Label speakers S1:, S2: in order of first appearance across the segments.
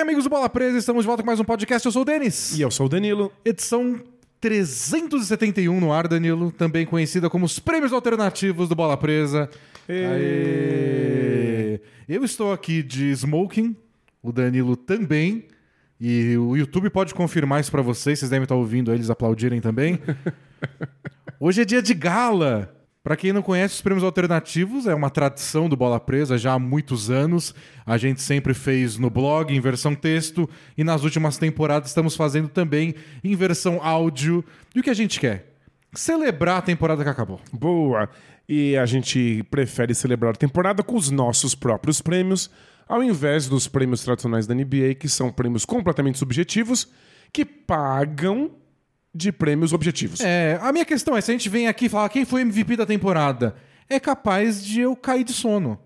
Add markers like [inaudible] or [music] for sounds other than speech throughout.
S1: amigos do Bola Presa, estamos de volta com mais um podcast. Eu sou o Denis.
S2: E eu sou o Danilo.
S1: Edição 371 no ar, Danilo, também conhecida como os prêmios alternativos do Bola Presa. Aê. Eu estou aqui de smoking, o Danilo também. E o YouTube pode confirmar isso pra vocês, vocês devem estar ouvindo eles aplaudirem também. Hoje é dia de gala. Pra quem não conhece os prêmios alternativos, é uma tradição do Bola Presa já há muitos anos. A gente sempre fez no blog, em versão texto, e nas últimas temporadas estamos fazendo também em versão áudio. E o que a gente quer? Celebrar a temporada que acabou.
S2: Boa. E a gente prefere celebrar a temporada com os nossos próprios prêmios, ao invés dos prêmios tradicionais da NBA, que são prêmios completamente subjetivos, que pagam de prêmios objetivos.
S1: É, a minha questão é: se a gente vem aqui e falar quem foi o MVP da temporada, é capaz de eu cair de sono.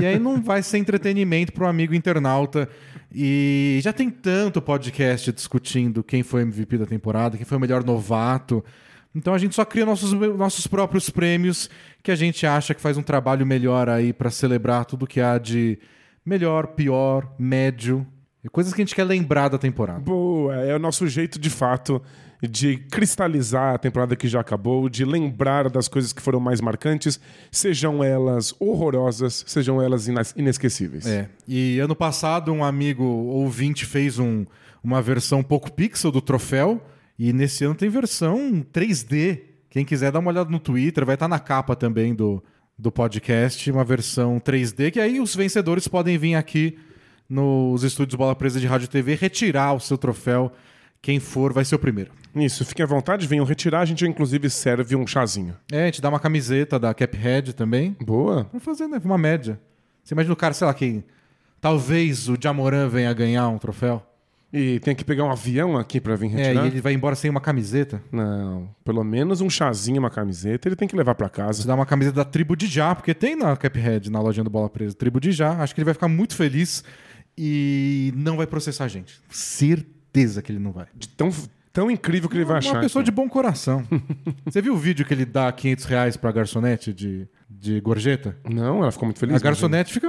S1: e aí não vai ser entretenimento para um amigo internauta. E já tem tanto podcast discutindo quem foi o MVP da temporada, quem foi o melhor novato. Então a gente só cria nossos, nossos próprios prêmios que a gente acha que faz um trabalho melhor aí para celebrar tudo que há de melhor, pior, médio. E coisas que a gente quer lembrar da temporada.
S2: Boa. É o nosso jeito, de fato, de cristalizar a temporada que já acabou, de lembrar das coisas que foram mais marcantes, sejam elas horrorosas, sejam elas inas- inesquecíveis.
S1: É. E ano passado um amigo ouvinte fez um- uma versão pouco pixel do troféu e nesse ano tem versão 3D. Quem quiser dar uma olhada no Twitter, vai estar na capa também do, do podcast, uma versão 3D, que aí os vencedores podem vir aqui nos estúdios Bola Presa de Rádio e TV retirar o seu troféu. Quem for vai ser o primeiro.
S2: Isso, fiquem à vontade, venham retirar. A gente inclusive serve um chazinho.
S1: É, a gente dá uma camiseta da Caphead também.
S2: Boa.
S1: Vamos fazer, né? Uma média. Você imagina o cara, sei lá, que talvez o Jamoran venha ganhar um troféu.
S2: E tem que pegar um avião aqui pra
S1: É,
S2: vir
S1: e
S2: retirar?
S1: ele vai embora sem uma camiseta.
S2: Não, pelo menos um chazinho, uma camiseta, ele tem que levar pra
S1: Te
S2: casa.
S1: dá uma camiseta da tribo de Já, porque tem na Caphead, na lojinha do Bola Presa, tribo de Já. Acho que ele vai ficar muito feliz e não vai processar a gente. Certeza que ele não vai.
S2: De tão, tão incrível que ele vai
S1: uma
S2: achar.
S1: pessoa
S2: aqui.
S1: de bom coração.
S2: [laughs]
S1: Você viu o vídeo que ele dá 500 reais pra garçonete de, de gorjeta?
S2: Não, ela ficou muito feliz.
S1: a garçonete fica.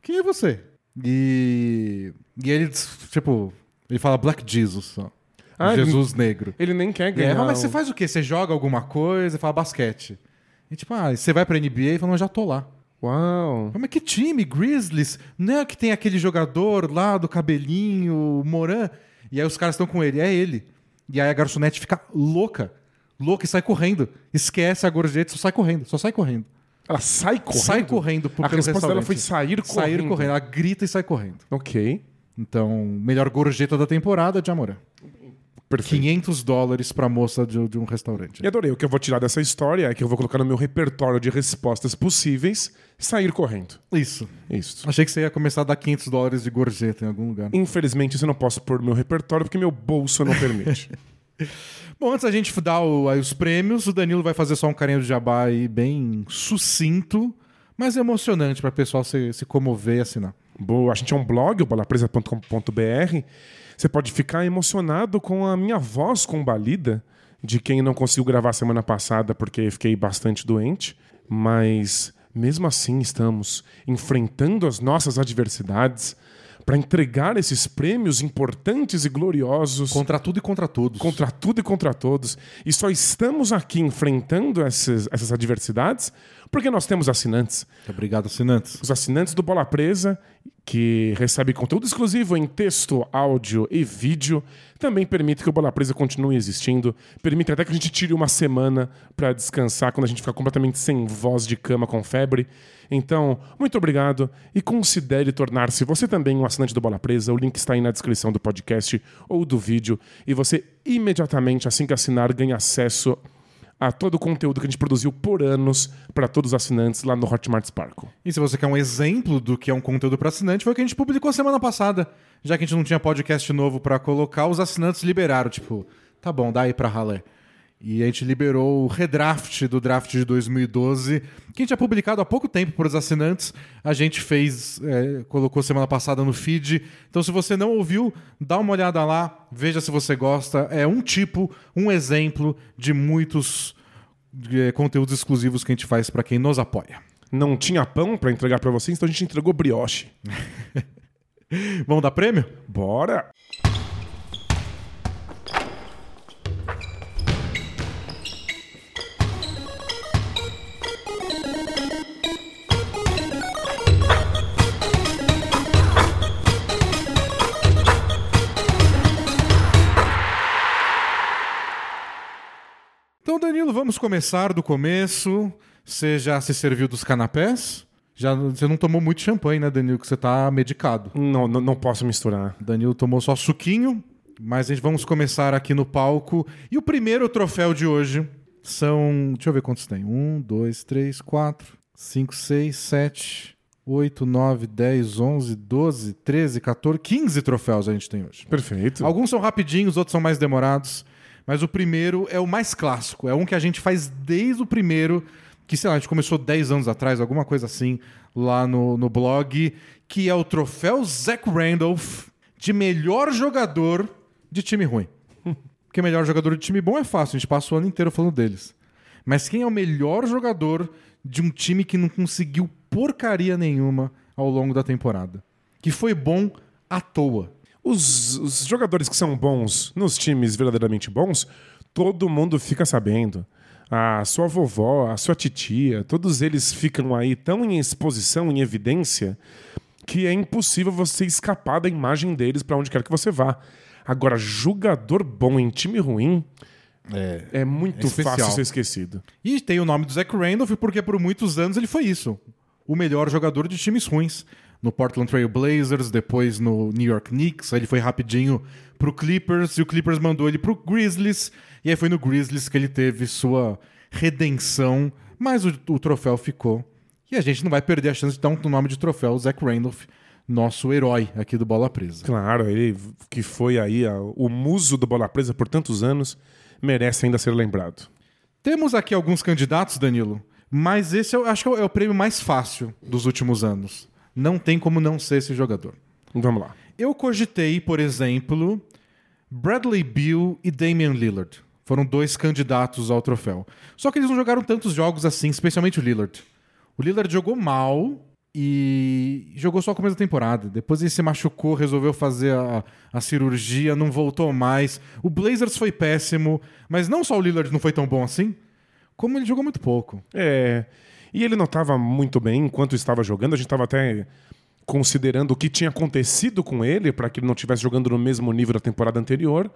S1: Quem é você? E. E ele, tipo, ele fala Black Jesus só.
S2: Ah, ele-
S1: Jesus negro.
S2: imagina. Ele nem quer
S1: E aí,
S2: ganhar.
S1: "Ah, mas
S2: o-
S1: você faz o quê? Você joga alguma coisa, fala basquete. E tipo, ah, você vai pra NBA e fala, não, já tô lá.
S2: Uau.
S1: Ah, Mas que time? Grizzlies? Não é que tem aquele jogador lá do cabelinho, Moran? E aí os caras estão com ele, é ele. E aí a garçonete fica louca. Louca e sai correndo. Esquece a gorjeta, só sai correndo, só sai correndo.
S2: Ela sai correndo.
S1: Sai correndo pro
S2: A
S1: pelo
S2: resposta dela
S1: restaurante.
S2: foi sair correndo.
S1: Sair correndo, ela grita e sai correndo.
S2: Ok.
S1: Então, melhor gorjeta da temporada de Amorã.
S2: Perfeito.
S1: 500 dólares pra moça de, de um restaurante.
S2: E adorei. O que eu vou tirar dessa história é que eu vou colocar no meu repertório de respostas possíveis sair correndo.
S1: Isso.
S2: Isso.
S1: Achei que você ia começar a dar 500 dólares de gorjeta em algum lugar.
S2: Infelizmente, isso eu não posso pôr no meu repertório porque meu bolso não
S1: [laughs]
S2: permite.
S1: Bom, antes da gente dar o- aí os prêmios, o Danilo vai fazer só um carinho de jabá aí bem sucinto, mas emocionante para o pessoal se, se comover e assinar.
S2: Boa, a gente é um blog, o bolapresa.com.br. Você pode ficar emocionado com a minha voz combalida, de quem não conseguiu gravar semana passada porque fiquei bastante doente, mas mesmo assim estamos enfrentando as nossas adversidades para entregar esses prêmios importantes e gloriosos
S1: Contra tudo e contra todos.
S2: contra tudo e contra todos. E só estamos aqui enfrentando essas, essas adversidades porque nós temos assinantes
S1: Muito Obrigado, assinantes.
S2: os assinantes do Bola Presa, que recebe conteúdo exclusivo em texto, áudio e vídeo, também permite que o Bola Presa continue existindo, permite até que a gente tire uma semana para descansar quando a gente ficar completamente sem voz de cama com febre. Então, muito obrigado e considere tornar-se você também um assinante do Bola Presa. O link está aí na descrição do podcast ou do vídeo e você imediatamente, assim que assinar, ganha acesso a todo o conteúdo que a gente produziu por anos para todos os assinantes lá no Hotmart Sparkle.
S1: E se você quer um exemplo do que é um conteúdo para assinante, foi o que a gente publicou semana passada. Já que a gente não tinha podcast novo para colocar, os assinantes liberaram, tipo, tá bom, dá aí pra ralé. E a gente liberou o redraft do draft de 2012, que a gente tinha publicado há pouco tempo para os assinantes. A gente fez, é, colocou semana passada no feed. Então, se você não ouviu, dá uma olhada lá, veja se você gosta. É um tipo, um exemplo de muitos eh, conteúdos exclusivos que a gente faz para quem nos apoia.
S2: não tinha pão pra entregar pra vocês, então a gente entregou brioche.
S1: Vamos dar prêmio?
S2: Bora!
S1: Então, Danilo, vamos começar do começo. Você já se serviu dos canapés? Já, você não tomou muito champanhe, né, Danilo? Que você tá medicado.
S2: Não, não, não posso misturar.
S1: Danilo tomou só suquinho, mas a gente vamos começar aqui no palco. E o primeiro troféu de hoje são. Deixa eu ver quantos tem. Um, dois, três, quatro, cinco, seis, sete, oito, nove, dez, onze, doze, treze, 14, 15 troféus a gente tem hoje.
S2: Perfeito.
S1: Alguns são rapidinhos, outros são mais demorados. Mas o primeiro é o mais clássico. É um que a gente faz desde o primeiro, que sei lá, a gente começou 10 anos atrás, alguma coisa assim, lá no, no blog, que é o troféu Zach Randolph de melhor jogador de time ruim. Porque melhor jogador de time bom é fácil, a gente passa o ano inteiro falando deles. Mas quem é o melhor jogador de um time que não conseguiu porcaria nenhuma ao longo da temporada? Que foi bom à toa.
S2: Os, os jogadores que são bons nos times verdadeiramente bons, todo mundo fica sabendo. A sua vovó, a sua titia, todos eles ficam aí tão em exposição, em evidência, que é impossível você escapar da imagem deles para onde quer que você vá. Agora, jogador bom em time ruim é, muito
S1: é especial.
S2: fácil ser esquecido.
S1: E tem o nome do Zach Randolph porque por muitos anos ele foi isso. O melhor jogador de times ruins. No Portland Trail Blazers, depois no New York Knicks, aí ele foi rapidinho pro Clippers e o Clippers mandou ele pro Grizzlies. E aí foi no Grizzlies que ele teve sua redenção, mas o, o troféu ficou. E a gente não vai perder a chance de dar um nome de troféu, Zach Randolph, nosso herói aqui do Bola Presa.
S2: Claro, ele que foi aí a- o muso do Bola Presa por tantos anos, merece ainda ser lembrado.
S1: Temos aqui alguns candidatos, Danilo, mas esse eu acho que é o- é o prêmio mais fácil dos últimos anos. Não tem como não ser esse jogador.
S2: Vamos lá.
S1: Eu cogitei, por exemplo, Bradley Beal e Damian Lillard. Foram dois candidatos ao troféu. Só que eles não jogaram tantos jogos assim, especialmente o Lillard. O Lillard jogou mal e jogou só o começo da temporada. Depois ele se machucou, resolveu fazer a, a cirurgia, não voltou mais. O Blazers foi péssimo, mas não só o Lillard não foi tão bom assim, como ele jogou muito pouco.
S2: É, e ele não estava muito bem enquanto estava jogando. A gente estava até considerando o que tinha acontecido com ele para que ele não estivesse jogando no mesmo nível da temporada anterior.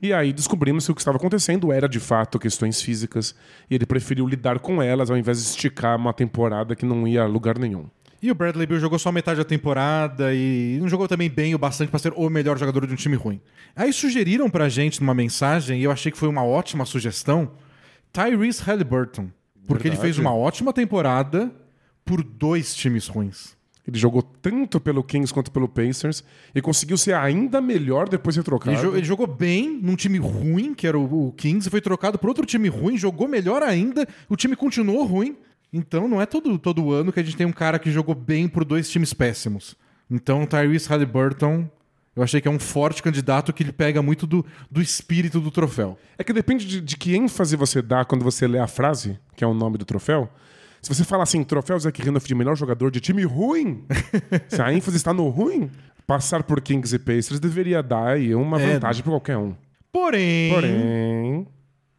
S2: E aí descobrimos que o que estava acontecendo era de fato questões físicas e ele preferiu lidar com elas ao invés de esticar uma temporada que não ia a lugar nenhum.
S1: E o Bradley Beal jogou só metade da temporada e não jogou também bem o bastante para ser o melhor jogador de um time ruim. Aí sugeriram pra gente numa mensagem, e eu achei que foi uma ótima sugestão, Tyrese Halliburton. Porque ele fez uma ótima temporada por dois times ruins.
S2: Ele jogou tanto pelo Kings quanto pelo Pacers e conseguiu ser ainda melhor depois de ser trocado.
S1: Ele, jo- ele jogou bem num time ruim, que era o, o Kings, e foi trocado por outro time ruim, jogou melhor ainda, o time continuou ruim. Então não é todo, todo ano que a gente tem um cara que jogou bem por dois times péssimos. Então Tyrese Halliburton, eu achei que é um forte candidato que ele pega muito do, do espírito do troféu.
S2: É que depende de, de que ênfase você dá quando você lê a frase, que é o nome do troféu. Se você fala assim, troféu Zach Randolph de melhor jogador de time ruim, se a ênfase está no ruim, passar por Kings e Pacers deveria dar aí uma
S1: É.
S2: vantagem para qualquer um.
S1: Porém,
S2: Porém,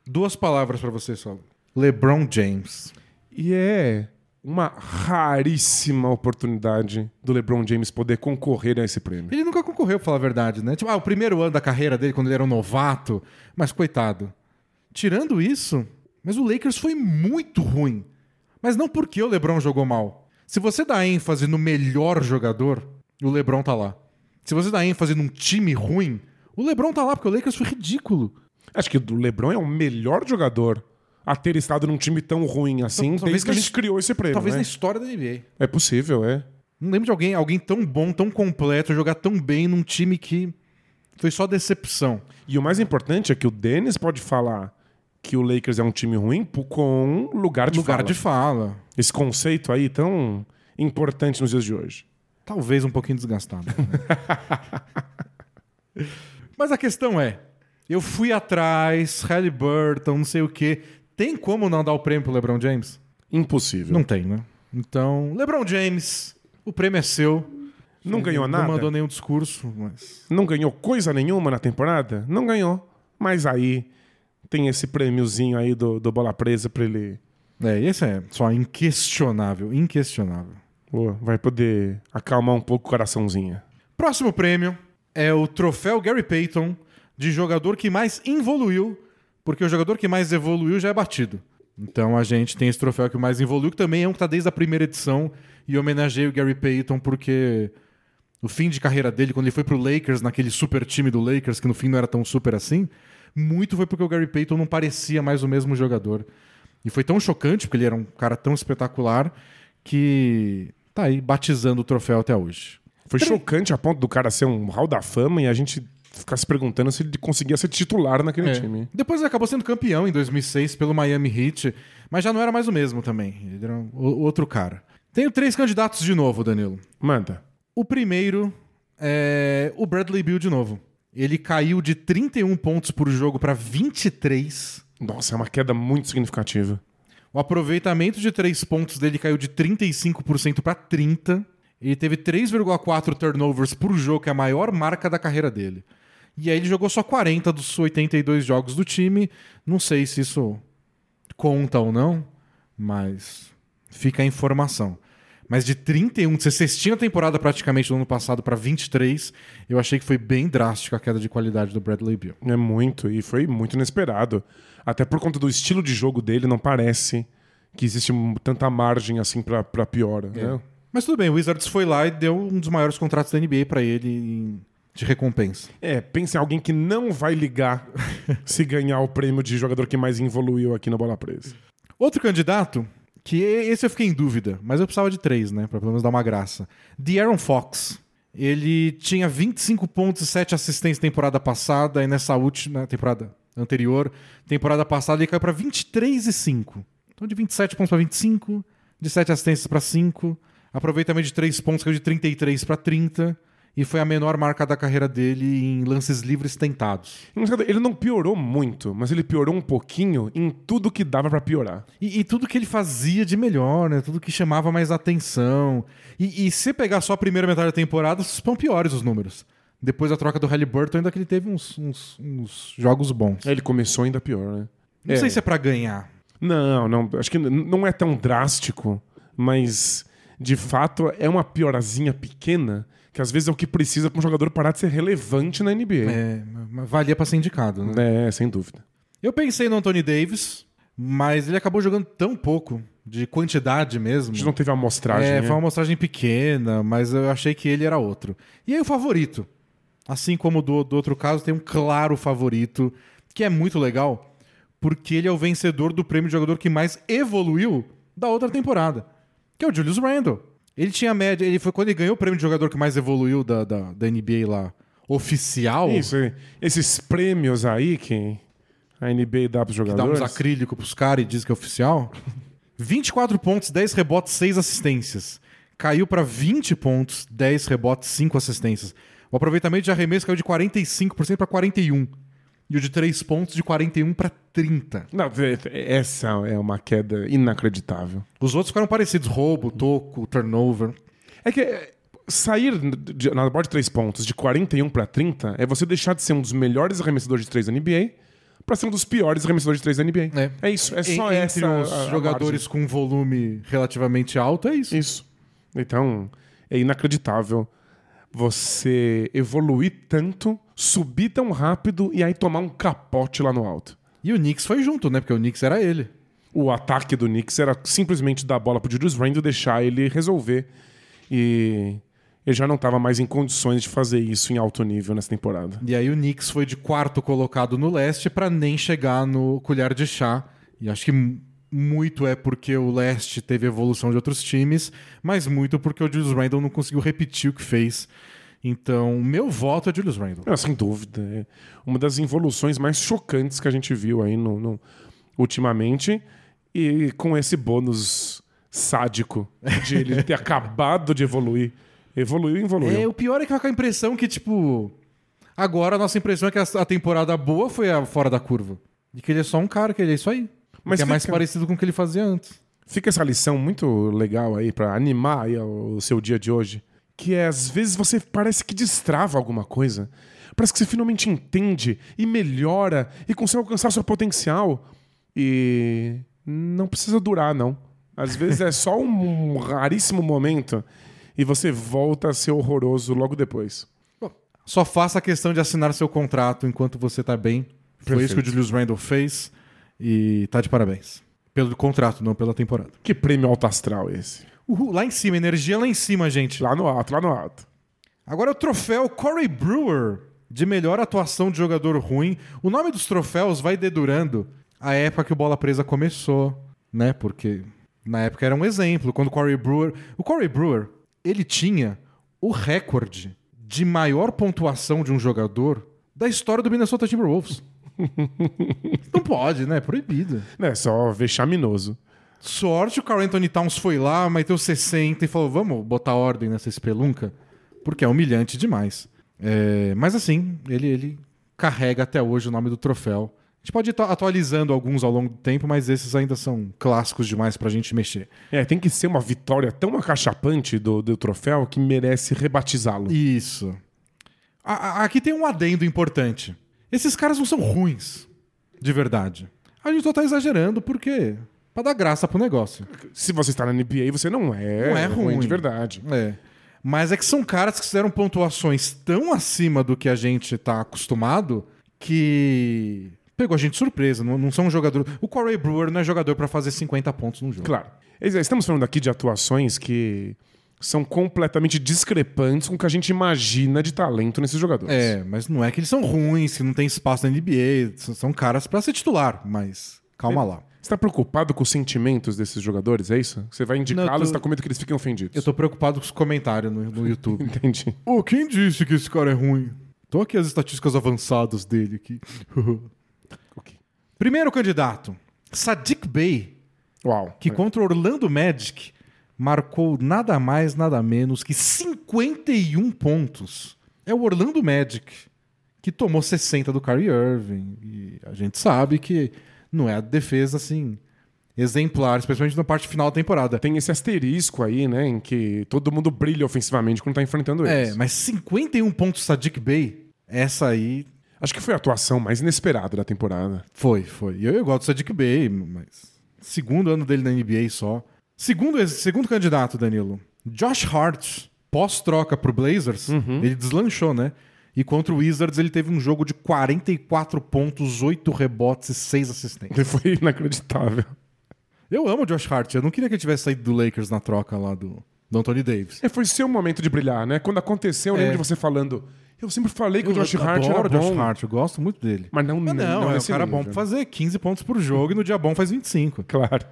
S1: duas palavras pra você só. LeBron James.
S2: e é uma raríssima oportunidade do LeBron James poder concorrer a esse prêmio.
S1: Ele nunca concorreu, pra falar a verdade, né? Tipo, ah, o primeiro ano da carreira dele, quando ele era um novato. Mas, coitado. Tirando isso, mas o Lakers foi muito ruim. Mas não porque o LeBron jogou mal. Se você dá ênfase no melhor jogador, o LeBron tá lá. Se você dá ênfase num time ruim, o LeBron tá lá, porque o Lakers foi ridículo.
S2: Acho que o LeBron é o melhor jogador a ter estado num time tão ruim assim
S1: Talvez
S2: desde que a
S1: na
S2: gente criou esse prêmio.
S1: Talvez
S2: né?
S1: na história da NBA.
S2: É possível, é.
S1: Não lembro de alguém, alguém tão bom, tão completo, jogar tão bem num time que foi só decepção.
S2: E o mais importante é que o Dennis pode falar que o Lakers é um time ruim p- com lugar de
S1: Lugar
S2: fala.
S1: de fala.
S2: Esse conceito aí tão importante nos dias de hoje.
S1: Talvez um pouquinho desgastado. [laughs] Mas a questão é: eu fui atrás, Halliburton, não sei o quê. Tem como não dar o prêmio pro LeBron James?
S2: Impossível.
S1: Não tem, né? Então, LeBron James, o prêmio é seu.
S2: Não ganhou nada?
S1: Não mandou nenhum discurso, mas.
S2: Não ganhou coisa nenhuma na temporada? Não ganhou. Mas aí tem esse prêmiozinho aí do, do Bola Presa pra ele.
S1: É, e esse é só inquestionável, inquestionável.
S2: Pô, vai poder acalmar um pouco o coraçãozinho.
S1: Próximo prêmio é o troféu Gary Payton de jogador que mais evoluiu, porque o jogador que mais evoluiu já é batido. Então a gente tem esse troféu que mais evoluiu, que também é um que tá desde a primeira edição e homenageia o Gary Payton porque o fim de carreira dele, quando ele foi pro Lakers, naquele super time do Lakers, que no fim não era tão super assim, muito foi porque o Gary Payton não parecia mais o mesmo jogador. E foi tão chocante, porque ele era um cara tão espetacular, que tá aí batizando o troféu até hoje.
S2: Foi chocante a ponto do cara ser um hall da fama e a gente ficar se perguntando se ele conseguia ser titular naquele
S1: É.
S2: time.
S1: Depois ele acabou sendo campeão em 2006 pelo Miami Heat, mas já não era mais o mesmo também. Ele era um- o- outro cara. Tenho três candidatos de novo, Danilo.
S2: Manda.
S1: O primeiro é o Bradley Beal de novo. Ele caiu de 31 pontos por jogo para 23.
S2: Nossa, é uma queda muito significativa.
S1: O aproveitamento de três pontos dele caiu de 35% para 30. Ele teve 3,4 turnovers por jogo, que é a maior marca da carreira dele. E aí ele jogou só 40 dos 82 jogos do time. Não sei se isso conta ou não, mas fica a informação. Mas de 31, você sextinha temporada praticamente do ano passado para 23, eu achei que foi bem drástica a queda de qualidade do Bradley Beal.
S2: É muito, e foi muito inesperado. Até por conta do estilo de jogo dele, não parece que existe um- tanta margem assim pra, pra piora. né?
S1: Mas tudo bem, o Wizards foi lá e deu um dos maiores contratos da NBA pra ele em- de recompensa.
S2: É, pensa em alguém que não vai ligar se ganhar o prêmio de jogador que mais evoluiu aqui no Bola Presa.
S1: Outro candidato, que esse eu fiquei em dúvida, mas eu precisava de três, né? Pra pelo menos dar uma graça. The Aaron Fox. Ele tinha 25 pontos e 7 assistências temporada passada, e nessa última temporada anterior, temporada passada, ele caiu pra 23 e 5. Então de 27 pontos pra 25, de 7 assistências pra 5, aproveitamento de 3 pontos caiu de 33 pra 30, e foi a menor marca da carreira dele em lances livres tentados.
S2: Engraçado, Ele não piorou muito, mas ele piorou um pouquinho em tudo que dava pra piorar.
S1: E, e tudo que ele fazia de melhor, né? Tudo que chamava mais atenção. E, e se pegar só a primeira metade da temporada, são piores os números. Depois da troca do Halliburton, ainda que ele teve uns, uns- uns jogos bons.
S2: Aí Ele começou ainda pior, né?
S1: Não
S2: É.
S1: sei se é pra ganhar.
S2: Não, não. Acho que n- não é tão drástico, mas de fato é uma piorazinha pequena que às vezes é o que precisa pra um jogador parar de ser relevante na NBA.
S1: É, mas valia pra ser indicado, né?
S2: É, sem dúvida.
S1: Eu pensei no Anthony Davis, mas ele acabou jogando tão pouco de quantidade mesmo.
S2: A gente não teve amostragem.
S1: É,
S2: né?
S1: foi uma amostragem pequena, mas eu achei que ele era outro. E aí o favorito. Assim como do, do outro caso, tem um claro favorito, que é muito legal, porque ele é o vencedor do prêmio de jogador que mais evoluiu da outra temporada, que é o Julius Randle. Ele tinha média, ele foi quando ele ganhou o prêmio de jogador que mais evoluiu da, da, da NBA lá, oficial,
S2: Isso, e- esses prêmios aí que a NBA dá pros
S1: que dá uns
S2: jogadores.
S1: acrílico pros caras e diz que é oficial. 24 pontos, 10 rebotes, 6 assistências. Caiu para 20 pontos, 10 rebotes, 5 assistências. O aproveitamento de arremesso caiu de 45% para 41. E o de 3 pontos de 41 para 30.
S2: Não, é- é- essa é uma queda inacreditável.
S1: Os outros ficaram parecidos, roubo, toco, turnover.
S2: É que é, sair de- na bola de três pontos de 41 pra 30 é você deixar de ser um dos melhores arremessadores de três da NBA pra ser um dos piores arremessadores de três da NBA.
S1: É.
S2: isso, é
S1: En-
S2: só
S1: Entre
S2: essa
S1: os
S2: a- a
S1: jogadores com um volume relativamente alto, é isso.
S2: margem. Isso. Então, é inacreditável você evoluir tanto, subir tão rápido e aí tomar um capote lá no alto.
S1: E o Knicks foi junto, né? Porque o Knicks era ele.
S2: O ataque do Knicks era simplesmente dar a bola pro Julius Randle e deixar ele resolver. E ele já não estava mais em condições de fazer isso em alto nível nessa temporada.
S1: E aí o Knicks foi de quarto colocado no leste pra nem chegar no colher de chá. E acho que m- muito é porque o leste teve evolução de outros times, mas muito porque o Julius Randle não conseguiu repetir o que fez. Então, meu voto é Julius Randle.
S2: Ah, sem dúvida. É uma das involuções mais chocantes que a gente viu aí no, no- ultimamente. E com esse bônus sádico de ele ter [laughs] acabado de evoluir. Evoluiu e evoluiu.
S1: É, o pior é que eu com a impressão que, tipo. Agora a nossa impressão é que a, a temporada boa foi a fora da curva. E que ele é só um cara, que ele é isso aí. Mas
S2: Mas
S1: que é mais
S2: fica-
S1: parecido com o que ele fazia antes.
S2: Fica essa lição muito legal aí pra animar aí o seu dia de hoje, que é às vezes você parece que destrava alguma coisa. Parece que você finalmente entende e melhora e consegue alcançar seu potencial. E não precisa durar, não. Às vezes é só um raríssimo momento e você volta a ser horroroso logo depois.
S1: Só faça a questão de assinar seu contrato enquanto você tá bem. Foi isso que o
S2: Perfeito.
S1: Julius Randle fez e tá de parabéns. Pelo contrato, não pela temporada.
S2: Que prêmio alto astral esse.
S1: Uhul, lá em cima, energia lá em cima, gente.
S2: Lá no alto, lá no alto.
S1: Agora é o troféu Corey Brewer de melhor atuação de jogador ruim. O nome dos troféus vai dedurando a época que o Bola Presa começou, né? Porque na época era um exemplo. Quando o Corey Brewer. O Corey Brewer, ele tinha o recorde de maior pontuação de um jogador da história do Minnesota Timberwolves. Não pode, né? É Proibido.
S2: É só vexaminoso.
S1: Sorte o Carl Anthony Towns foi lá, meteu 60 e falou: vamos botar ordem nessa espelunca, porque é humilhante demais. É, mas assim, ele, ele carrega até hoje o nome do troféu. A gente pode ir atu- atualizando alguns ao longo do tempo, mas esses ainda são clássicos demais pra gente mexer.
S2: É, tem que ser uma vitória tão acachapante do, do troféu que merece rebatizá-lo.
S1: Isso. A- a- aqui tem um adendo importante. Esses caras não são ruins, de verdade. A gente só tá exagerando porque. pra dar graça pro negócio.
S2: Se você está na NBA, você não é,
S1: Não é ruim.
S2: de verdade.
S1: É. Mas é que são caras que fizeram pontuações tão acima do que a gente tá acostumado que pegou a gente de surpresa. Não, não são um jogador. O Corey Brewer não é jogador pra fazer 50 pontos num jogo.
S2: Claro. Ex- Estamos falando aqui de atuações que são completamente discrepantes com o que a gente imagina de talento nesses jogadores.
S1: É, mas não é que eles são ruins, que não tem espaço na NBA. S- São caras pra ser titular, mas calma lá.
S2: Você está preocupado com os sentimentos desses jogadores, é isso? Você vai
S1: Não, eu
S2: indicá-los
S1: tô-
S2: e está com medo que eles fiquem ofendidos.
S1: Eu tô preocupado com os comentários no, no YouTube.
S2: [laughs] Entendi.
S1: [laughs] Ô, quem disse que esse cara é ruim? Tô aqui as estatísticas avançadas dele aqui.
S2: Ok.
S1: Primeiro candidato, Sadiq Bey,
S2: Uau.
S1: que contra o Orlando Magic marcou nada mais, nada menos que 51 pontos. É o Orlando Magic que tomou 60 do Kyrie Irving. E a gente sabe que não é a defesa assim exemplar, especialmente na parte final da temporada.
S2: É, Tem esse asterisco aí, né, em que todo mundo brilha ofensivamente quando tá enfrentando
S1: É,
S2: eles.
S1: mas 51 pontos Sadiq Bey, essa aí
S2: Acho que foi a atuação mais inesperada da temporada.
S1: Foi, foi. E eu, eu gosto do Sadiq Bey, mas. Segundo ano dele na NBA só. Segundo, segundo candidato, Danilo. Josh Hart, pós-troca pro Blazers,
S2: Uhum.
S1: ele deslanchou, né? E contra o Wizards ele teve um jogo de 44 pontos, 8 rebotes e 6 assistências.
S2: [laughs] Ele foi inacreditável.
S1: Eu amo o Josh Hart, eu não queria que ele tivesse saído do Lakers na troca lá do, do Anthony Davis.
S2: É, foi seu momento de brilhar, né? Quando aconteceu, eu
S1: É.
S2: lembro de você falando. Eu sempre falei que o Josh Hart era
S1: adoro
S2: tá bom.
S1: o Josh Hart, eu gosto muito dele.
S2: Mas não,
S1: Mas não, é um
S2: nesse
S1: cara
S2: nível.
S1: bom pra fazer 15 pontos por jogo e no dia bom faz 25.
S2: Claro.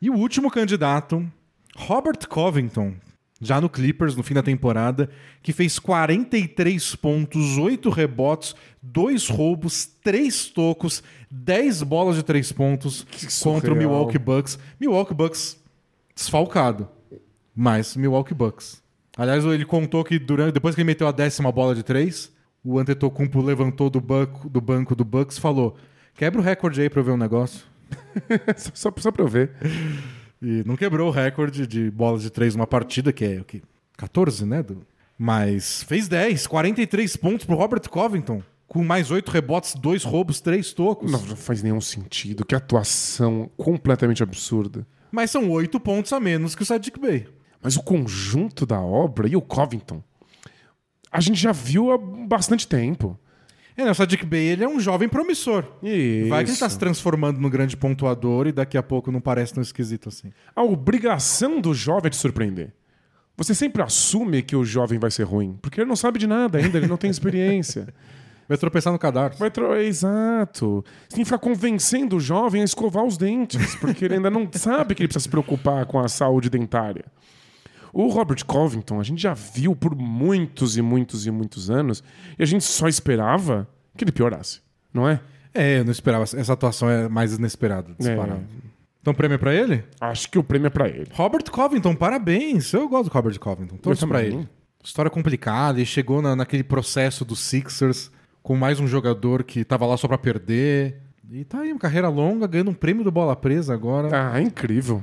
S1: E o último candidato, Robert Covington, já no Clippers, no fim da temporada, que fez 43 pontos, 8 rebotes, 2 roubos, 3 tocos, 10 bolas de 3 pontos contra o
S2: surreal.
S1: Milwaukee Bucks. Milwaukee Bucks desfalcado, mas Milwaukee Bucks. Aliás, ele contou que durante, depois que ele meteu a décima bola de 3, o Antetokounmpo levantou do banco do, banco do Bucks e falou quebra o recorde aí pra eu ver um negócio.
S2: só, só, só pra eu ver.
S1: E não quebrou o recorde de bolas de três numa partida, que é o quê? 14, né? Du? Mas fez 10, 43 pontos pro Robert Covington. Com mais 8 rebotes, 2 roubos, 3 tocos.
S2: Não, não faz nenhum sentido. Que atuação completamente absurda.
S1: Mas são 8 pontos a menos que o Sadiq Bey.
S2: Mas o conjunto da obra e o Covington, a gente já viu há bastante tempo.
S1: É, né? O Sadiq Bey ele é um jovem promissor.
S2: Isso.
S1: Vai que ele tá se transformando no grande pontuador e daqui a pouco não parece tão esquisito assim.
S2: A obrigação do jovem é te surpreender. Você sempre assume que o jovem vai ser ruim, porque ele não sabe de nada ainda, ele não tem experiência.
S1: Vai tropeçar no cadarço.
S2: Vai tro- é Exato. Você tem que ficar convencendo o jovem a escovar os dentes, porque ele ainda não [laughs] sabe que ele precisa se preocupar com a saúde dentária. O Robert Covington, a gente já viu por muitos e muitos e muitos anos, e a gente só esperava que ele piorasse, não é?
S1: É, eu não esperava. Essa atuação é mais inesperada. Disparada.
S2: É.
S1: Então, prêmio pra ele?
S2: Acho que o prêmio é pra ele.
S1: Robert Covington, parabéns. Eu gosto do Robert Covington. Torço
S2: Eu
S1: pra
S2: também.
S1: ele. História complicada, ele chegou na- naquele processo dos Sixers com mais um jogador que tava lá só pra perder. E tá aí, uma carreira longa, ganhando um prêmio do Bola Presa agora.
S2: é
S1: É.
S2: Ah, incrível.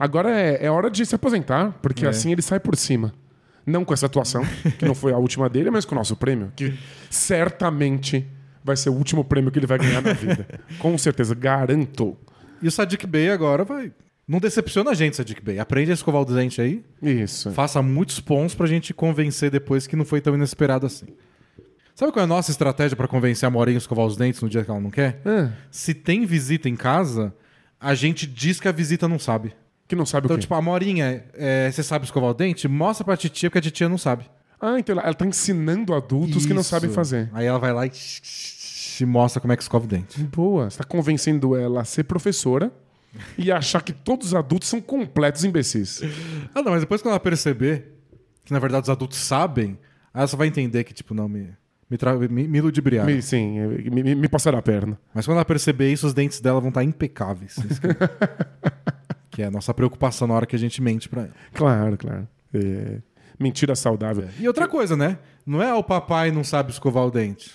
S2: Agora é, é hora de se aposentar, porque assim ele sai por cima. Não com essa atuação, que não foi a última dele, mas com o nosso prêmio, que certamente vai ser o último prêmio que ele vai ganhar na vida. com certeza, garanto.
S1: E o Sadiq Bey agora vai. Não decepciona a gente, Sadiq Bey. Aprende a escovar o dente aí.
S2: Isso.
S1: Faça muitos pontos pra gente convencer depois que não foi tão inesperado assim. Sabe qual é a nossa estratégia pra convencer a Morinha a escovar os dentes no dia que ela não quer?
S2: Ah,
S1: Se tem visita em casa, a gente diz que a visita não sabe.
S2: que não sabe
S1: Então,
S2: o quê.
S1: tipo, a Morinha, é, você sabe escovar o dente? Mostra pra titia, porque a titia não sabe.
S2: Ah, então ela ela tá ensinando adultos que não
S1: Isso.
S2: sabem fazer.
S1: Aí ela vai lá e tch, tch, tch, mostra como é que escova o dente.
S2: Boa. Você tá convencendo ela a ser professora e achar que todos os adultos são completos imbecis.
S1: Ah, não, mas depois quando ela perceber que, na verdade, os adultos sabem, aí ela só vai entender que, tipo, não, me, me, tra- me, me ludibriaram.
S2: Me- sim, me, me, me passaram a perna.
S1: Mas quando ela perceber isso, os dentes dela vão estar impecáveis. Isso que- que é [laughs] a nossa preocupação na hora que a gente mente pra ela.
S2: Claro, claro. É, mentira saudável.
S1: E outra coisa, né? Não é o papai não sabe escovar o dente.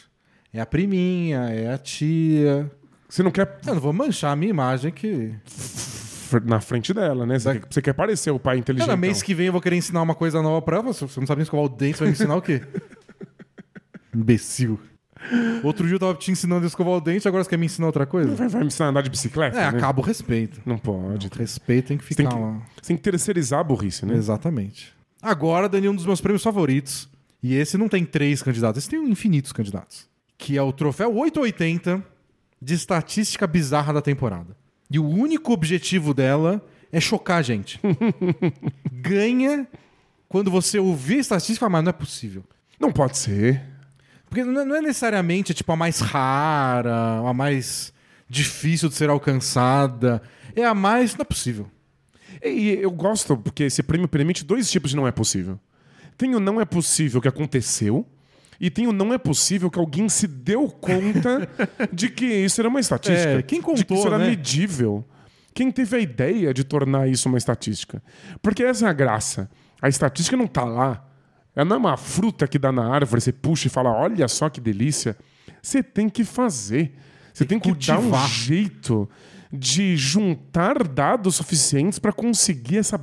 S1: É a priminha, é a tia.
S2: Você não quer
S1: Eu não vou manchar a minha imagem que...
S2: f- na frente dela, né? Você,
S1: Da-
S2: quer, você quer parecer o pai inteligente.
S1: Cara, mês que vem eu vou querer ensinar uma coisa nova pra ela. Se Você não sabe nem escovar o dente, você vai me ensinar o quê? [laughs] Imbecil. Outro dia eu tava te ensinando a escovar o dente, agora você quer me ensinar outra coisa?
S2: Vai, vai me ensinar a andar de bicicleta?
S1: É,
S2: né?
S1: acaba o respeito.
S2: Não pode.
S1: Respeito tem que
S2: tem
S1: ficar
S2: que-
S1: lá.
S2: Você tem que terceirizar a burrice, né?
S1: Exatamente. Agora, Dani, um dos meus prêmios favoritos. E esse não tem três candidatos, esse tem infinitos candidatos. Que é o troféu 880 de estatística bizarra da temporada. E o único objetivo dela é chocar a gente. Ganha quando você ouvir a estatística e falar, mas não é possível.
S2: Não pode ser.
S1: Porque não é não é necessariamente tipo a mais rara, a mais difícil de ser alcançada. É a mais. Não é possível.
S2: E eu gosto porque esse prêmio permite dois tipos de não é possível. Tem o não é possível que aconteceu e tem o não é possível que alguém se deu
S1: [laughs]
S2: conta de que isso era uma estatística.
S1: É, quem
S2: de que
S1: contou,
S2: isso era
S1: né?
S2: medível. Quem teve a ideia de tornar isso uma estatística. Porque essa é a graça. A estatística não tá lá. Ela não é uma fruta que dá na árvore, você puxa e fala, olha só que delícia. Você tem que fazer. Você tem que dar um
S1: cultivar.
S2: jeito de juntar dados suficientes para conseguir essa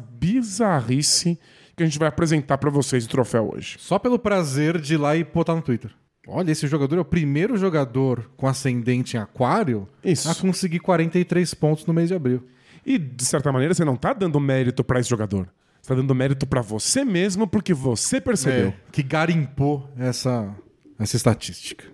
S2: bizarrice que a gente vai apresentar para vocês do troféu hoje.
S1: Só pelo prazer de ir lá e botar no Twitter. Olha, esse jogador é o primeiro jogador com ascendente em aquário
S2: Isso.
S1: a conseguir 43 pontos no mês de abril.
S2: E de certa maneira você não tá dando mérito para esse jogador. Você tá dando mérito para você mesmo porque você percebeu.
S1: É. Que garimpou essa, essa estatística.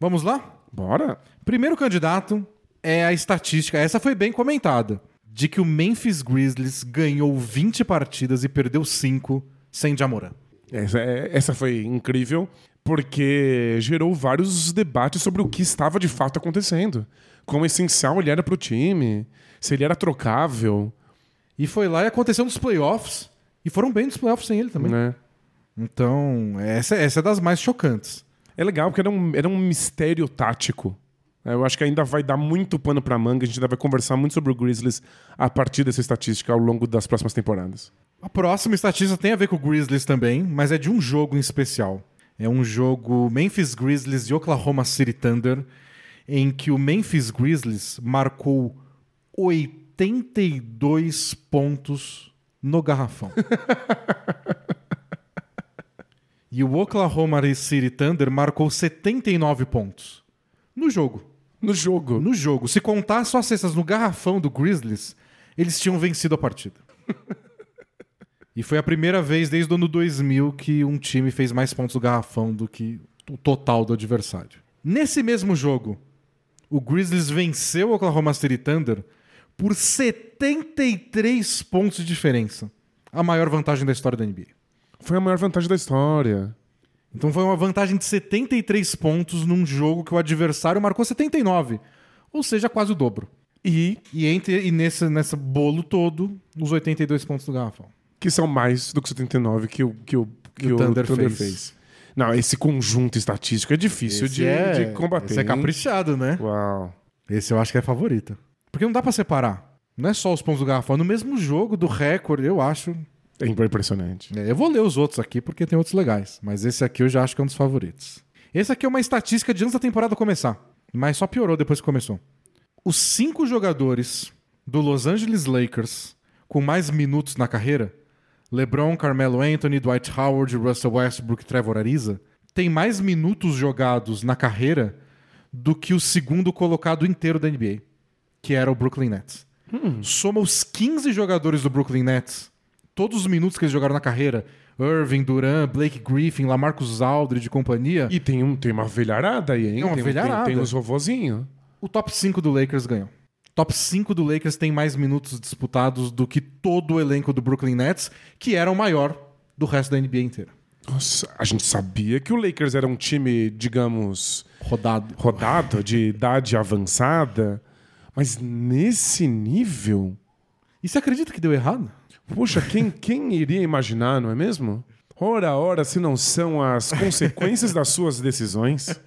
S1: Vamos lá?
S2: Bora?
S1: Primeiro candidato é a estatística. Essa foi bem comentada. De que o Memphis Grizzlies ganhou 20 partidas e perdeu 5 sem Jamoran.
S2: Essa, é- essa foi incrível, porque gerou vários debates sobre o que estava de fato acontecendo. Quão essencial ele era pro time, se ele era trocável,
S1: E foi lá e aconteceu nos playoffs. E foram bem nos playoffs sem ele também.
S2: né?
S1: Então, essa, essa é das mais chocantes.
S2: É legal porque era um, era um mistério tático. É, Eu acho que ainda vai dar muito pano pra manga, a gente ainda vai conversar muito sobre o Grizzlies a partir dessa estatística ao longo das próximas temporadas.
S1: A próxima estatística tem a ver com o Grizzlies também, mas é de um jogo em especial. É um jogo Memphis Grizzlies e Oklahoma City Thunder, em que o Memphis Grizzlies marcou 82 pontos no garrafão. [laughs] e o Oklahoma City Thunder marcou 79 pontos no jogo.
S2: No jogo.
S1: No jogo, se contar só as cestas no garrafão do Grizzlies, eles tinham vencido a partida. e foi a primeira vez desde o ano 2000 que um time fez mais pontos no garrafão do que o total do adversário. Nesse mesmo jogo, o Grizzlies venceu o Oklahoma City Thunder por 73 pontos de diferença. A maior vantagem da história da NBA.
S2: Foi a maior vantagem da história.
S1: Então foi uma vantagem de 73 pontos num jogo que o adversário marcou 79. Ou seja, quase o dobro.
S2: E
S1: E, entre, e nesse, nesse bolo todo, os 82 pontos do garrafão.
S2: que são mais do que 79 que o, que o, que
S1: o
S2: o Thunder,
S1: Thunder
S2: fez.
S1: fez.
S2: Não, esse conjunto estatístico é difícil de, de combater.
S1: Esse é
S2: hein?
S1: caprichado, né?
S2: Uau.
S1: Esse eu acho que é favorito. Porque não dá pra separar. Não é só os pontos do garrafão. No mesmo jogo do recorde, eu acho.
S2: É impressionante.
S1: É, eu vou ler os outros aqui porque tem outros legais. Mas esse aqui eu já acho que é um dos favoritos. Esse aqui é uma estatística de antes da temporada começar. Mas só piorou depois que começou. Os cinco jogadores do Los Angeles Lakers com mais minutos na carreira LeBron, Carmelo Anthony, Dwight Howard, Russell Westbrook, Trevor Ariza, tem mais minutos jogados na carreira do que o segundo colocado inteiro da NBA, que era o Brooklyn Nets.
S2: Hum.
S1: Soma os 15 jogadores do Brooklyn Nets, todos os minutos que eles jogaram na carreira, Irving, Durant, Blake Griffin, Lamarcus Aldridge e companhia,
S2: E tem, um, tem uma velharada aí, hein?
S1: Tem uma
S2: tem, um-
S1: velharada.
S2: Tem, tem os rovozinhos.
S1: o top 5 do Lakers ganhou. Top 5 do Lakers tem mais minutos disputados do que todo o elenco do Brooklyn Nets, que era o maior do resto da NBA inteira.
S2: Nossa, a gente sabia que o Lakers era um time, digamos,
S1: Rodado.
S2: rodado, de idade avançada, mas nesse nível.
S1: E você acredita que deu errado?
S2: Poxa, quem, quem iria imaginar, não é mesmo? Ora, ora, se não são as consequências das suas decisões.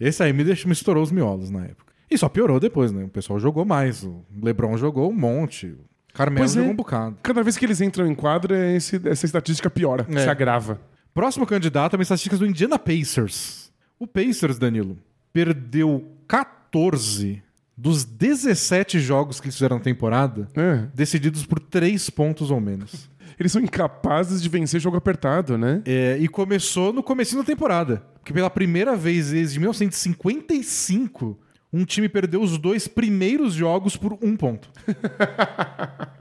S1: Esse aí me, deixou, me estourou os miolos na época. E só piorou depois, né? O pessoal jogou mais. O LeBron jogou um monte. O Carmelo
S2: Pois é.
S1: jogou um bocado.
S2: Cada vez que eles entram em quadra, esse- essa estatística piora,
S1: É.
S2: se agrava.
S1: Próximo candidato é uma estatística do Indiana Pacers. O Pacers, Danilo, perdeu 14 dos 17 jogos que eles fizeram na temporada
S2: É.
S1: decididos por 3 pontos ou menos.
S2: Eles são incapazes de vencer jogo apertado, né?
S1: É, e começou no comecinho da temporada. Porque pela primeira vez desde 1955, um time perdeu os dois primeiros jogos por um ponto.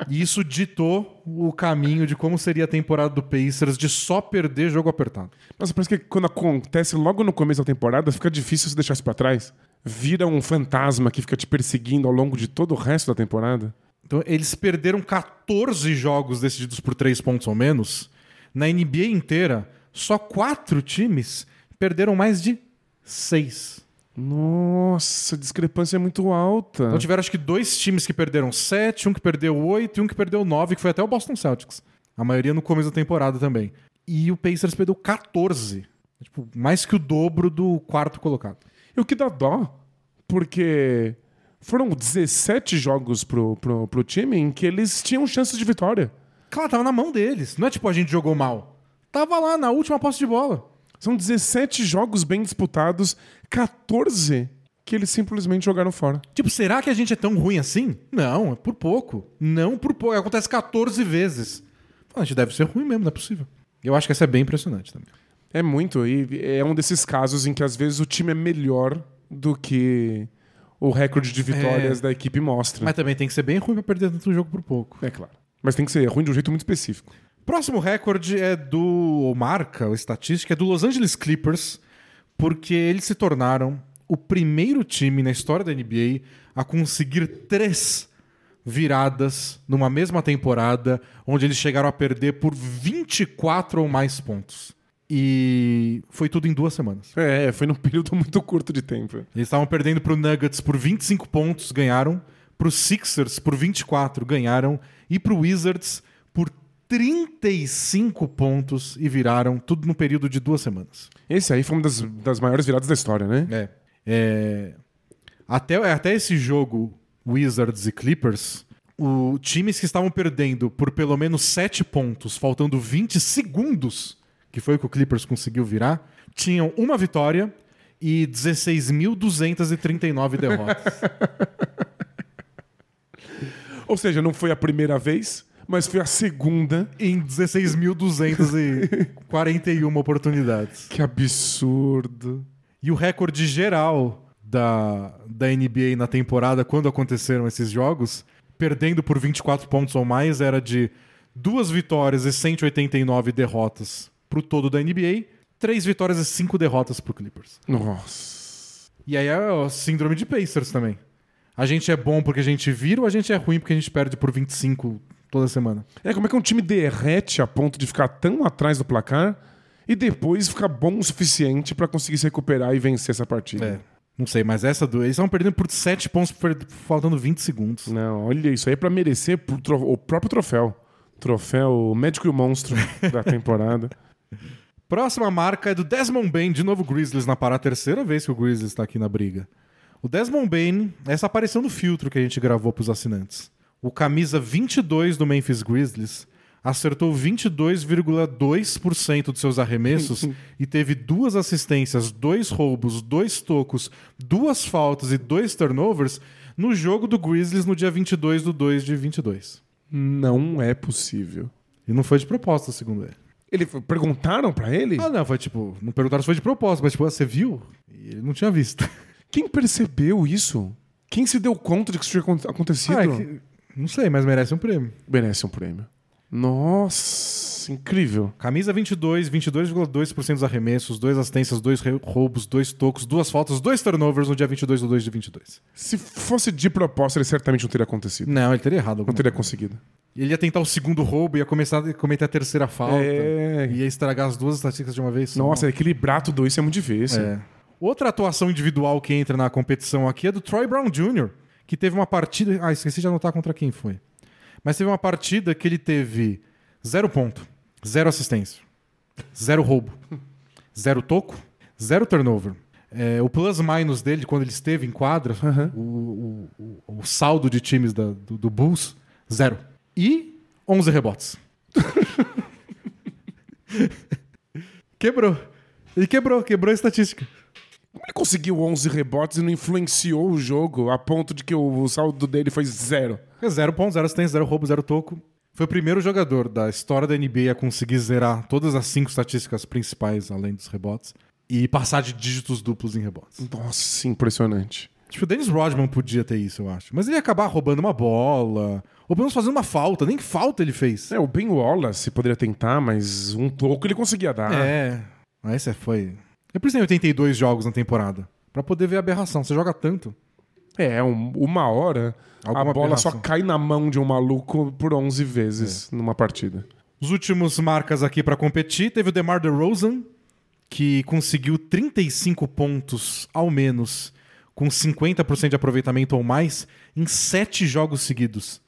S1: e isso ditou o caminho de como seria a temporada do Pacers de só perder jogo apertado.
S2: Nossa, parece que quando acontece logo no começo da temporada, fica difícil se deixar isso pra trás. Vira um fantasma que fica te perseguindo ao longo de todo o resto da temporada.
S1: Então, eles perderam 14 jogos decididos por 3 pontos ou menos. Na NBA inteira, só quatro times perderam mais de 6.
S2: Nossa, a discrepância é muito alta.
S1: Então tiveram acho que dois times que perderam 7, um que perdeu 8 e um que perdeu 9, que foi até o Boston Celtics. A maioria no começo da temporada também. E o Pacers perdeu 14. Tipo, mais que o dobro do quarto colocado.
S2: E o que dá dó, porque foram 17 jogos pro, pro, pro time em que eles tinham chances de vitória.
S1: Claro, tava na mão deles. Não é tipo a gente jogou mal. Tava lá na última posse de bola.
S2: São 17 jogos bem disputados, 14 que eles simplesmente jogaram fora.
S1: Tipo, será que a gente é tão ruim assim? Não, é por pouco. Não por pouco. Acontece 14 vezes. Fala, A gente deve ser ruim mesmo, não é possível. Eu acho que essa é bem impressionante também.
S2: É muito, e é um desses casos em que às vezes o time é melhor do que o recorde de vitórias da equipe mostra.
S1: Mas também tem que ser bem ruim pra perder tanto jogo por pouco.
S2: É claro. Mas tem que ser ruim de um jeito muito específico.
S1: Próximo recorde é do. Ou marca, ou estatística, é do Los Angeles Clippers, porque eles se tornaram o primeiro time na história da NBA a conseguir três viradas numa mesma temporada, onde eles chegaram a perder por 24 ou mais pontos. E foi tudo em duas semanas.
S2: É, foi num [laughs] período muito curto de tempo.
S1: Eles estavam perdendo pro Nuggets por 25 pontos, ganharam. Pro Sixers por 24, ganharam. E pro Wizards por 35 pontos e viraram. Tudo no período de duas semanas.
S2: Esse aí foi uma das, das maiores viradas da história, né?
S1: É. Até, até esse jogo, Wizards e Clippers, o, times que estavam perdendo por pelo menos 7 pontos, faltando 20 segundos, que foi o que o Clippers conseguiu virar, tinham uma vitória e 16.239 derrotas.
S2: Ou seja, não foi a primeira vez, mas foi a segunda.
S1: em 16.241 oportunidades.
S2: Que absurdo.
S1: E o recorde geral da, da NBA na temporada, quando aconteceram esses jogos, perdendo por 24 pontos ou mais, era de duas vitórias e 189 derrotas pro todo da NBA, três vitórias e cinco derrotas pro Clippers.
S2: Nossa.
S1: E aí é o síndrome de Pacers também. A gente é bom porque a gente vira ou a gente é ruim porque a gente perde por 25 toda semana?
S2: É, como é que um time derrete a ponto de ficar tão atrás do placar e depois ficar bom o suficiente pra conseguir se recuperar e vencer essa
S1: É.
S2: partida?
S1: Não sei, mas essa do. Eles estavam perdendo por 7 pontos, per- faltando 20 segundos.
S2: Não, olha isso aí é pra merecer pro tro- o próprio troféu. Troféu Médico e o Monstro
S1: [laughs]
S2: da temporada.
S1: Próxima marca é do Desmond Bain, de novo Grizzlies na parada, a terceira vez que o Grizzlies está aqui na briga. O Desmond Bain, essa apareceu no filtro que a gente gravou para os assinantes. O camisa 22 do Memphis Grizzlies acertou 22,2% dos seus arremessos e teve duas assistências, dois roubos, dois tocos, duas faltas e dois turnovers no jogo do Grizzlies no dia 22 do 2 de 22.
S2: Não é possível.
S1: E não foi de proposta, segundo ele.
S2: Ele perguntaram pra ele?
S1: Ah, não, foi tipo, não perguntaram se foi de proposta, mas tipo, "Ah, você viu? E ele não tinha
S2: [laughs]
S1: visto.
S2: Quem percebeu isso? Quem se deu conta de que isso tinha acon- acontecido?
S1: Ah, é que- não sei, mas merece um prêmio.
S2: Merece um prêmio. Nossa, incrível.
S1: Camisa 22, 22,2% dos arremessos, dois assistências, dois re- roubos, dois tocos, duas faltas, dois turnovers no dia 22 do 2 de 22.
S2: Se fosse de proposta, ele certamente não teria acontecido.
S1: Não, ele teria errado.
S2: Não
S1: alguma
S2: teria
S1: coisa.
S2: conseguido.
S1: Ele ia tentar o segundo roubo, ia começar a cometer a terceira falta.
S2: É.
S1: Ia estragar as duas estatísticas de uma vez. só.
S2: Nossa, equilibrar tudo isso é muito difícil.
S1: É. Outra atuação individual que entra na competição aqui é do Troy Brown Jr., que teve uma partida. Ah, esqueci de anotar contra quem foi. Mas teve uma partida que ele teve zero ponto, zero assistência, zero roubo, [laughs] zero toco, zero turnover. É, o plus-minus dele, quando ele esteve em quadra, o, o- o- o saldo de times da- do, do Bulls, zero. E 11 rebotes. quebrou. Ele quebrou, quebrou a estatística.
S2: Como ele conseguiu 11 rebotes e não influenciou o jogo a ponto de que o saldo dele foi zero?
S1: Zero ponto, zero assistência, zero roubo, zero toco. Foi o primeiro jogador da história da NBA a conseguir zerar todas as cinco estatísticas principais, além dos rebotes, e passar de dígitos duplos em rebotes.
S2: Nossa, impressionante.
S1: Tipo, o Dennis Rodman podia ter isso, eu acho. Mas ele ia acabar roubando uma bola, ou pelo menos fazendo uma falta, nem que falta ele fez.
S2: É, o Ben Wallace poderia tentar, mas um pouco ele conseguia dar.
S1: É. Mas essa foi. É por isso que tem 82 jogos na temporada. Pra poder ver a aberração. Você joga tanto.
S2: É, um- uma hora
S1: Alguma
S2: a bola
S1: aberração.
S2: só cai na mão de um maluco por 11 vezes
S1: É.
S2: numa partida.
S1: Os últimos marcas aqui pra competir teve o DeMar DeRozan, que conseguiu 35 pontos ao menos, com 50% de aproveitamento ou mais, em 7 jogos seguidos.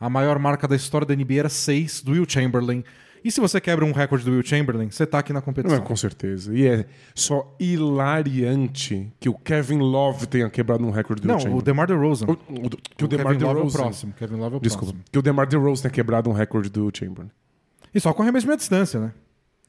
S1: A maior marca da história da NBA era 6 do Will Chamberlain. E se você quebra um recorde do Will Chamberlain, você tá aqui na
S2: Não,
S1: competição.
S2: com certeza. E é só hilariante que o Kevin Love tenha quebrado um recorde do
S1: Não,
S2: Chamberlain.
S1: o DeMar DeRozan.
S2: O- o- que o,
S1: Kevin
S2: DeMar
S1: Love é o
S2: DeRozan-
S1: próximo. Kevin Love é o
S2: Desculpa.
S1: próximo.
S2: Que o DeMar DeRozan tenha quebrado um recorde do Chamberlain.
S1: E só com arremesso de meia distância, né?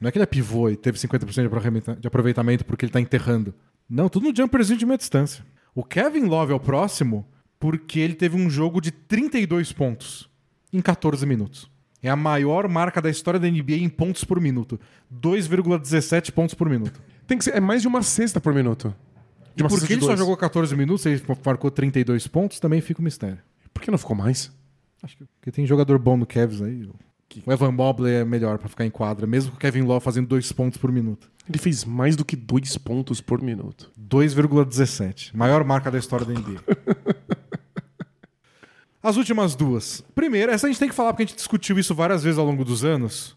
S1: Não é que ele é pivô e teve 50% de aproveitamento- de aproveitamento porque ele tá enterrando. Não, tudo no jumperzinho de meia distância. O Kevin Love é o próximo porque ele teve um jogo de 32 pontos em 14 minutos. É a maior marca da história da NBA em pontos por minuto. 2,17 pontos por minuto.
S2: Tem que ser, é mais de uma cesta por minuto. [laughs] De uma
S1: Por
S2: cesta
S1: que
S2: de
S1: ele só
S2: dois.
S1: jogou 14 minutos e ele marcou 32 pontos, também fica um mistério.
S2: Por que não ficou mais?
S1: Acho que porque tem jogador bom no Cavs aí. o- O Evan Mobley é melhor pra ficar em quadra, mesmo com o Kevin Love fazendo dois pontos por minuto.
S2: Ele fez mais do que dois pontos por minuto.
S1: 2,17. Maior marca da história da NBA. As últimas duas. Primeiro, essa a gente tem que falar porque a gente discutiu isso várias vezes ao longo dos anos.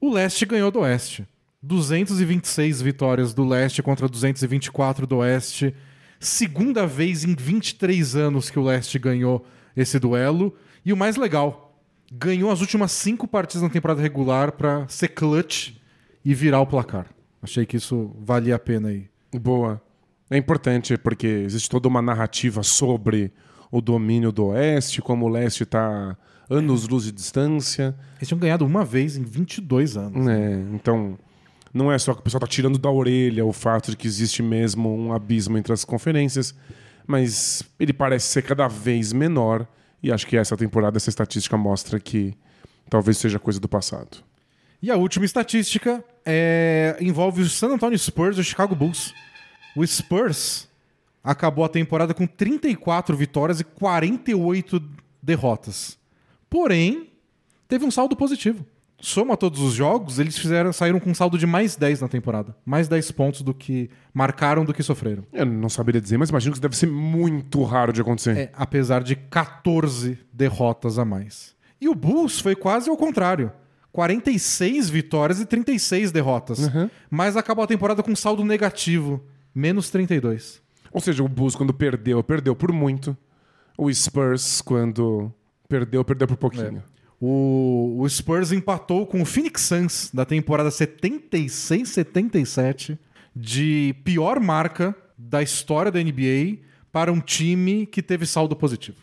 S1: O leste ganhou do oeste. 226 vitórias do leste contra 224 do oeste. Segunda vez em 23 anos que o leste ganhou esse duelo. E o mais legal, ganhou as últimas cinco partidas na temporada regular pra ser clutch e virar o placar. Achei que isso valia a pena aí.
S2: Boa. É importante porque existe toda uma narrativa sobre o domínio do Oeste, como o Leste está anos-luz de distância.
S1: Eles tinham ganhado uma vez em 22 anos.
S2: É, então, não é só que o pessoal tá tirando da orelha o fato de que existe mesmo um abismo entre as conferências, mas ele parece ser cada vez menor e acho que essa temporada, essa estatística mostra que talvez seja coisa do passado.
S1: E a última estatística é, envolve o San Antonio Spurs e o Chicago Bulls. O Spurs acabou a temporada com 34 vitórias e 48 derrotas. Porém, teve um saldo positivo. Soma todos os jogos, eles fizeram, saíram com um saldo de mais 10 na temporada. Mais 10 pontos do que marcaram do que sofreram.
S2: Eu não saberia dizer, mas imagino que isso deve ser muito raro de acontecer.
S1: É, apesar de 14 derrotas a mais. E o Bulls foi quase ao contrário. 46 vitórias e 36 derrotas. Mas acabou a temporada com saldo negativo. Menos 32.
S2: Ou seja, o Bulls quando perdeu, perdeu por muito. O Spurs quando perdeu, perdeu por pouquinho.
S1: O, o Spurs empatou com o Phoenix Suns da temporada 76-77 de pior marca da história da NBA para um time que teve saldo positivo.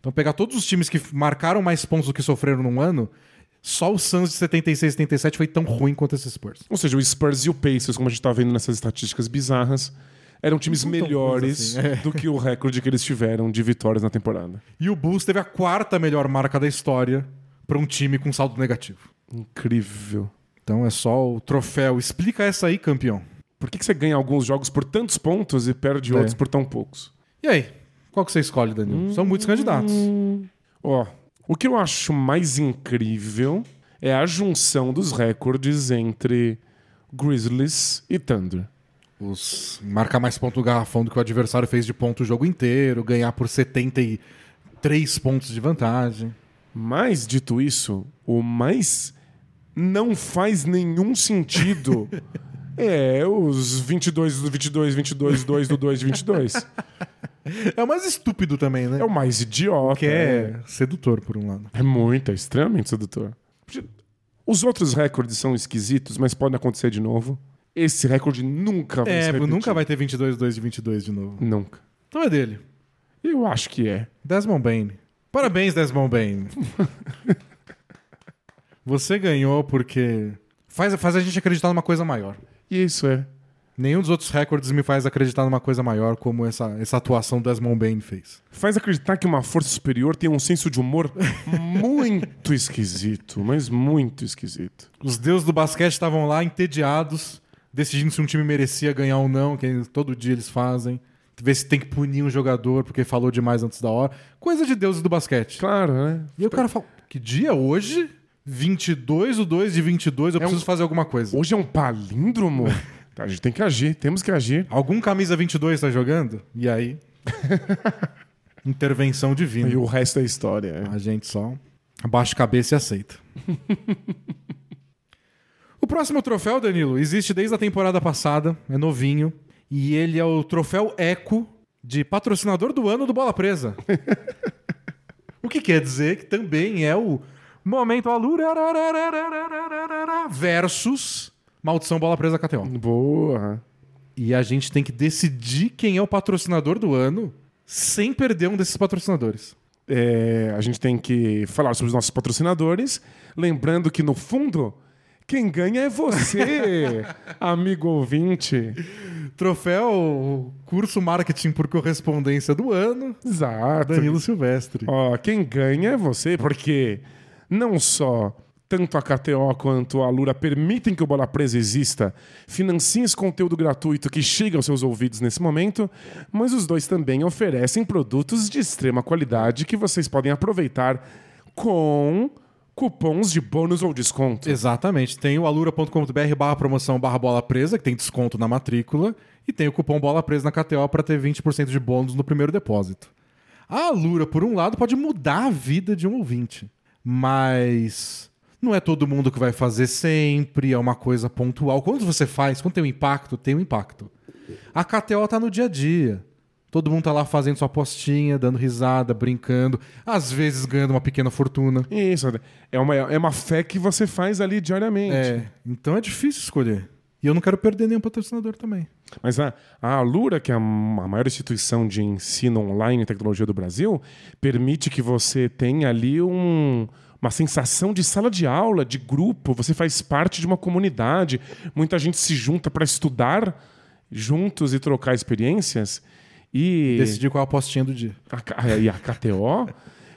S1: Então pegar todos os times que f- marcaram mais pontos do que sofreram num ano, só o Suns de 76 77 foi tão ruim quanto esse Spurs.
S2: Ou seja, o Spurs e o Pacers, como a gente tá vendo nessas estatísticas bizarras, eram times
S1: tão
S2: melhores
S1: ruins assim, é.
S2: do que o recorde que eles tiveram de vitórias na temporada.
S1: E o Bulls teve a quarta melhor marca da história para um time com saldo negativo.
S2: Incrível.
S1: Então é só o troféu. Explica essa aí, campeão.
S2: Por que, que você ganha alguns jogos por tantos pontos e perde
S1: É.
S2: outros por tão poucos?
S1: E aí? Qual que você escolhe, Danilo? São muitos candidatos.
S2: Ó, o que eu acho mais incrível é a junção dos recordes entre Grizzlies e Thunder.
S1: Os marcar mais ponto no garrafão do que o adversário fez de ponto o jogo inteiro, ganhar por 73 pontos de vantagem.
S2: Mas, dito isso, o mais não faz nenhum sentido
S1: [laughs]
S2: é os 22 do 22, 22, 2 do 2 de 22.
S1: É o mais estúpido também, né?
S2: É o mais idiota.
S1: Que é sedutor, por um lado.
S2: É muito, é extremamente sedutor. Os outros recordes são esquisitos, mas podem acontecer de novo. Esse recorde nunca vai
S1: É,
S2: ser.
S1: nunca vai ter 22, 2 de 22 de novo.
S2: Nunca.
S1: Então é dele.
S2: Eu acho que é.
S1: Desmond Bain. Parabéns, Desmond [laughs] Bain. Você ganhou porque faz, faz a gente acreditar numa coisa maior.
S2: E isso é.
S1: Nenhum dos outros recordes me faz acreditar numa coisa maior como essa, essa atuação do Desmond Bain fez.
S2: Faz acreditar que uma força superior tem um senso de
S1: [laughs]
S2: humor muito esquisito, mas muito esquisito.
S1: Os deuses do basquete estavam lá entediados, decidindo se um time merecia ganhar ou não, que todo dia eles fazem. Ver se tem que punir um jogador porque falou demais antes da hora. Coisa de deuses do basquete.
S2: Claro, né?
S1: E aí o cara fala: Que dia é hoje? 22 ou 2 de 22, eu
S2: um-
S1: preciso fazer alguma coisa.
S2: Hoje é um palíndromo. [laughs] A gente tem que agir, temos que agir.
S1: Algum camisa 22 tá jogando? E
S2: [laughs]
S1: aí? Intervenção divina.
S2: E o resto é história.
S1: A gente só abaixa a cabeça e aceita. o próximo troféu, Danilo, existe desde a temporada passada, é novinho, e ele é o troféu Eco de patrocinador do ano do Bola Presa. o que quer dizer que também é o momento alura versus Maldição Bola Presa KTO.
S2: Boa.
S1: E a gente tem que decidir quem é o patrocinador do ano sem perder um desses patrocinadores.
S2: É, a gente tem que falar sobre os nossos patrocinadores. Lembrando que, no fundo, quem ganha é [laughs] você, amigo ouvinte.
S1: Troféu Curso Marketing por Correspondência do Ano,
S2: Exato.
S1: Danilo Silvestre.
S2: Ó, quem ganha é você, porque não só tanto a KTO quanto a Lura permitem que o Bola Presa exista, financiem esse conteúdo gratuito que chega aos seus ouvidos nesse momento, mas os dois também oferecem produtos de extrema qualidade que vocês podem aproveitar com cupons de bônus ou desconto.
S1: Exatamente. Tem o alura.com.br barra promoção barra bola presa, que tem desconto na matrícula, e tem o cupom bola presa na KTO para ter 20% de bônus no primeiro depósito. A Alura, por um lado, pode mudar a vida de um ouvinte, mas não é todo mundo que vai fazer sempre, é uma coisa pontual. Quando você faz, quando tem um impacto, tem um impacto. A KTO tá no dia a dia. Todo mundo tá lá fazendo sua apostinha, dando risada, brincando, às vezes ganhando uma pequena fortuna.
S2: Isso, é uma, é uma fé que você faz ali diariamente.
S1: É, então é difícil escolher. E eu não quero perder nenhum patrocinador também.
S2: Mas a, a Alura, que é a ma- maior instituição de ensino online e tecnologia do Brasil, permite que você tenha ali um- uma sensação de sala de aula, de grupo. Você faz parte de uma comunidade. Muita gente se junta para estudar juntos e trocar experiências. E
S1: Decidir qual a apostinha do dia.
S2: a, K- é, e a KTO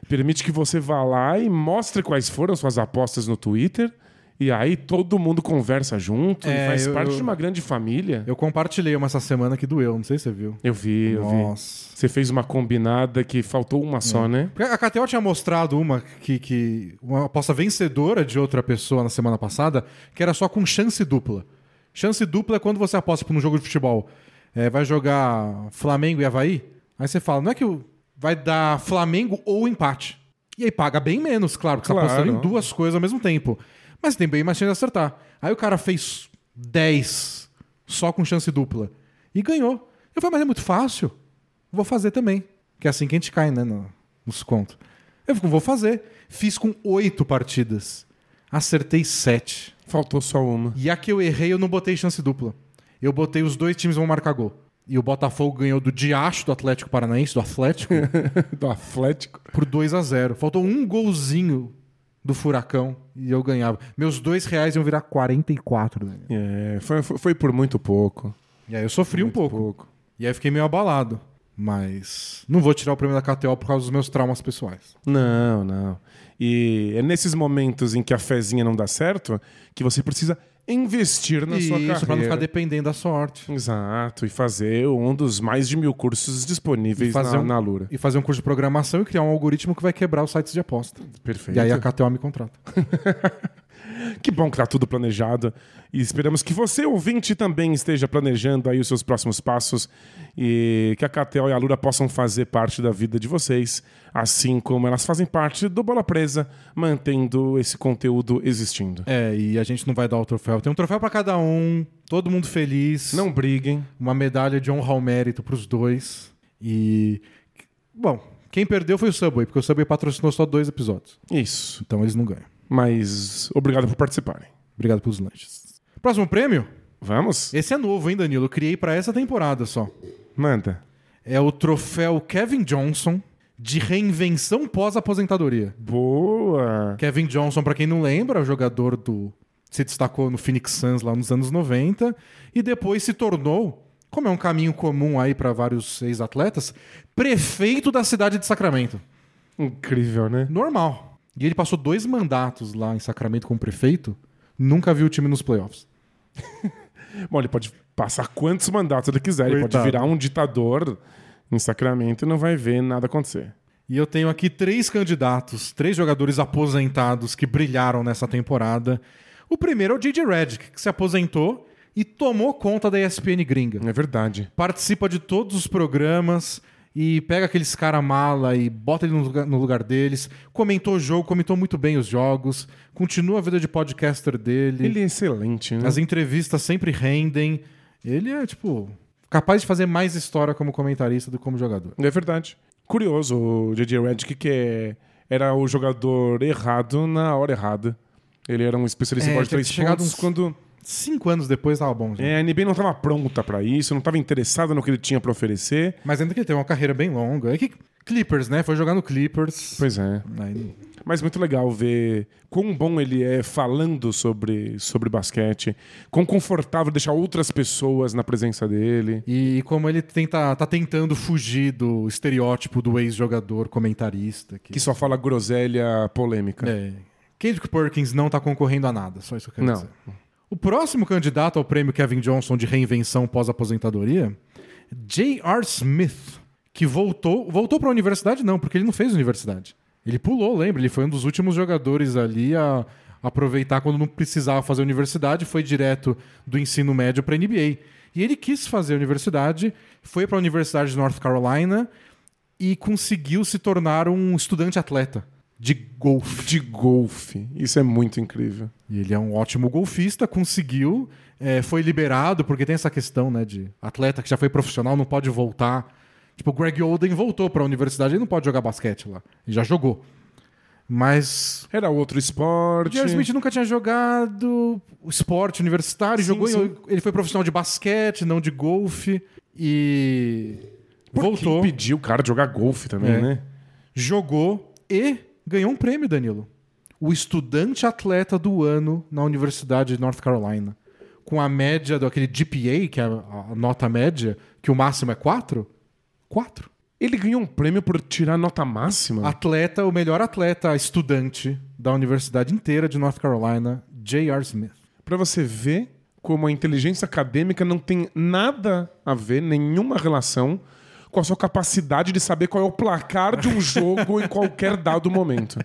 S2: permite que você vá lá e mostre quais foram suas apostas no Twitter. E aí todo mundo conversa junto
S1: É,
S2: e faz
S1: eu-
S2: parte
S1: eu-
S2: de uma grande família.
S1: Eu compartilhei uma essa semana que doeu, não sei se você viu.
S2: Eu vi, eu vi.
S1: Nossa.
S2: Você fez uma combinada que faltou uma só, né?
S1: Porque A KTO tinha mostrado uma que, que. Uma aposta vencedora de outra pessoa na semana passada, que era só com chance dupla. Chance dupla é quando você aposta tipo, num jogo de futebol. É, vai jogar Flamengo e Havaí. Aí você fala, não é que o- vai dar Flamengo ou empate. E aí paga bem menos, claro, porque
S2: Claro.
S1: você tá apostando em duas coisas ao mesmo tempo. Mas tem bem mais chance de acertar. Aí o cara fez 10 só com chance dupla. E ganhou. Eu falei, mas é muito fácil. Vou fazer também. Que é assim que a gente cai, né? No, nos contos. Eu fico, vou fazer. Fiz com oito partidas. Acertei sete.
S2: Faltou só uma.
S1: E a que eu errei, eu não botei chance dupla. Eu botei os dois times vão marcar gol. E o Botafogo ganhou do Diacho do Atlético Paranaense, do Atlético,
S2: [laughs] Do Atlético.
S1: por 2 a 0 Faltou um golzinho do Furacão e eu ganhava. Meus dois reais iam virar 44. Né?
S2: É, foi, foi, foi por muito pouco.
S1: E aí eu sofri um
S2: Muito
S1: pouco. E aí eu fiquei meio abalado. Mas não vou tirar o prêmio da KTO por causa dos meus traumas pessoais.
S2: Não, não. E é nesses momentos em que a fezinha não dá certo que você precisa investir na
S1: E
S2: sua carreira.
S1: isso pra não ficar dependendo da sorte.
S2: Exato, e fazer um dos mais de mil cursos disponíveis
S1: fazer
S2: na,
S1: um-
S2: na Lura.
S1: E fazer um curso de programação e criar um algoritmo que vai quebrar os sites de aposta.
S2: Perfeito.
S1: E aí a KTO me contrata.
S2: Que bom que tá tudo planejado. E esperamos que você, ouvinte, também esteja planejando aí os seus próximos passos e que a Catel e a Lura possam fazer parte da vida de vocês, assim como elas fazem parte do Bola Presa, mantendo esse conteúdo existindo.
S1: É, e a gente não vai dar o troféu. Tem um troféu pra cada um, todo mundo feliz.
S2: Não briguem.
S1: Uma medalha de honra ao mérito pros dois. E. Bom, quem perdeu foi o Subway, porque o Subway patrocinou só dois episódios.
S2: Isso.
S1: Então eles não ganham.
S2: Mas obrigado por participarem.
S1: Obrigado pelos lanches. Próximo prêmio?
S2: Vamos?
S1: Esse é novo, hein, Danilo? Eu criei pra essa temporada só.
S2: Manda.
S1: É o troféu Kevin Johnson de reinvenção pós-aposentadoria.
S2: Boa.
S1: Kevin Johnson, pra quem não lembra, é o jogador do se destacou no Phoenix Suns lá nos anos 90 e depois se tornou, como é um caminho comum aí pra vários ex-atletas, prefeito da cidade de Sacramento.
S2: Incrível, né?
S1: Normal. E ele passou dois mandatos lá em Sacramento como prefeito, nunca viu o time nos playoffs.
S2: Bom, ele pode passar quantos mandatos ele quiser, ele pode
S1: Coitado.
S2: virar um ditador em Sacramento e não vai ver nada acontecer.
S1: E eu tenho aqui três candidatos, três jogadores aposentados que brilharam nessa temporada. O primeiro é o J.J. Redick, que se aposentou e tomou conta da ESPN gringa.
S2: É verdade.
S1: Participa de todos os programas e pega aqueles cara mala e bota ele no lugar, no lugar deles. Comentou o jogo, comentou muito bem os jogos. Continua a vida de podcaster dele.
S2: Ele é excelente, né?
S1: As entrevistas sempre rendem. Ele é, tipo, capaz de fazer mais história como comentarista do que como jogador.
S2: É verdade. Curioso, o J.J. Redick, que é- era o jogador errado na hora errada. Ele era um especialista em
S1: É,
S2: bola de
S1: tinha
S2: três
S1: chegado
S2: pontos
S1: uns-
S2: quando
S1: Cinco anos depois tava bom. já.
S2: é, a NBA não estava pronta para isso, não estava interessada no que ele tinha para oferecer.
S1: Mas ainda que ele tem uma carreira bem longa. É que Clippers, né? Foi jogar no Clippers.
S2: Pois é.
S1: Aí-
S2: Mas muito legal ver quão bom ele é falando sobre, sobre basquete, quão confortável deixar outras pessoas na presença dele.
S1: E como ele tenta, tá tentando fugir do estereótipo do ex-jogador comentarista. Que,
S2: Que só fala groselha polêmica.
S1: é. Kendrick Perkins não tá concorrendo a nada, só isso que eu quero
S2: Não.
S1: dizer. O próximo candidato ao prêmio Kevin Johnson de reinvenção pós-aposentadoria é J.R. Smith, que voltou, voltou para a universidade não, porque ele não fez universidade. Ele pulou, lembra? Ele foi um dos últimos jogadores ali a aproveitar quando não precisava fazer universidade, foi direto do ensino médio para NBA. E ele quis fazer universidade, foi para a Universidade de North Carolina e conseguiu se tornar um estudante atleta de golfe.
S2: De golfe. Isso é muito incrível.
S1: E ele é um ótimo golfista, conseguiu, é, foi liberado, porque tem essa questão, né, de atleta que já foi profissional, não pode voltar. Tipo, o Greg Oden voltou para a universidade, ele não pode jogar basquete lá. Ele já jogou. Mas
S2: Era outro
S1: o
S2: esporte.
S1: Jerry Smith nunca tinha jogado o esporte universitário,
S2: Sim,
S1: jogou em-
S2: sim.
S1: ele foi profissional de basquete, não de golfe e
S2: Por
S1: voltou,
S2: Que impediu o cara de jogar golfe também,
S1: É.
S2: né?
S1: jogou e ganhou um prêmio, Danilo. O estudante atleta do ano na Universidade de North Carolina. Com a média do aquele GPA, que é a a nota média, que o máximo é 4? 4.
S2: Ele ganhou um prêmio por tirar nota máxima.
S1: Ah. Atleta, o melhor atleta estudante da universidade inteira de North Carolina, J.R. Smith.
S2: Pra você ver como a inteligência acadêmica não tem nada a ver, nenhuma relação com a sua capacidade de saber qual é o
S1: [laughs]
S2: placar de um jogo em qualquer dado momento.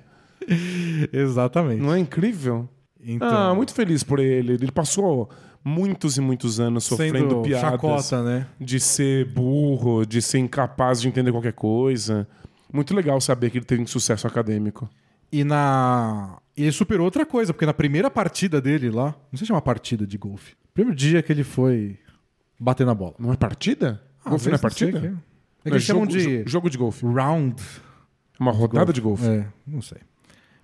S1: Exatamente.
S2: Não é incrível?
S1: Então,
S2: Ah, muito feliz por ele. Ele passou muitos e muitos anos sofrendo
S1: sendo
S2: piadas
S1: chacota, né?
S2: de ser burro, de ser incapaz de entender qualquer coisa. Muito legal saber que ele teve um sucesso acadêmico.
S1: E na. e Ele superou outra coisa, porque na primeira partida dele lá. Não sei se é uma partida de golfe. Primeiro dia que ele foi bater na bola.
S2: Não é partida?
S1: Ah,
S2: golfe
S1: às
S2: não é
S1: vezes sei
S2: partida?
S1: o que É É que
S2: Não,
S1: eles chamam
S2: jogo,
S1: de
S2: jo- jogo de golfe.
S1: round.
S2: Uma rodada de golfe.
S1: É, não sei.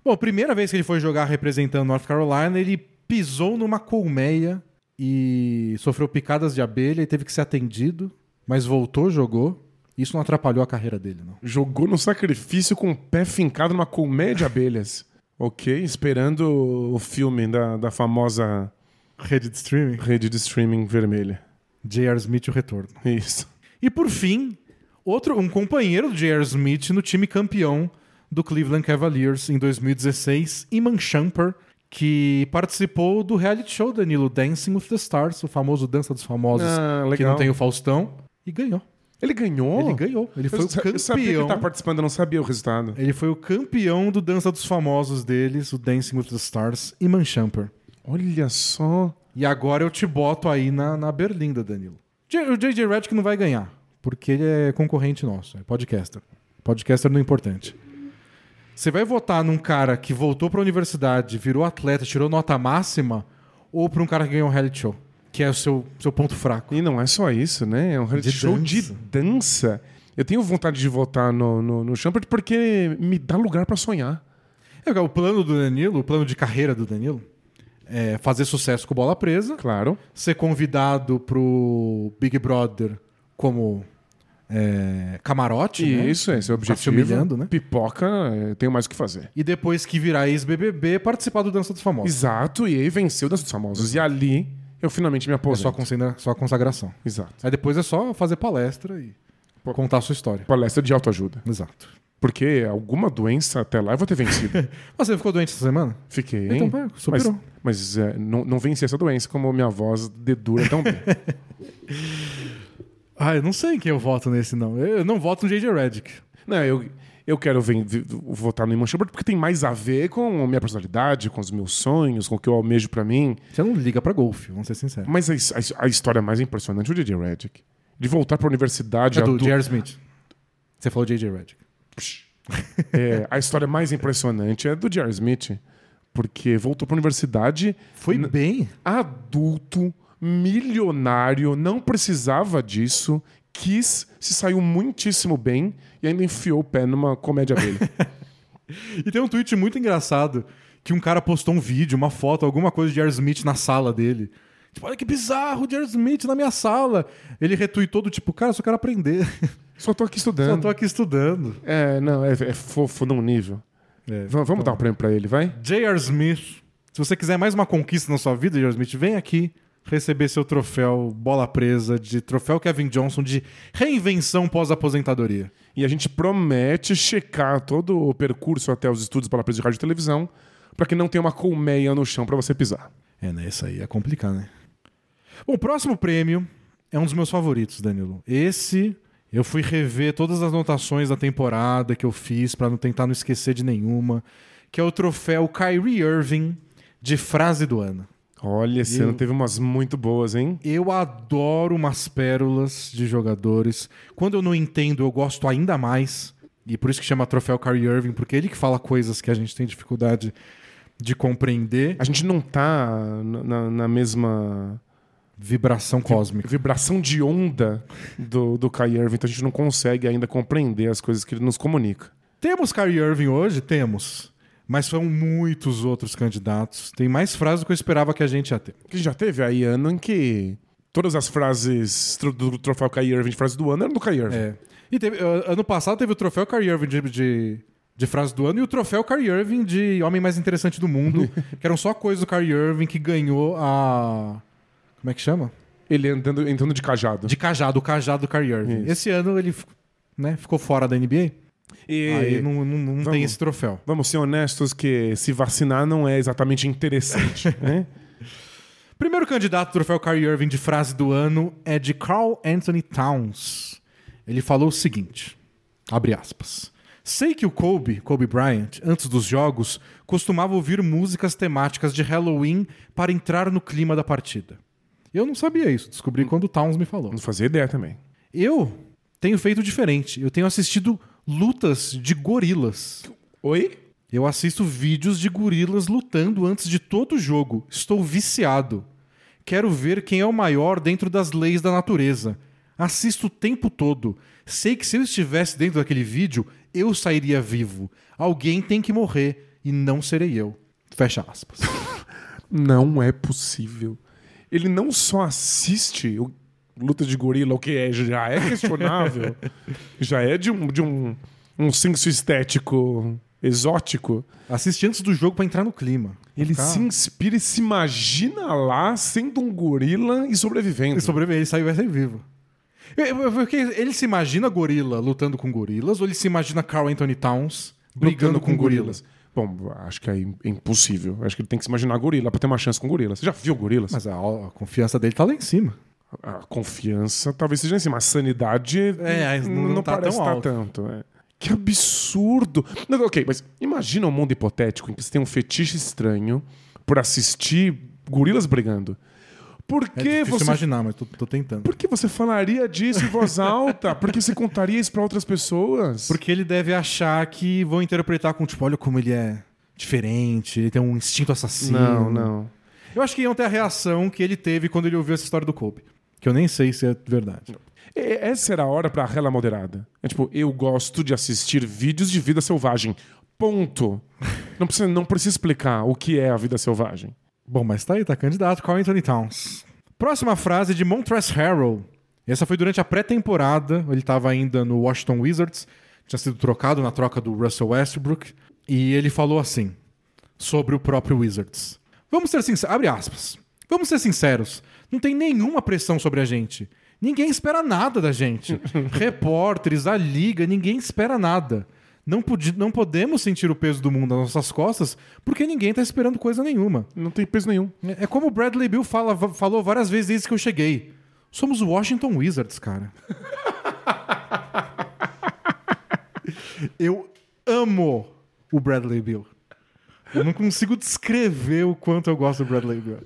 S1: Bom, primeira vez que ele foi jogar representando North Carolina, ele pisou numa colmeia e sofreu picadas de abelha e teve que ser atendido, mas voltou, jogou. Isso não atrapalhou a carreira dele, não.
S2: Jogou no sacrifício com o pé fincado numa colmeia de abelhas. ok, esperando o filme da, da famosa
S1: Rede de streaming?
S2: rede de streaming vermelha.
S1: J.R. Smith, o retorno.
S2: Isso.
S1: E por fim, outro um companheiro do J.R. Smith no time campeão do Cleveland Cavaliers em 2016, Iman Shumpert, que participou do reality show Danilo Dancing with the Stars, o famoso Dança dos Famosos,
S2: Ah,
S1: que
S2: legal.
S1: não tem o Faustão, e ganhou.
S2: Ele ganhou?
S1: Ele ganhou. Ele foi
S2: eu
S1: o
S2: sa- Eu sabia que ele
S1: campeão.
S2: tá participando, eu não sabia o resultado.
S1: Ele foi o campeão do Dança dos Famosos deles, o Dancing with the Stars, Iman Shumpert.
S2: Olha só.
S1: E agora eu te boto aí na, na berlinda, Danilo. J- O J.J. Redick não vai ganhar, porque ele é concorrente nosso, é podcaster. Podcaster não é importante. Você vai votar num cara que voltou pra universidade, virou atleta, tirou nota máxima, ou pra um cara que ganhou um reality show, que é o seu, seu ponto fraco?
S2: E não é só isso, né? É um reality
S1: De
S2: show
S1: dança.
S2: de dança. Eu tenho vontade de votar no, no, no Shumpert porque me dá lugar pra sonhar.
S1: É, o plano do Danilo, o plano de carreira do Danilo, é fazer sucesso com bola presa,
S2: Claro.
S1: ser convidado pro Big Brother como é, camarote,
S2: E
S1: né?
S2: isso, esse é o
S1: Tá se
S2: objetivo.
S1: humilhando, né?
S2: Pipoca, eu tenho mais o que fazer.
S1: e depois que virar ex-BBB, participar do Dança dos Famosos. É
S2: Exato, e aí venceu o Dança dos Famosos. E ali eu finalmente me
S1: É
S2: aposento.
S1: só, consagra- só consagração.
S2: Exato.
S1: Aí depois é só fazer palestra e
S2: Pô.
S1: contar a sua história.
S2: Palestra de autoajuda.
S1: Exato.
S2: Porque alguma doença até lá eu vou ter
S1: [laughs]
S2: vencido.
S1: Mas você ficou doente essa semana?
S2: Fiquei.
S1: Então, vai,
S2: mas
S1: superou.
S2: mas é, não, não venci essa doença como minha voz dedura
S1: [laughs]
S2: tão bem.
S1: Ah, eu não sei em quem eu voto nesse, não. Eu não voto no J.J. Redick.
S2: não, eu, eu quero ven- vi- votar no Iman Schubert porque tem mais a ver com a minha personalidade, com os meus sonhos, com o que eu almejo pra mim.
S1: Você não liga pra golfe, vamos ser sinceros.
S2: Mas a, his- a his- a história mais impressionante é o J.J. Redick. De voltar pra universidade.
S1: É do
S2: adulto-
S1: J.R. Smith. Você falou J.J. Redick.
S2: É, a história mais impressionante é do J.R. Smith. Porque voltou pra universidade
S1: Foi bem.
S2: adulto, milionário, não precisava disso, quis, se saiu muitíssimo bem e ainda enfiou o pé numa
S1: [laughs]
S2: comédia dele.
S1: E tem um tweet muito engraçado que um cara postou um vídeo, uma foto, alguma coisa de Jair Smith na sala dele. Tipo, olha que bizarro, o Jair Smith na minha sala. Ele retweetou do tipo, cara, eu só quero aprender. [laughs]
S2: Só tô aqui
S1: Só
S2: estudando.
S1: tô aqui estudando.
S2: É, não, é, é fofo num nível.
S1: É.
S2: V- vamos dar um prêmio pra ele, vai?
S1: J.R. Smith, se você quiser mais uma conquista na sua vida, J.R. Smith, vem aqui receber seu troféu bola presa de troféu Kevin Johnson de reinvenção pós-aposentadoria.
S2: E a gente promete checar todo o percurso até os estudos para a de rádio e televisão pra que não tenha uma colmeia no chão pra você pisar.
S1: É, né? Isso aí é complicado, né? Bom, o próximo prêmio é um dos meus favoritos, Danilo. Esse eu fui rever todas as anotações da temporada que eu fiz pra não tentar não esquecer de nenhuma, que é o troféu Kyrie Irving de frase do ano.
S2: Olha, esse ano teve umas muito boas, hein?
S1: Eu adoro umas pérolas de jogadores. Quando eu não entendo, eu gosto ainda mais. E por isso que chama troféu Kyrie Irving, porque é ele que fala coisas que a gente tem dificuldade de compreender.
S2: A gente não tá na- na- na mesma
S1: Vibração cósmica.
S2: vibração de onda do, do Kai Irving, então a gente não consegue ainda compreender as coisas que ele nos comunica.
S1: Temos Kyrie Irving hoje? Temos. Mas são muitos outros candidatos. Tem mais frases do que eu esperava que a gente ia ter.
S2: Que já teve aí ano em que todas as frases tro- do troféu Kai Irving, de frase do ano, eram do Kai Irving.
S1: É. E teve- a- ano passado teve o troféu Kyrie Irving de, de, de frase do ano e o troféu Kyrie Irving de homem mais interessante do
S2: [laughs]
S1: mundo, que eram só coisas do Kyrie Irving que ganhou a... Como é que chama?
S2: Ele andando, entrando de cajado.
S1: De cajado, o cajado do Kyrie Irving.
S2: Isso.
S1: Esse ano ele fi- né, ficou fora da NBA,
S2: E
S1: aí não, não- não tem
S2: vamos.
S1: esse troféu.
S2: vamos ser honestos que se vacinar não é
S1: [laughs]
S2: exatamente interessante, né?
S1: Primeiro candidato ao troféu Kyrie Irving de frase do ano é de Carl Anthony Towns. Ele falou o seguinte, abre aspas. Sei que o Kobe, Kobe Bryant, antes dos jogos, costumava ouvir músicas temáticas de Halloween para entrar no clima da partida. Eu não sabia isso, descobri quando o Towns me falou.
S2: Não fazia ideia também.
S1: Eu tenho feito diferente. Eu tenho assistido lutas de gorilas.
S2: Oi?
S1: Eu assisto vídeos de gorilas lutando antes de todo jogo. Estou viciado. Quero ver quem é o maior dentro das leis da natureza. Assisto o tempo todo. Sei que se eu estivesse dentro daquele vídeo, eu sairia vivo. Alguém tem que morrer e não serei eu. Fecha aspas.
S2: Não é possível. Ele não só assiste o Luta de Gorila, o que é- já é
S1: [laughs]
S2: questionável, já é de um, de um, um senso estético exótico.
S1: Assiste antes do jogo pra entrar no clima.
S2: Ele
S1: Tá.
S2: se inspira e se imagina lá sendo um gorila e sobrevivendo.
S1: Ele sobrevive, ele sai vai sair vivo. Eu- eu- eu- Porque ele se imagina gorila lutando com gorilas ou ele se imagina Carl Anthony Towns Brigando com gorilas.
S2: Bom, acho que é im- é impossível. Acho que ele tem que se imaginar gorila pra ter uma chance com gorila. Você já viu gorilas?
S1: Mas a, a confiança dele tá lá em cima.
S2: A confiança talvez seja em cima. A sanidade
S1: É,
S2: n-
S1: não-
S2: não,
S1: não tá
S2: parece
S1: tão
S2: estar
S1: alto.
S2: tanto. é. Que absurdo! Não, ok, mas imagina um mundo hipotético em que você tem um fetiche estranho por assistir gorilas brigando. Por
S1: É
S2: que
S1: difícil
S2: você
S1: imaginar, mas tô, tô tentando.
S2: Por que você falaria disso em voz alta? Por que você contaria isso pra outras pessoas?
S1: Porque ele deve achar que vão interpretar com, tipo, olha como ele é diferente, ele tem um instinto assassino.
S2: Não, não.
S1: Eu acho que iam ter a reação que ele teve quando ele ouviu essa história do Kobe. Que eu nem sei se é verdade.
S2: E- Essa era É, a hora pra rela moderada. É tipo, eu gosto de assistir vídeos de vida selvagem. Ponto. Não precisa, não precisa explicar o que é a vida selvagem.
S1: Bom, mas tá aí, tá candidato com Anthony Towns. Próxima frase de Montrezl Harrell. Essa foi durante a pré-temporada, ele estava ainda no Washington Wizards, tinha sido trocado na troca do Russell Westbrook, e ele falou assim sobre o próprio Wizards. Vamos ser sinceros, abre aspas. Vamos ser sinceros, não tem nenhuma pressão sobre a gente. Ninguém espera nada da gente. Repórteres, a liga, ninguém espera nada. Não, podi- não podemos sentir o peso do mundo nas nossas costas porque ninguém está esperando coisa nenhuma.
S2: Não tem peso nenhum.
S1: É como o Bradley Bill fala- va- falou várias vezes desde que eu cheguei. Somos o Washington Wizards, cara. eu amo o Bradley Bill. Eu não consigo descrever o quanto eu gosto do Bradley Bill.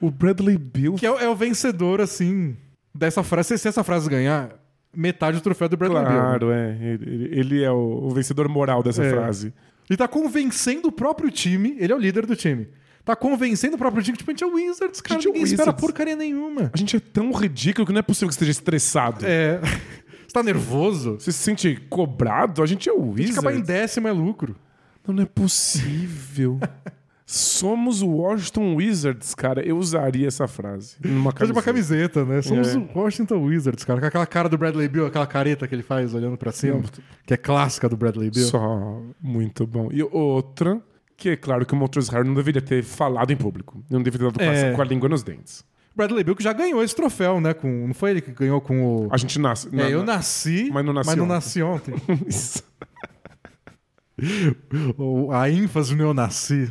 S2: O Bradley Bill.
S1: Que é, o- é o vencedor, assim, dessa frase. Se essa frase ganhar, metade do troféu é do Bradley Bill.
S2: Claro, é. Ele, ele- ele é o, o vencedor moral dessa
S1: É.
S2: frase.
S1: Ele tá convencendo o próprio time, ele é o líder do time. Tá convencendo o próprio time, tipo, a gente é o Wizards, cara.
S2: Gente, é o
S1: Ninguém espera
S2: Wizards.
S1: porcaria nenhuma.
S2: A gente é tão ridículo que não é possível que você esteja estressado.
S1: É. [laughs] Você tá nervoso?
S2: Você se sente cobrado? A gente é o
S1: Se acabar
S2: Wizard.
S1: em décimo é lucro.
S2: Não, não é possível. [laughs] Somos o Washington Wizards, cara. Eu usaria essa frase. Numa
S1: Faz uma camiseta,
S2: camiseta.
S1: né? Somos
S2: É.
S1: o Washington Wizards, cara. Com aquela cara do Bradley Bill, aquela careta que ele faz olhando pra cima, que é clássica do Bradley Bill.
S2: Só muito bom. E outra, que é claro que o Montrezl Harrell não deveria ter falado em público. Não deveria ter dado com a-
S1: É.
S2: com a língua nos dentes.
S1: Bradley Bill que já ganhou esse troféu, né? Com, não foi ele que ganhou com o.
S2: A gente nasce.
S1: é,
S2: [laughs]
S1: eu nasci,
S2: mas não nasci ontem.
S1: nasci ontem. [laughs]
S2: Isso.
S1: Ou a ênfase no eu nasci.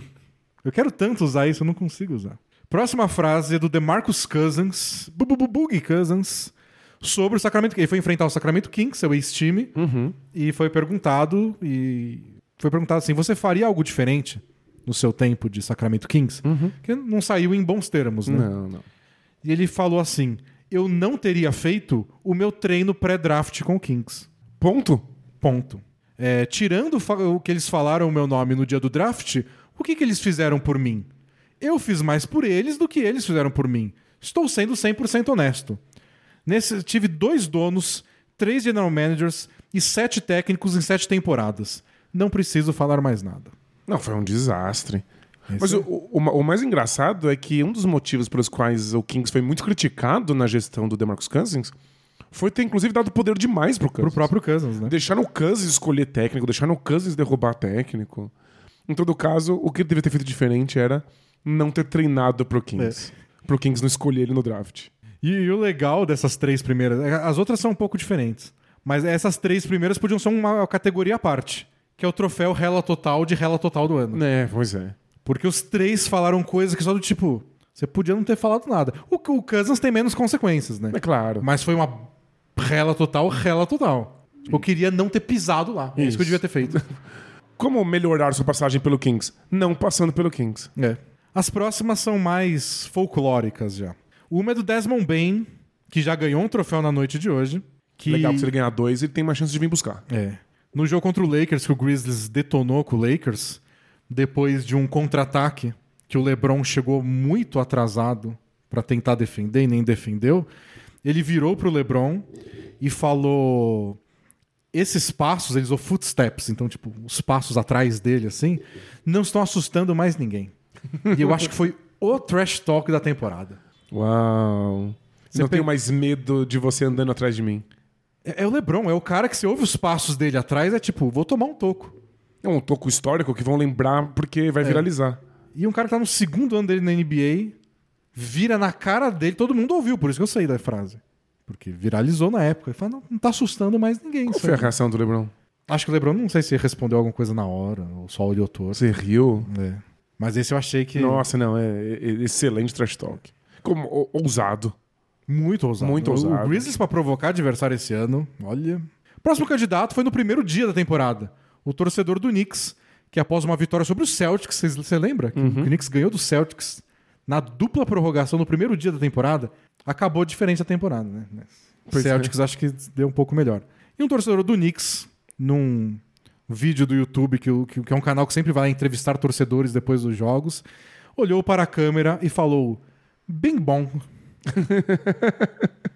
S1: Eu quero tanto usar isso, eu não consigo usar. Próxima frase é do DeMarcus Cousins, Bu- bu- bu- Boogie Cousins, sobre o Sacramento Ele foi enfrentar o Sacramento Kings, seu ex-time, e foi perguntado e foi perguntado assim: "Você faria algo diferente no seu tempo de Sacramento Kings?" Que não saiu em bons termos, né?
S2: Não, não.
S1: E ele falou assim: "Eu não teria feito o meu treino pré-draft com o Kings."
S2: Ponto.
S1: Ponto. É, tirando o fa- o que eles falaram o meu nome no dia do draft, o que, que eles fizeram por mim? Eu fiz mais por eles do que eles fizeram por mim. Estou sendo 100% honesto. Nesse, tive dois donos, três general managers e sete técnicos em sete temporadas. Não preciso falar mais nada.
S2: Não, foi um desastre.
S1: Isso
S2: Mas
S1: é.
S2: o, o- o mais engraçado é que um dos motivos pelos quais o Kings foi muito criticado na gestão do DeMarcus Cousins foi ter, inclusive, dado poder demais pro
S1: Pro
S2: Cousins.
S1: próprio Cousins, né?
S2: Deixaram o Cousins escolher técnico, deixaram o Cousins derrubar técnico. Em todo caso, o que ele devia ter feito diferente era não ter treinado pro Kings.
S1: É.
S2: Pro Kings não escolher ele no draft.
S1: E, e o legal dessas três primeiras. é, As outras são um pouco diferentes. Mas essas três primeiras podiam ser uma categoria à parte. Que é o troféu Rela Total de Rela Total do ano.
S2: É, pois é.
S1: Porque os três falaram coisas que só do tipo, você podia não ter falado nada. O, o Cousins tem menos consequências, né?
S2: É claro.
S1: Mas foi uma rela total, rela total. Tipo, eu queria não ter pisado lá. É isso
S2: Isso.
S1: que eu devia ter
S2: [laughs]
S1: feito.
S2: Como melhorar sua passagem pelo Kings? Não passando pelo Kings.
S1: É. As próximas são mais folclóricas já. Uma é do Desmond Bain, que já ganhou um troféu na noite de hoje. Que...
S2: Legal que se ele ganhar dois, ele tem mais chance de vir buscar.
S1: É. No jogo contra o Lakers, que o Grizzlies detonou com o Lakers, depois de um contra-ataque, que o LeBron chegou muito atrasado pra tentar defender e nem defendeu, ele virou pro LeBron e falou: esses passos, eles usou footsteps, então, tipo, os passos atrás dele, assim, não estão assustando mais ninguém. E eu acho que foi o trash talk da temporada.
S2: Uau.
S1: Você
S2: não tenho
S1: pe-
S2: mais medo de você andando atrás de mim.
S1: É, é o LeBron, é o cara que se ouve os passos dele atrás, é tipo, vou tomar um toco.
S2: É um toco histórico que vão lembrar porque
S1: É.
S2: vai viralizar.
S1: E um cara que tá no segundo ano dele na NBA vira na cara dele, todo mundo ouviu, por isso que eu saí da frase. Porque viralizou na época. Ele fala, não, não tá assustando mais ninguém.
S2: Qual
S1: isso
S2: foi a
S1: aí."
S2: reação do Lebron?
S1: Acho que o Lebron, não sei se respondeu alguma coisa na hora, ou só olhou torto.
S2: Você riu?
S1: É. Mas esse eu achei que.
S2: Nossa, não, é, é- é excelente trash talk. Como, o- ousado.
S1: Muito ousado.
S2: Muito
S1: O-
S2: ousado.
S1: O Grizzlies pra provocar adversário esse ano. Olha. Próximo candidato foi no primeiro dia da temporada. O torcedor do Knicks, que após uma vitória sobre o Celtics, vocês- você lembra? Que
S2: Uhum.
S1: o Knicks ganhou do Celtics na dupla prorrogação no primeiro dia da temporada. Acabou diferente a temporada, né? O
S2: Pois é.
S1: Celtics acho que deu um pouco melhor. E um torcedor do Knicks, num vídeo do YouTube, que, o- que- que é um canal que sempre vai entrevistar torcedores depois dos jogos, olhou para a câmera e falou: bem bom,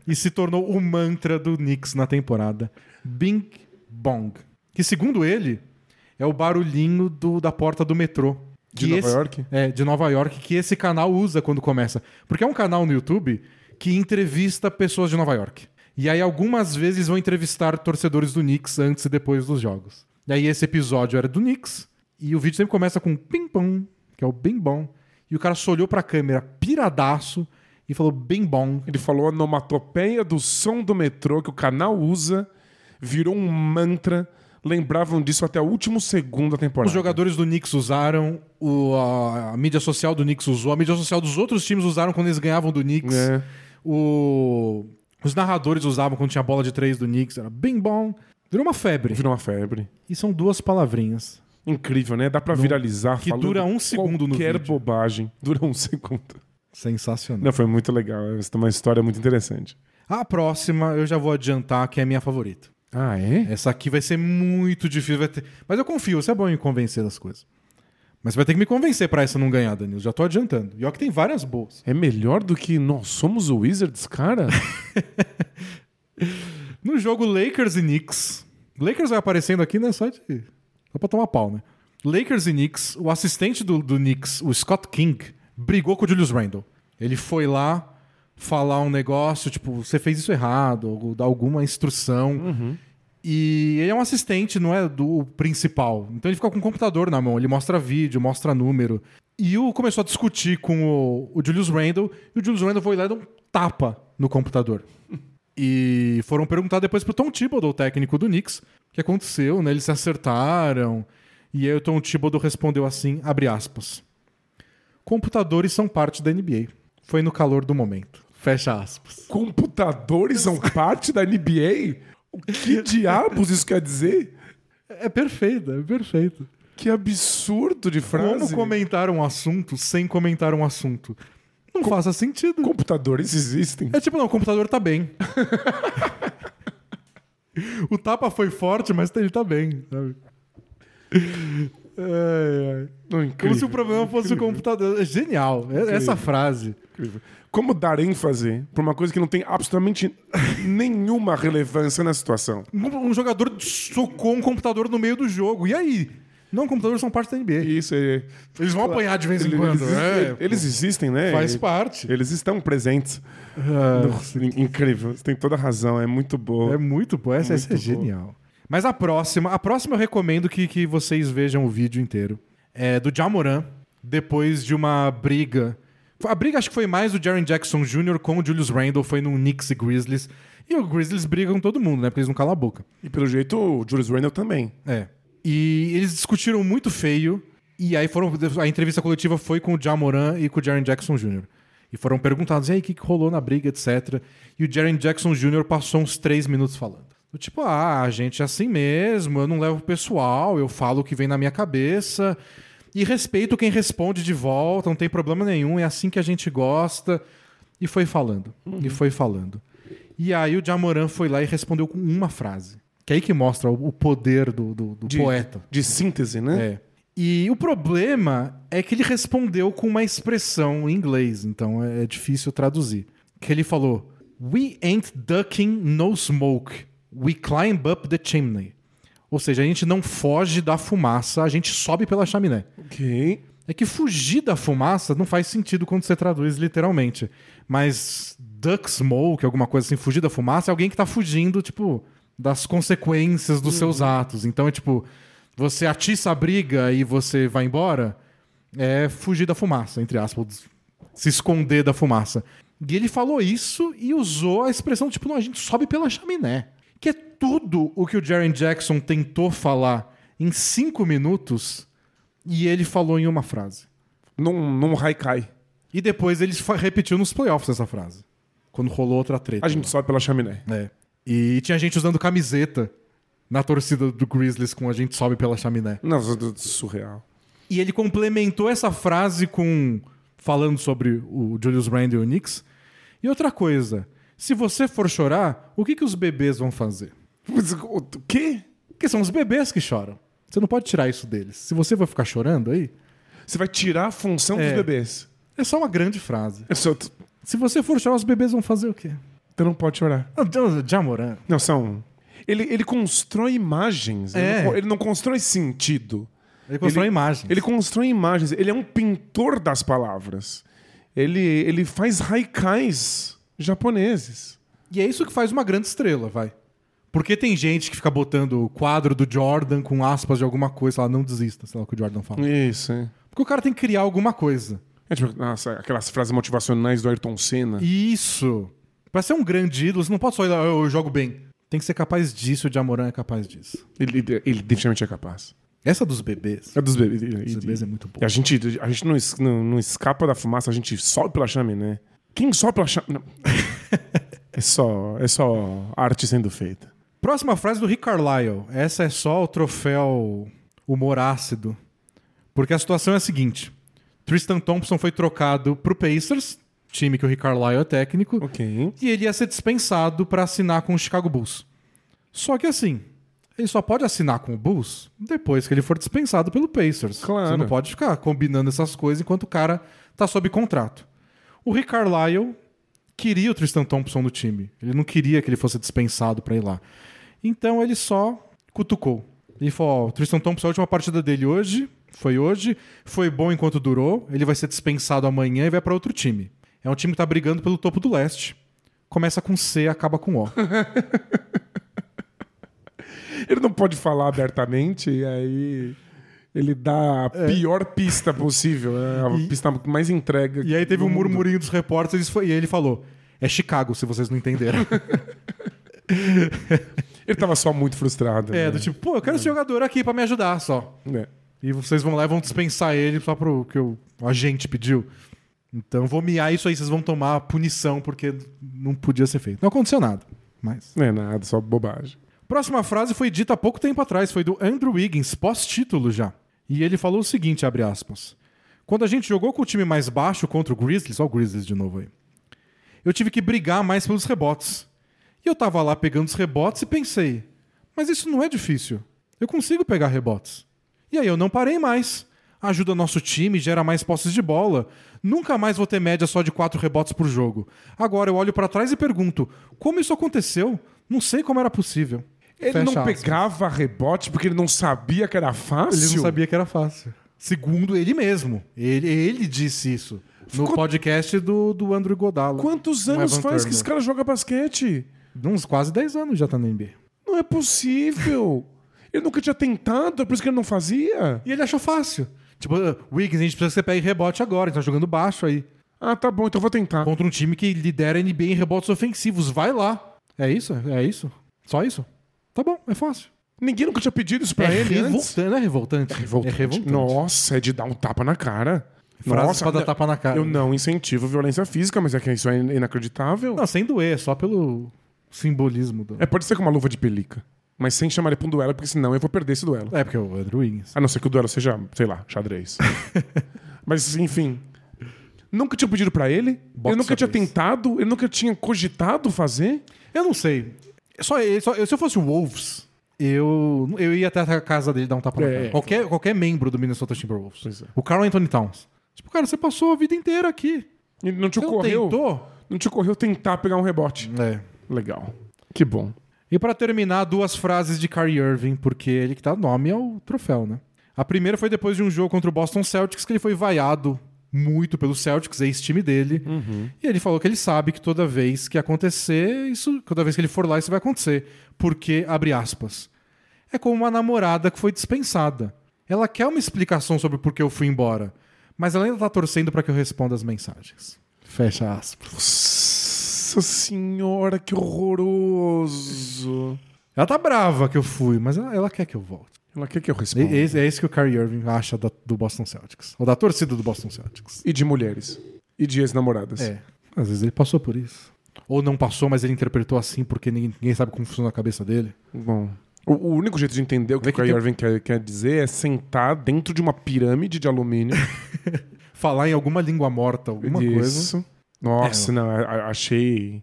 S1: e se tornou o mantra do Knicks na temporada. Bing Bong. Que, segundo ele, é o barulhinho do- da porta do metrô.
S2: De
S1: Que
S2: Nova York?
S1: É, de Nova York, que esse canal usa quando começa. Porque é um canal no YouTube que entrevista pessoas de Nova York. E aí, algumas vezes, vão entrevistar torcedores do Knicks antes e depois dos jogos. E aí, esse episódio era do Knicks. E o vídeo sempre começa com ping-pong, que é o bing bong. E o cara só olhou pra câmera piradaço e falou bing bong.
S2: Ele falou a onomatopeia do som do metrô que o canal usa, virou um mantra, lembravam disso até o último segundo da temporada.
S1: Os jogadores do Knicks usaram, o- a, a mídia social do Knicks usou, a mídia social dos outros times usaram quando eles ganhavam do Knicks.
S2: É.
S1: O- os narradores usavam quando tinha bola de três do Knicks. Era bem bom. Virou uma febre.
S2: Virou uma febre.
S1: E são duas palavrinhas.
S2: Incrível, né? Dá pra viralizar.
S1: que
S2: falando
S1: dura um segundo no
S2: Qualquer
S1: vídeo.
S2: bobagem. [laughs] Dura um segundo.
S1: Sensacional.
S2: Não, foi muito legal. Essa é uma história muito interessante.
S1: A próxima eu já vou adiantar que é a minha favorita.
S2: Ah, é?
S1: Essa aqui vai ser muito difícil. vai ter- Mas eu confio, você é bom em convencer das coisas. Mas você vai ter que me convencer pra essa não ganhar, Danilo. Já tô adiantando. E ó que tem várias boas.
S2: É melhor do que nós somos o
S1: [laughs]
S2: Wizards, cara?
S1: No jogo Lakers e Knicks. Lakers vai aparecendo aqui, né? Só de. Só pra tomar pau, né? Lakers e Knicks, o assistente do, do Knicks, o Scott King, brigou com o Julius Randle. Ele foi lá falar um negócio, tipo, você fez isso errado, ou dar alguma instrução. E ele é um assistente, não é do principal. Então ele fica com o computador na mão, ele mostra vídeo, mostra número. E o começou a discutir com o, o Julius Randle, e o Julius Randle foi lá e deu um tapa no computador. E foram perguntar depois pro Tom Thibodeau, o técnico do Knicks, o que aconteceu, né? Eles se acertaram. E aí o Tom Thibodeau respondeu assim, abre aspas. Computadores são parte da NBA. Foi no calor do momento. Fecha aspas.
S2: Computadores são parte da NBA? O
S1: [laughs]
S2: que diabos isso quer dizer?
S1: É perfeito, é perfeito.
S2: Que absurdo de frase.
S1: Como comentar um assunto sem comentar um assunto? Não faça sentido.
S2: Computadores existem.
S1: É tipo, não, o computador tá bem. [laughs] o tapa foi forte, mas ele tá bem, sabe? Ai, ai.
S2: Não,
S1: Como
S2: incrível.
S1: se o problema fosse o computador. É genial. É- Essa frase.
S2: Incrível. Como dar ênfase pra uma coisa que não tem absolutamente nenhuma relevância na situação?
S1: Um um jogador socou um computador no meio do jogo. E aí? Não, computadores são parte da NBA.
S2: Isso é.
S1: Eles vão apanhar de vez em quando.
S2: Eles,
S1: É,
S2: eles existem, né?
S1: faz parte.
S2: Eles estão presentes. Nossa, in- incrível. Você tem toda a razão. É muito boa.
S1: É muito boa. Essa, essa é
S2: Muito boa.
S1: genial. Mas a próxima, a próxima eu recomendo que, que vocês vejam o vídeo inteiro. É do Jamoran, depois de uma briga. A briga acho que foi mais do Jaren Jackson Jr. com o Julius Randle, foi no Knicks e Grizzlies. E o Grizzlies briga com todo mundo, né? Porque eles não calam a boca.
S2: E pelo jeito, o Julius Randle também.
S1: É. E eles discutiram muito feio. E aí foram. A entrevista coletiva foi com o Jamoran e com o Jaren Jackson Jr. E foram perguntados, e aí, o que, que rolou na briga, etc. E o Jaren Jackson Jr. passou uns três minutos falando. Do Tipo, ah, a gente é assim mesmo, eu não levo pro pessoal, eu falo o que vem na minha cabeça. E respeito quem responde de volta, não tem problema nenhum, é assim que a gente gosta. E foi falando, e foi falando. E aí o Jamoran foi lá e respondeu com uma frase. Que é aí que mostra o o poder do, do- do
S2: De-
S1: poeta.
S2: De síntese, né?
S1: É. E o problema é que ele respondeu com uma expressão em inglês, então é é difícil traduzir. Que ele falou: We ain't ducking no smoke. We climb up the chimney. Ou seja, a gente não foge da fumaça, a gente sobe pela chaminé.
S2: Ok.
S1: É que fugir da fumaça não faz sentido quando você traduz literalmente. Mas duck smoke, alguma coisa assim, fugir da fumaça, é alguém que tá fugindo, tipo, das consequências dos seus atos. Então é tipo, você atiça a briga e você vai embora, é fugir da fumaça, entre aspas, se esconder da fumaça. E ele falou isso e usou a expressão, tipo, não, a gente sobe pela chaminé. Que é tudo o que o Jaren Jackson tentou falar em cinco minutos e ele falou em uma frase.
S2: Num, num haikai.
S1: E depois ele fa- repetiu nos playoffs essa frase. Quando rolou outra treta.
S2: A gente sobe pela chaminé.
S1: É. E tinha gente usando camiseta na torcida do Grizzlies com a gente sobe pela chaminé.
S2: Não, é surreal.
S1: E ele complementou essa frase com falando sobre o Julius Randle e o Knicks. E outra coisa, se você for chorar, o que, que os bebês vão fazer?
S2: Mas O o quê?
S1: Porque são os bebês que choram. Você não pode tirar isso deles. Se você vai ficar chorando aí,
S2: Você vai tirar a função
S1: É.
S2: dos bebês.
S1: é só uma grande frase.
S2: É só- tu-
S1: Se você for chorar, os bebês vão fazer o quê?
S2: Tu não pode chorar.
S1: Ah, Deus, Jamoran.
S2: Não, são. um. Ele, ele constrói imagens.
S1: É.
S2: Ele, não, ele não constrói sentido.
S1: Ele constrói
S2: Ele-
S1: imagens.
S2: Ele constrói imagens. Ele é um pintor das palavras. Ele, ele faz haikais japoneses.
S1: E é isso que faz uma grande estrela, vai. Porque tem gente que fica botando o quadro do Jordan com aspas de alguma coisa, sei lá, não desista, sei lá o que o Jordan fala.
S2: Isso, é.
S1: Porque o cara tem que criar alguma coisa.
S2: É tipo, nossa, aquelas frases motivacionais do Ayrton Senna.
S1: Isso. Pra ser um grande ídolo, você não pode só ir lá, "Oh, eu, eu jogo bem. Tem que ser capaz disso, o Jamoran é capaz disso.
S2: Ele, ele, ele definitivamente é capaz.
S1: Essa dos bebês.
S2: É dos bebês.
S1: Dos bebês é muito boa.
S2: A gente, a gente não, es- não, não escapa da fumaça, a gente sobe pela chaminé. Quem sobe
S1: [laughs]
S2: pela chaminé? é, só, é só arte sendo feita.
S1: Próxima frase do Rick Carlisle. Essa é só o troféu humor ácido. Porque a situação é a seguinte: Tristan Thompson foi trocado pro Pacers, time que o Rick Carlisle é técnico,
S2: Ok.
S1: e ele ia ser dispensado pra assinar com o Chicago Bulls. Só que assim, ele só pode assinar com o Bulls depois que ele for dispensado pelo Pacers.
S2: Claro.
S1: Você não pode ficar combinando essas coisas enquanto o cara tá sob contrato. O Rick Carlisle queria o Tristan Thompson no time. Ele não queria que ele fosse dispensado pra ir lá. Então ele só cutucou. Ele falou: ó, o Tristan Thompson, a última partida dele hoje, foi hoje, foi bom enquanto durou, ele vai ser dispensado amanhã e vai pra outro time. É um time que tá brigando pelo topo do leste. Começa com C, acaba com [laughs] O.
S2: Ele não pode falar abertamente, e aí ele dá a
S1: É.
S2: pior pista possível, né? a pista mais entrega.
S1: E aí teve
S2: do
S1: um
S2: mundo.
S1: murmurinho dos repórteres e ele falou: é Chicago, se vocês não entenderam.
S2: Ele tava só muito frustrado.
S1: [laughs] é,
S2: né?
S1: do tipo, pô, eu quero esse jogador aqui pra me ajudar só.
S2: É.
S1: E vocês vão lá e vão dispensar ele só pro que o agente pediu. Então vou miar isso aí, vocês vão tomar punição porque não podia ser feito. Não aconteceu nada. Mas.
S2: Não é nada, só bobagem.
S1: Próxima frase foi dita há pouco tempo atrás, foi do Andrew Wiggins, pós-título já. E ele falou o seguinte, abre aspas. Quando a gente jogou com o time mais baixo contra o Grizzlies, olha o Grizzlies de novo aí, eu tive que brigar mais pelos rebotes. E eu tava lá pegando os rebotes e pensei, mas isso não é difícil. Eu consigo pegar rebotes. E aí eu não parei mais. Ajuda nosso time, gera mais posses de bola. Nunca mais vou ter média só de quatro rebotes por jogo. Agora eu olho pra trás e pergunto, como isso aconteceu? Não sei como era possível.
S2: Ele
S1: Fecha
S2: não
S1: aspas.
S2: pegava rebote porque ele não sabia que era fácil.
S1: Ele não sabia que era fácil. Segundo ele mesmo. Ele, ele disse isso no
S2: Ficou-
S1: podcast do, do Andrew Godala.
S2: Quantos
S1: Um
S2: anos
S1: Evan
S2: faz que
S1: Turner.
S2: esse cara joga basquete?
S1: Uns quase 10 anos já tá no NBA.
S2: Não é possível. ele nunca tinha tentado, é por isso que ele não fazia.
S1: E ele achou fácil. Tipo, "Ah, Wiggins, a gente precisa que você pegue rebote agora, a gente tá jogando baixo aí.
S2: Ah, tá bom, então eu vou tentar.
S1: Contra um time que lidera a NBA em rebotes ofensivos. Vai lá. É isso? É isso? Só isso? Tá bom, é fácil.
S2: Ninguém nunca tinha pedido isso pra ele antes.
S1: revoltante, não é revoltante? É
S2: Revoltante.
S1: É revoltante.
S2: Nossa, é de dar um tapa na cara.
S1: Frases
S2: Nossa,
S1: pra dar
S2: não-
S1: tapa na cara.
S2: Eu não incentivo violência física, mas é que isso é in- inacreditável.
S1: Não, sem doer, é só pelo simbolismo. Do...
S2: É, pode ser com uma luva de pelica. Mas sem chamar ele pra um duelo, porque senão eu vou perder esse duelo.
S1: É, porque é o Andrew Wiggins.
S2: A não ser que o duelo seja, sei
S1: [laughs]
S2: lá, xadrez. Mas, enfim. Nunca tinha pedido pra ele,
S1: Boxe
S2: ele nunca tinha
S1: xadrez.
S2: tentado, ele nunca tinha cogitado fazer.
S1: Eu não sei. Só, ele- só- eu- se eu fosse o Wolves, eu, eu ia até a casa dele dar um tapa na
S2: É,
S1: cara.
S2: é,
S1: qualquer, qualquer membro do Minnesota Timberwolves.
S2: Pois é.
S1: O Carl Anthony Towns. Tipo, cara, você passou a vida inteira aqui.
S2: E não te
S1: Você não
S2: ocorreu.
S1: tentou?
S2: Não te ocorreu tentar pegar um rebote.
S1: É.
S2: Legal. Que bom.
S1: E pra terminar, duas frases de Kyrie Irving, porque ele que dá nome ao troféu, né? A primeira foi depois de um jogo contra o Boston Celtics que ele foi vaiado muito pelo Celtics, ex-time dele. E ele falou que ele sabe que toda vez que acontecer, isso, toda vez que ele for lá, isso vai acontecer, porque abre aspas. É como uma namorada que foi dispensada. Ela quer uma explicação sobre por que eu fui embora, mas ela ainda tá torcendo pra que eu responda as mensagens. Fecha aspas.
S2: Nossa senhora, que horroroso.
S1: Ela tá brava que eu fui, mas ela, ela quer que eu volte.
S2: Ela quer que eu
S1: É,
S2: responda.
S1: é
S2: E,
S1: isso- é isso que o Kyrie Irving acha da- do Boston Celtics. Ou da torcida do Boston Celtics.
S2: de mulheres. E de ex-namoradas.
S1: É. Às vezes ele passou por isso. Ou não passou, mas ele interpretou assim porque ninguém, ninguém sabe como funciona a cabeça dele.
S2: Bom. O, o único jeito de entender o que,
S1: Vê
S2: o
S1: que
S2: Kyrie
S1: tem-
S2: Irving quer, quer dizer é sentar dentro de uma pirâmide de
S1: [laughs]
S2: alumínio.
S1: Falar em alguma língua morta, alguma coisa.
S2: Isso. Nossa,
S1: É.
S2: não, a- a- achei.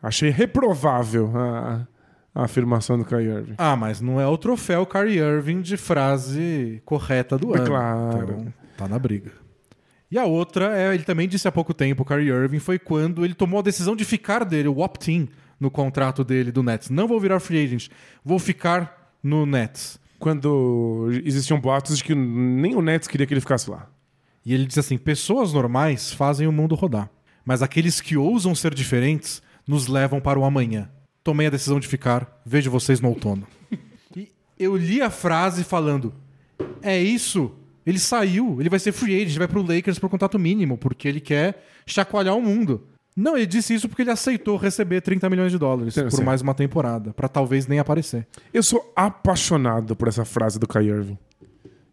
S2: Achei reprovável a, a afirmação do Kyrie Irving.
S1: Ah, mas não é o troféu Kyrie Irving de frase correta do
S2: É
S1: ano.
S2: claro.
S1: Então, tá na briga. E a outra, é, ele também disse há pouco tempo, o Kyrie Irving, foi quando ele tomou a decisão de ficar dele, o opt-in, no contrato dele do Nets. Não vou virar free agent, vou ficar no Nets.
S2: Quando existiam boatos de que nem o Nets queria que ele ficasse lá.
S1: E ele diz assim: pessoas normais fazem o mundo rodar, mas aqueles que ousam ser diferentes nos levam para o amanhã. Tomei a decisão de ficar, vejo vocês no outono. e eu li a frase falando: é isso, ele saiu, ele vai ser free agent, vai pro Lakers por contato mínimo, porque ele quer chacoalhar o mundo. Não, ele disse isso porque ele aceitou receber 30 milhões de dólares
S2: Sim,
S1: por
S2: sim.
S1: mais uma temporada, pra talvez nem aparecer.
S2: Eu sou apaixonado por essa frase do Kai Irving.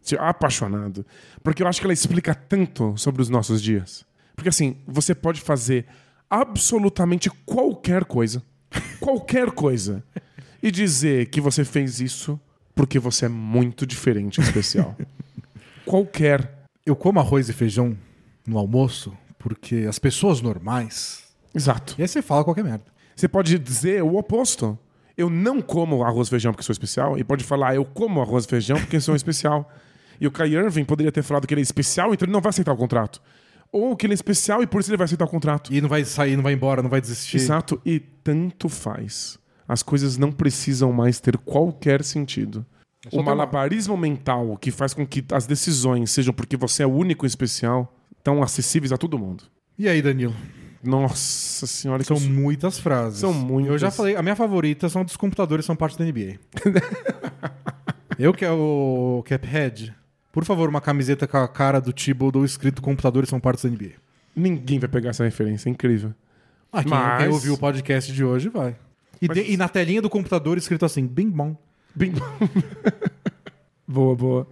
S2: Tipo, Apaixonado. Porque eu acho que ela explica tanto sobre os nossos dias. Porque assim, você pode fazer absolutamente qualquer coisa. [laughs] qualquer coisa. E dizer que você fez isso porque você é muito diferente e especial. qualquer.
S1: Eu como arroz e feijão no almoço porque as pessoas normais.
S2: Exato.
S1: E aí você fala qualquer merda.
S2: Você pode dizer o oposto. Eu não como arroz e feijão porque sou especial. E pode falar, "Ah, eu como arroz e feijão porque sou especial. [laughs] E o Kai Irving poderia ter falado que ele é especial, então ele não vai aceitar o contrato. Ou que ele é especial e por isso ele vai aceitar o contrato.
S1: E não vai sair, não vai embora, não vai desistir.
S2: Exato. E tanto faz. As coisas não precisam mais ter qualquer sentido.
S1: É só
S2: O
S1: ter uma-
S2: malabarismo mental que faz com que as decisões sejam porque você é o único e especial, tão acessíveis a todo mundo.
S1: E aí, Danilo?
S2: Nossa senhora, que
S1: São
S2: eu sou-
S1: muitas frases.
S2: São muitas.
S1: Eu já falei, a minha favorita são dos computadores, são parte da NBA.
S2: [laughs]
S1: eu que é o Caphead. Por favor, uma camiseta com a cara do Thibodeau escrito computadores são partes da NBA.
S2: ninguém vai pegar essa referência. É incrível.
S1: Ah, quem,
S2: Mas-
S1: quem ouviu o podcast de hoje vai. E,
S2: Mas-
S1: de- e na telinha do computador escrito assim, bing bom.
S2: Bing Bong. boa, boa.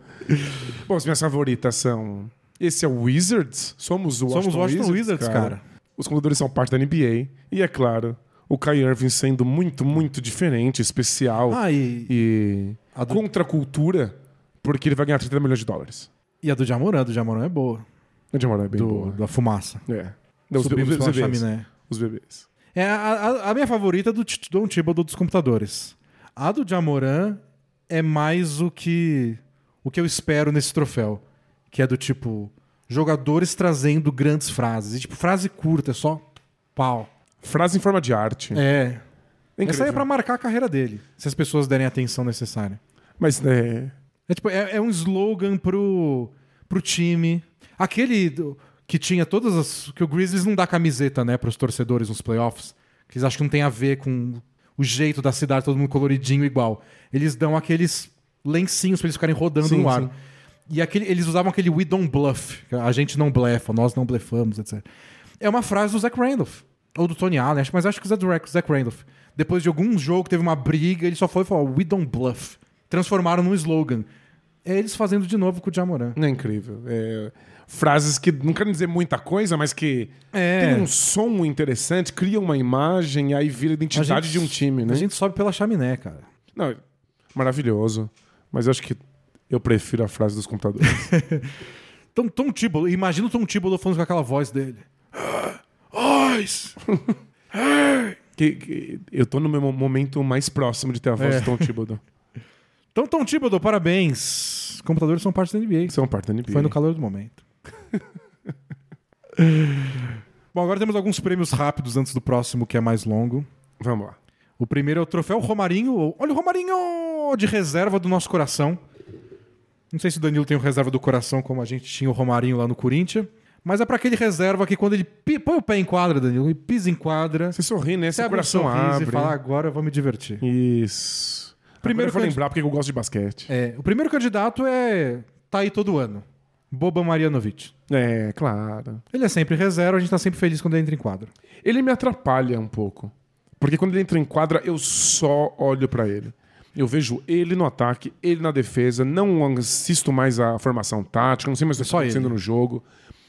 S2: Bom, as minhas favoritas são. Esse é o Wizards? Somos o Washington,
S1: Somos Washington Wizards, cara.
S2: Os computadores são parte da NBA. E é claro, o Kai Irving sendo muito, muito diferente, especial
S1: Ah, e,
S2: e
S1: a do,
S2: contra a cultura, porque ele vai ganhar 30 milhões de dólares.
S1: e a do Jamoran, do Jamoran é boa.
S2: Não, de moral, é bem
S1: Do,
S2: boa.
S1: da fumaça.
S2: É. Não, os, be- os
S1: Subimos pela
S2: bebês.
S1: chaminé.
S2: Os bebês.
S1: É a, a- a minha favorita é do T- Don Thibodeau dos computadores. A do Jamoran é mais o que o que eu espero nesse troféu, que é do tipo jogadores trazendo grandes frases, e, tipo frase curta, é só pau.
S2: Frase em forma de arte.
S1: É. Essa
S2: Incrível.
S1: aí é pra marcar a carreira dele, se as pessoas derem a atenção necessária.
S2: Mas é,
S1: É, tipo, é, é um slogan pro, pro time. Aquele do- que tinha todas as. Que o Grizzlies não dá camiseta, né, pros torcedores nos playoffs. Que eles acham que não tem a ver com o jeito da cidade, todo mundo coloridinho igual. Eles dão aqueles lencinhos pra eles ficarem rodando
S2: Sim,
S1: no ar.
S2: sim.
S1: E aquele, eles usavam aquele we don't bluff. que A gente não blefa, nós não blefamos, etc. É uma frase do Zach Randolph. Ou do Tony Allen, acho- mas acho que o Zach Zach Randolph. Depois de algum jogo que teve uma briga, ele só foi e falou, we don't bluff. Transformaram num slogan. É eles fazendo de novo com o Jamoran.
S2: É incrível. É, frases que não querem dizer muita coisa, mas que
S1: É.
S2: tem um som interessante, cria uma imagem, aí vira a identidade de um time, né?
S1: A gente sobe pela chaminé, cara.
S2: Não, maravilhoso. Mas eu acho que eu prefiro a frase dos computadores.
S1: Então, Tom Thibodeau, imagina o Tom Thibodeau falando com aquela voz dele. [gasps] Ois!
S2: [laughs] Que- que- eu tô no meu momento mais próximo de ter a voz
S1: É.
S2: de Tom Thibodeau.
S1: Então, Tom Thibodeau, parabéns. Computadores são parte da NBA.
S2: [laughs] Isso é uma parte da NBA.
S1: Foi no calor do momento. [laughs] Bom, agora temos alguns prêmios rápidos antes do próximo, que é mais longo.
S2: Vamos lá.
S1: O primeiro é o troféu Romarinho. ou- Olha o Romarinho de reserva do nosso coração. Não sei se o Danilo tem o reserva do coração como a gente tinha o Romarinho lá no Corinthians. Mas é pra aquele reserva que quando ele pi- põe o pé em quadra, Danilo, ele pisa em quadra,
S2: Você sorri, né?
S1: você
S2: Seu
S1: abre um
S2: coração
S1: sorriso
S2: abre.
S1: e fala, agora eu vou me divertir.
S2: Isso.
S1: Primeiro
S2: Primeiro Agora eu
S1: que
S2: vou
S1: eu-
S2: lembrar porque eu gosto de basquete.
S1: É, o primeiro candidato é... tá aí todo ano. Boba Marianovic.
S2: É, claro.
S1: Ele é sempre reserva, a gente tá sempre feliz quando ele entra em quadra.
S2: Ele me atrapalha um pouco. Porque quando ele entra em quadra, eu só olho pra ele. Eu vejo ele no ataque, ele na defesa, não assisto mais a formação tática, não sei mais o que
S1: Só
S2: está acontecendo
S1: ele.
S2: no jogo.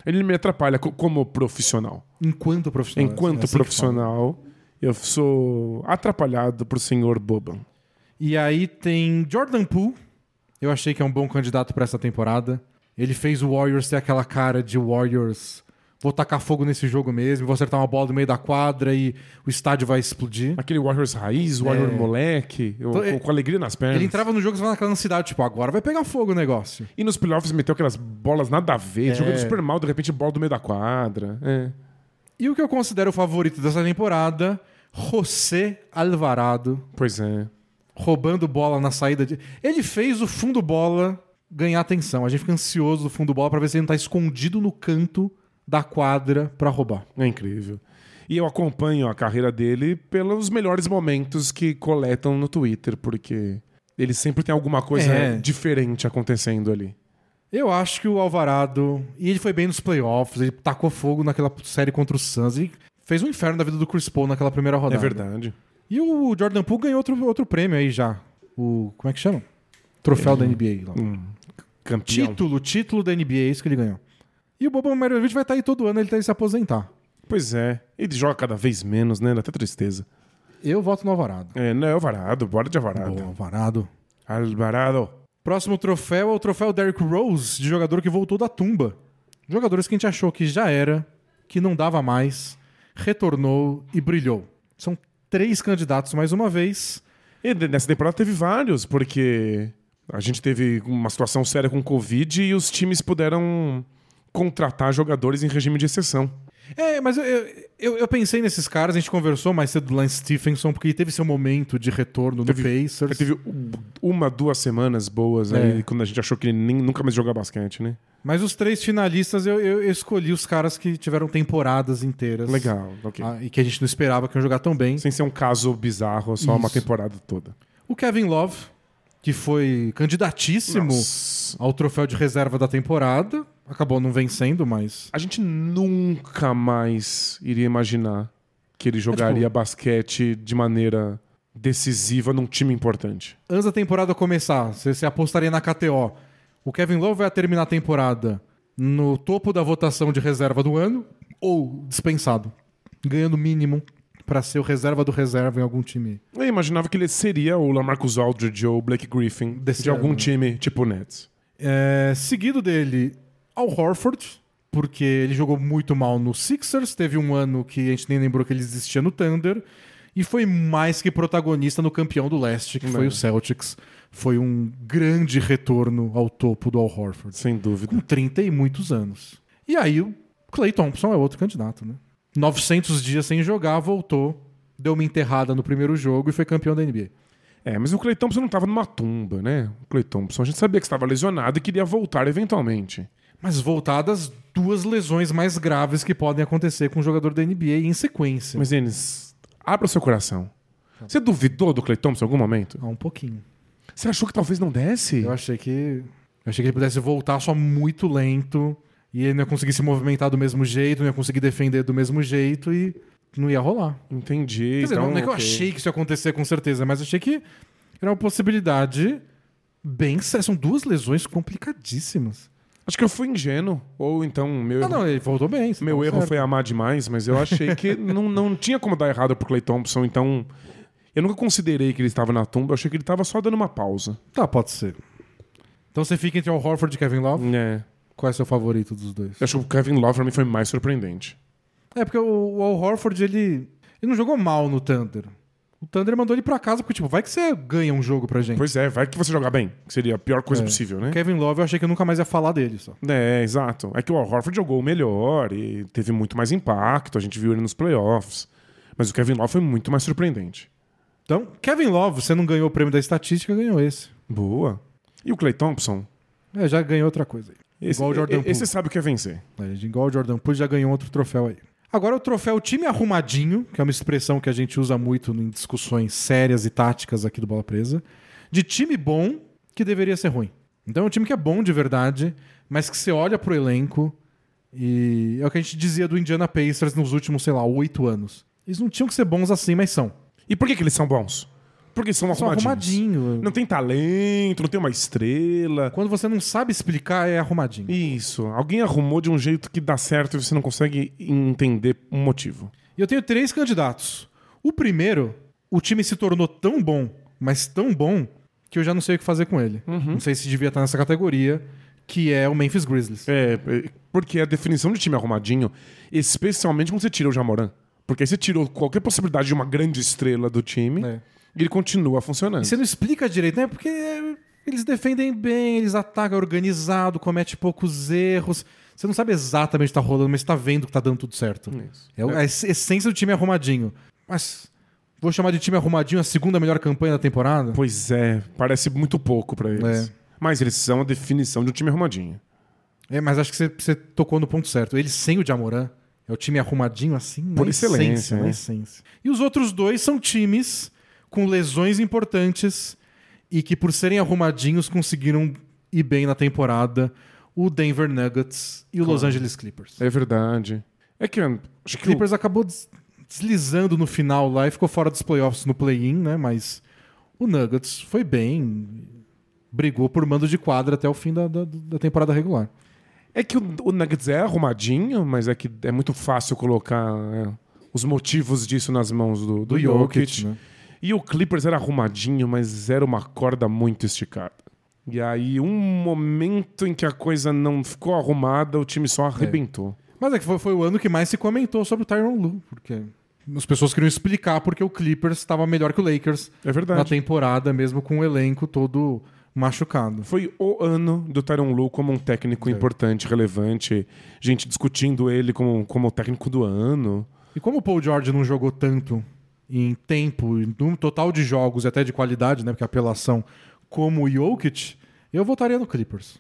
S2: Ele me atrapalha co- como profissional.
S1: Enquanto profissional.
S2: Enquanto
S1: É assim que
S2: profissional, eu sou atrapalhado por senhor Boban.
S1: E aí tem Jordan Poole. Eu achei que é um bom candidato pra essa temporada. Ele fez o Warriors ter aquela cara de Warriors. Vou tacar fogo nesse jogo mesmo, vou acertar uma bola no meio da quadra e o estádio vai explodir.
S2: Aquele Warriors raiz, Warrior moleque, eu-
S1: É. Então, ele-
S2: com alegria nas pernas.
S1: Ele entrava no jogo e tava naquela ansiedade, tipo, agora vai pegar fogo o negócio.
S2: E nos playoffs meteu aquelas bolas nada a ver, jogando
S1: É.
S2: super mal, de repente bola do meio da quadra. É.
S1: E o que eu considero o favorito dessa temporada, José Alvarado,
S2: Pois é.
S1: roubando bola na saída de. Ele fez o fundo bola ganhar atenção. A gente fica ansioso do fundo bola pra ver se ele não tá escondido no canto da quadra pra roubar.
S2: É incrível. E eu acompanho a carreira dele pelos melhores momentos que coletam no Twitter, porque ele sempre tem alguma coisa
S1: É.
S2: diferente acontecendo ali.
S1: Eu acho que o Alvarado. E ele foi bem nos playoffs, ele tacou fogo naquela série contra o Suns. Ele fez um inferno na vida do Chris Paul naquela primeira rodada.
S2: É verdade.
S1: E o Jordan Poole ganhou outro, outro prêmio aí já. O. Como é que chama? Troféu da
S2: Hum,
S1: NBA. Lá.
S2: Campeão.
S1: Título, título da NBA, é isso que ele ganhou. E o Boban Marjovic vai estar aí todo ano, ele tá aí se aposentar.
S2: Pois é. Ele joga cada vez menos, né? Dá até tristeza.
S1: Eu voto no Alvarado.
S2: É, não, é Alvarado. Bora de Alvarado.
S1: Boa, Alvarado.
S2: Alvarado.
S1: Próximo troféu é o troféu Derrick Rose, de jogador que voltou da tumba. Jogadores que a gente achou que já era, que não dava mais, retornou e brilhou. São três candidatos mais uma vez.
S2: E de- nessa temporada teve vários, porque a gente teve uma situação séria com o Covid e os times puderam contratar jogadores em regime de exceção.
S1: É, mas eu, eu, eu- eu pensei nesses caras, a gente conversou mais cedo do Lance Stephenson, porque ele teve seu momento de retorno no
S2: Ele
S1: Pacers.
S2: teve u- uma, duas semanas boas
S1: É.
S2: aí, quando a gente achou que ele nem- nunca mais jogava basquete, né?
S1: Mas os três finalistas eu, eu- eu escolhi os caras que tiveram temporadas inteiras.
S2: Legal, ok.
S1: Ah, e que a gente não esperava que iam jogar tão bem.
S2: Sem ser um caso bizarro, só uma temporada toda.
S1: O Kevin Love, que foi candidatíssimo
S2: Nossa.
S1: ao troféu de reserva da temporada, acabou não vencendo, mas.
S2: A gente nunca mais iria imaginar
S1: É,
S2: que ele jogaria
S1: tipo-
S2: basquete de maneira decisiva num time importante.
S1: Antes da temporada começar, você, você apostaria na KTO. O Kevin Love vai terminar a temporada no topo da votação de reserva do ano ou dispensado, ganhando o mínimo pra ser o reserva do reserva em algum time.
S2: Eu imaginava que ele seria o Lamarcus Aldridge ou o Blake Griffin
S1: Desse
S2: de algum
S1: ano.
S2: time tipo Nets.
S1: É, seguido dele, Al Horford, porque ele jogou muito mal no Sixers, teve um ano que a gente nem lembrou que ele existia no Thunder, e foi mais que protagonista no campeão do leste, que foi o Celtics. Foi um grande retorno ao topo do Al Horford,
S2: Sem
S1: com
S2: dúvida.
S1: 30 e muitos anos. E aí o Clay Thompson é outro candidato, né? 900 dias sem jogar, voltou, deu uma enterrada no primeiro jogo e foi campeão da NBA.
S2: É, mas o Clay Thompson não tava numa tumba, né? O Clay Thompson, a gente sabia que estava lesionado e queria voltar eventualmente.
S1: Mas voltadas duas lesões mais graves que podem acontecer com um jogador da NBA em sequência.
S2: Mas, Enes, abra o seu coração.
S1: Tá.
S2: Você duvidou do Clay Thompson em algum momento?
S1: Ah, um pouquinho.
S2: Você achou que talvez não desse?
S1: Eu achei que. Eu achei que ele pudesse voltar só muito lento. E ele não ia conseguir se movimentar do mesmo jeito, não ia conseguir defender do mesmo jeito e não ia rolar.
S2: Entendi.
S1: Quer dizer,
S2: então,
S1: não é que eu
S2: ok.
S1: achei que isso ia acontecer com certeza, mas achei que era uma possibilidade bem séria. São duas lesões complicadíssimas.
S2: Acho que eu fui ingênuo. Ou então, meu,
S1: Ah,
S2: erro-
S1: não, ele voltou bem. você
S2: meu
S1: tá
S2: erro
S1: certo.
S2: foi amar demais, mas eu
S1: [laughs]
S2: achei que não, não tinha como dar errado pro Clay Thompson, então. Eu nunca considerei que ele estava na tumba, eu achei que ele estava só dando uma pausa.
S1: Tá, pode ser. Então você fica entre o Horford e Kevin Love.
S2: É.
S1: Qual é seu favorito dos dois?
S2: Eu acho que o Kevin Love pra mim foi mais surpreendente.
S1: É, porque o, o Al Horford, ele, ele não jogou mal no Thunder. O Thunder mandou ele pra casa, porque, tipo, vai que você ganha um jogo pra gente.
S2: Pois é, vai que você jogar bem, que seria a pior
S1: É.
S2: coisa possível, né?
S1: Kevin Love, eu achei que eu nunca mais ia falar dele, só.
S2: É, exato. É que o Al Horford jogou melhor e teve muito mais impacto, a gente viu ele nos playoffs. Mas o Kevin Love foi muito mais surpreendente.
S1: Então, Kevin Love, você não ganhou o prêmio da estatística, ganhou esse.
S2: Boa. E o Clay Thompson?
S1: É, já ganhou outra coisa aí.
S2: Esse,
S1: Igual o Jordan
S2: e- esse
S1: Poole.
S2: sabe o que é vencer.
S1: É, igual o Jordan Poole já ganhou outro troféu aí. Agora o troféu time arrumadinho, que é uma expressão que a gente usa muito em discussões sérias e táticas aqui do Bola Presa, de time bom que deveria ser ruim. Então é um time que é bom de verdade, mas que você olha pro elenco e é o que a gente dizia do Indiana Pacers nos últimos, sei lá, oito anos. Eles não tinham que ser bons assim, mas são.
S2: E por que, que eles são bons? Porque são,
S1: São
S2: arrumadinhos.
S1: arrumadinho.
S2: Não tem talento, não tem uma estrela.
S1: Quando você não sabe explicar, é arrumadinho.
S2: Isso. Alguém arrumou de um jeito que dá certo e você não consegue entender um motivo.
S1: E eu tenho três candidatos. O primeiro, o time se tornou tão bom, mas tão bom, que eu já não sei o que fazer com ele. Não sei se devia estar nessa categoria, que é o Memphis Grizzlies.
S2: É, é, porque a definição de time arrumadinho, especialmente quando você tira o Jamoran. Porque aí você tirou qualquer possibilidade de uma grande estrela do time
S1: É.
S2: e ele continua funcionando.
S1: E Você não explica direito, né? Porque eles defendem bem, eles atacam organizado, comete poucos erros. Você não sabe exatamente o que tá rolando, mas você tá vendo que tá dando tudo certo.
S2: Isso.
S1: É o- a ess- essência do time arrumadinho. Mas vou chamar de time arrumadinho a segunda melhor campanha da temporada?
S2: Pois é, parece muito pouco pra
S1: É.
S2: eles. Mas eles são a definição de um time arrumadinho.
S1: É, mas acho que você, você tocou no ponto certo. Ele sem o Jamoran é o time arrumadinho assim, na
S2: Por excelência,
S1: essência, na
S2: né?
S1: essência. E os outros dois são times com lesões importantes e que por serem arrumadinhos conseguiram ir bem na temporada. O Denver Nuggets e o Los Angeles Clippers.
S2: É verdade. É que eu acho
S1: O
S2: que
S1: Clippers acabou des- deslizando no final lá e ficou fora dos playoffs no play-in, né? Mas o Nuggets foi bem, brigou por mando de quadra até o fim da- da- da temporada regular.
S2: o, é que o, o Nuggets é arrumadinho, mas é que é muito fácil colocar é, os motivos disso nas mãos do, do,
S1: Do
S2: Jokic.
S1: Jokic, né?
S2: E o Clippers era arrumadinho, mas era uma corda muito esticada. E aí, um momento em que a coisa não ficou arrumada, o time
S1: É.
S2: só arrebentou.
S1: Mas é que foi, foi o ano que mais se comentou sobre o Tyron Lu, porque as pessoas queriam explicar porque o Clippers estava melhor que o Lakers
S2: É verdade.
S1: na temporada, mesmo com o elenco todo machucado.
S2: Foi o ano do Tyron Lu como um
S1: É.
S2: técnico importante, relevante. Gente discutindo ele como, como o técnico do ano.
S1: E como o Paul George não jogou tanto em tempo, e no total de jogos e até de qualidade, né, porque apelação, como o Jokic, eu votaria no Clippers,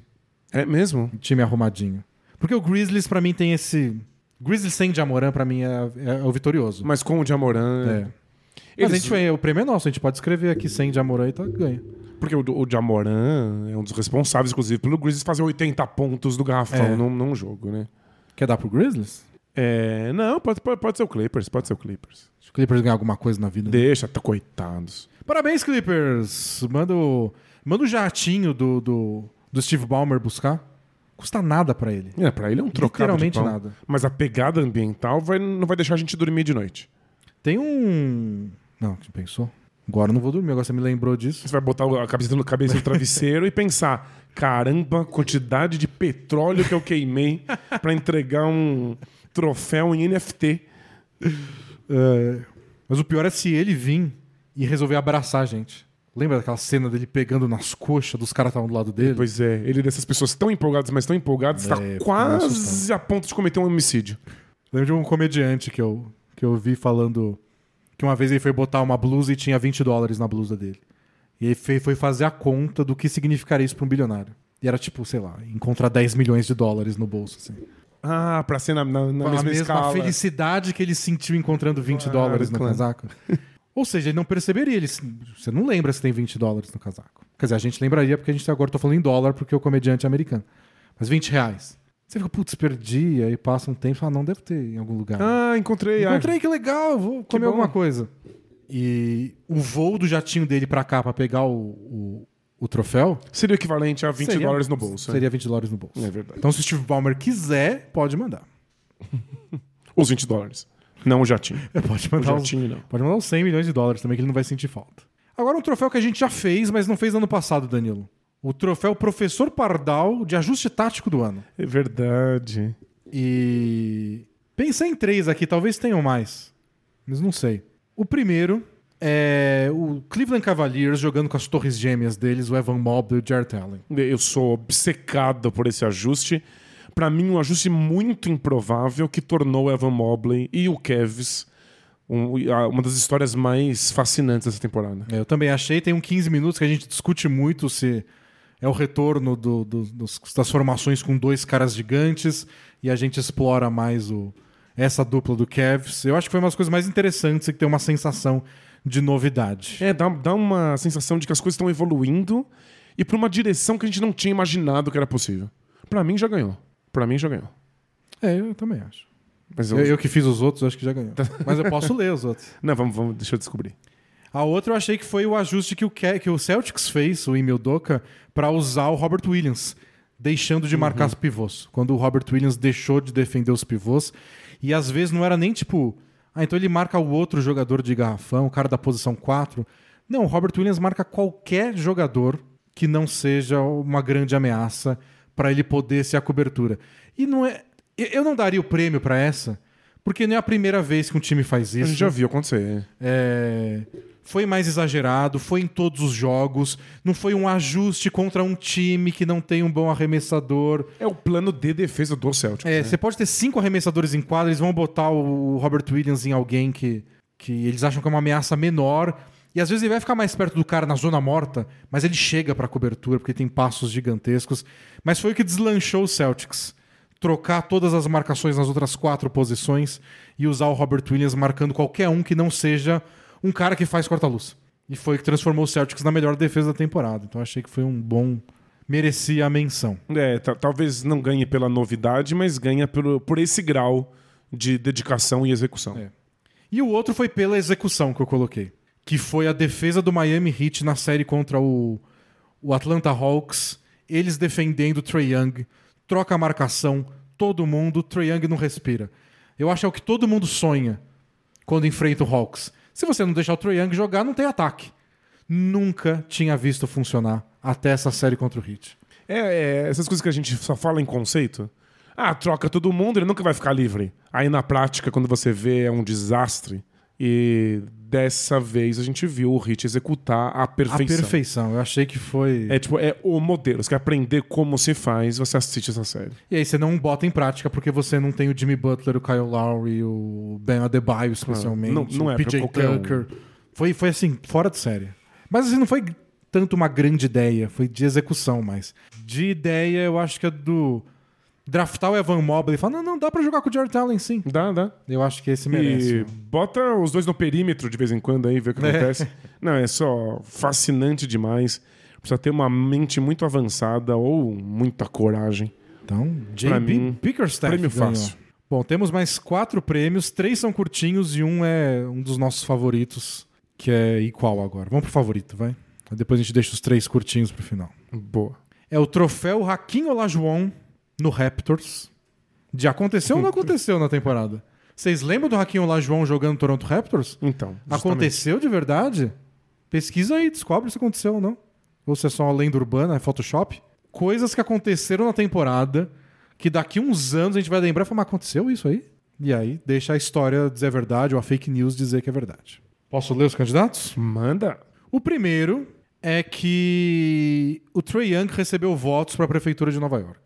S2: É mesmo?
S1: time arrumadinho. Porque o Grizzlies pra mim tem esse Grizzlies sem Jamoran pra mim é, é o vitorioso.
S2: Mas com o Jamoran.
S1: É. Mas a gente, é, o prêmio é nosso, a gente pode escrever aqui sem Jamoran e tá ganha.
S2: Porque o, o Jamoran é um dos responsáveis, inclusive, pelo Grizzlies fazer 80 pontos do garrafão
S1: É.
S2: num, num jogo, né?
S1: Quer dar pro Grizzlies?
S2: É, não, pode, pode, pode ser o Clippers, pode ser o Clippers.
S1: Se o Clippers ganhar alguma coisa na vida.
S2: Deixa, tá coitados.
S1: Parabéns, Clippers! Manda o, manda o jatinho do, do, do Steve Ballmer buscar. Custa nada pra ele.
S2: É, pra ele é um trocado de
S1: Literalmente
S2: pau.
S1: nada.
S2: Mas a pegada ambiental vai, não vai deixar a gente dormir de noite.
S1: Tem um. Não, você pensou? Agora eu não vou dormir, agora você me lembrou disso.
S2: Você vai botar a cabeça no cabeça do travesseiro [laughs] e pensar: caramba, quantidade de petróleo que eu queimei pra entregar um troféu em NFT.
S1: É, Mas o pior é se ele vir e resolver abraçar a gente. Lembra daquela cena dele pegando nas coxas dos caras que estavam do lado dele?
S2: Pois é, ele é dessas pessoas tão empolgadas, mas tão empolgadas, tá
S1: É,
S2: quase a ponto de cometer um homicídio.
S1: Lembro de um comediante que eu, que eu vi falando que uma vez ele foi botar uma blusa e tinha 20 dólares na blusa dele. E ele fe- foi fazer a conta do que significaria isso para um bilionário. E era tipo, sei lá, encontrar 10 milhões de dólares no bolso, assim.
S2: Ah, pra ser na, na, na
S1: a
S2: mesma,
S1: mesma
S2: escala.
S1: felicidade que ele sentiu encontrando 20
S2: Claro,
S1: dólares no
S2: claro. [laughs]
S1: casaco. Ou seja, ele não perceberia. Ele, se- você não lembra se tem 20 dólares no casaco. Quer dizer, a gente lembraria porque a gente agora tá falando em dólar porque o comediante é americano. Mas 20 reais. Você fica, putz, perdi. Aí passa um tempo e fala, não, deve ter em algum lugar.
S2: Ah, encontrei. ah,
S1: Encontrei, que legal, vou comer
S2: bom.
S1: alguma coisa. E o voo do jatinho dele pra cá pra pegar o, o, o troféu.
S2: Seria o equivalente a 20
S1: seria-
S2: dólares no bolso. né?
S1: Seria 20 dólares no bolso.
S2: É verdade.
S1: Então, se o Steve Ballmer quiser, pode mandar.
S2: Os 20 dólares. Não o jatinho.
S1: É, Pode
S2: O
S1: mandar, os,
S2: jatinho não.
S1: pode mandar uns 100 milhões de dólares também, que ele não vai sentir falta. Agora, um troféu que a gente já fez, mas não fez ano passado, Danilo. O troféu Professor Pardal de ajuste tático do ano.
S2: É verdade.
S1: E pensei em três aqui, talvez tenham mais, mas não sei. O primeiro é o Cleveland Cavaliers jogando com as torres gêmeas deles, o Evan Mobley e o Jared Allen.
S2: Eu sou obcecado por esse ajuste. Pra mim, um ajuste muito improvável que tornou o Evan Mobley e o Kevs um- a- uma das histórias mais fascinantes dessa temporada.
S1: É, Eu também achei, tem um 15 minutos que a gente discute muito se é o retorno do- do- dos- das formações com dois caras gigantes e a gente explora mais o- essa dupla do Cavs. Eu acho que foi uma das coisas mais interessantes e que tem uma sensação de novidade.
S2: É, dá, dá uma sensação de que as coisas estão evoluindo e pra uma direção que a gente não tinha imaginado que era possível. Pra mim, já ganhou. Pra mim, já ganhou.
S1: É, eu também acho.
S2: Mas
S1: [laughs]
S2: eu-
S1: Eu, eu que fiz os outros, acho que já ganhou. Mas eu posso ler os outros.
S2: Não, vamos, vamos, deixa eu descobrir.
S1: A outra eu achei que foi o ajuste que o, Ke- que o Celtics fez, o Emil Doca, para usar o Robert Williams, deixando de marcar os pivôs. Quando o Robert Williams deixou de defender os pivôs, e às vezes não era nem tipo, ah, então ele marca o outro jogador de garrafão, o cara da posição 4. Não, o Robert Williams marca qualquer jogador que não seja uma grande ameaça para ele poder ser a cobertura. E não é. eu- Eu não daria o prêmio para essa, porque não é a primeira vez que um time faz
S2: A
S1: isso.
S2: gente já viu acontecer.
S1: É, foi mais exagerado, foi em todos os jogos, não foi um ajuste contra um time que não tem um bom arremessador.
S2: É o plano de defesa do Celtic.
S1: É, Você pode ter cinco arremessadores em quadra, eles vão botar o Robert Williams em alguém que, que eles acham que é uma ameaça menor. E às vezes ele vai ficar mais perto do cara na zona morta, mas ele chega pra cobertura porque tem passos gigantescos. Mas foi o que deslanchou o Celtics. Trocar todas as marcações nas outras quatro posições e usar o Robert Williams marcando qualquer um que não seja um cara que faz corta-luz. E foi o que transformou o Celtics na melhor defesa da temporada. Então achei que foi um bom. merecia a menção.
S2: É, ta- talvez não ganhe pela novidade, mas ganha pelo, por esse grau de dedicação e execução.
S1: É. E o outro foi pela execução que eu coloquei. Que foi a defesa do Miami Heat na série contra o, o Atlanta Hawks. Eles defendendo o Trae Young. Troca a marcação. Todo mundo. Trae Young não respira. Eu acho que é o que todo mundo sonha quando enfrenta o Hawks. Se você não deixar o Trae Young jogar, não tem ataque. Nunca tinha visto funcionar até essa série contra o Heat.
S2: É, é, essas coisas que a gente só fala em conceito. Ah, troca todo mundo, ele nunca vai ficar livre. Aí na prática, quando você vê, é um desastre. E dessa vez a gente viu o Hit executar a
S1: A
S2: perfeição.
S1: perfeição. Eu achei que foi...
S2: É tipo, é o modelo. Você quer aprender como se faz, você assiste essa série.
S1: E aí você não bota em prática porque você não tem o Jimmy Butler, o Kyle Lowry, o Ben Adebayo especialmente,
S2: Ah, Não, não é
S1: o
S2: pra
S1: PJ
S2: qualquer um.
S1: Tucker. Foi, foi assim, fora de série. Mas assim, não foi tanto uma grande ideia, foi de execução, mas de ideia eu acho que é do draftar o Evan Mobley e falar, não, não, dá pra jogar com o Jared Allen sim.
S2: Dá, dá.
S1: Eu acho que esse
S2: E
S1: merece. né?
S2: bota os dois no perímetro de vez em quando aí, ver
S1: [laughs]
S2: o que acontece. Não, é só fascinante demais. Precisa ter uma mente muito avançada ou muita coragem.
S1: Então,
S2: Pra
S1: JB
S2: mim,
S1: Pickerstaff
S2: prêmio
S1: ganhou.
S2: fácil.
S1: Bom, temos mais quatro prêmios, três são curtinhos e um é um dos nossos favoritos, que é igual agora. Vamos pro favorito, vai. Aí Depois a gente deixa os três curtinhos pro final.
S2: Boa.
S1: É o troféu Hakim Olajuwon no Raptors. De aconteceu
S2: [laughs]
S1: ou não aconteceu na temporada? Vocês lembram do Hakim Olajuwon jogando no Toronto Raptors?
S2: Então. justamente.
S1: Aconteceu de verdade? Pesquisa aí, descobre se aconteceu ou não. Ou se é só uma lenda urbana, é Photoshop. Coisas que aconteceram na temporada que daqui uns anos a gente vai lembrar e falar, mas aconteceu isso aí? E aí deixa a história dizer a verdade ou a fake news dizer que é verdade. Posso ler os candidatos?
S2: Manda.
S1: O primeiro é que o Trey Young recebeu votos para a prefeitura de Nova
S2: [laughs]
S1: York.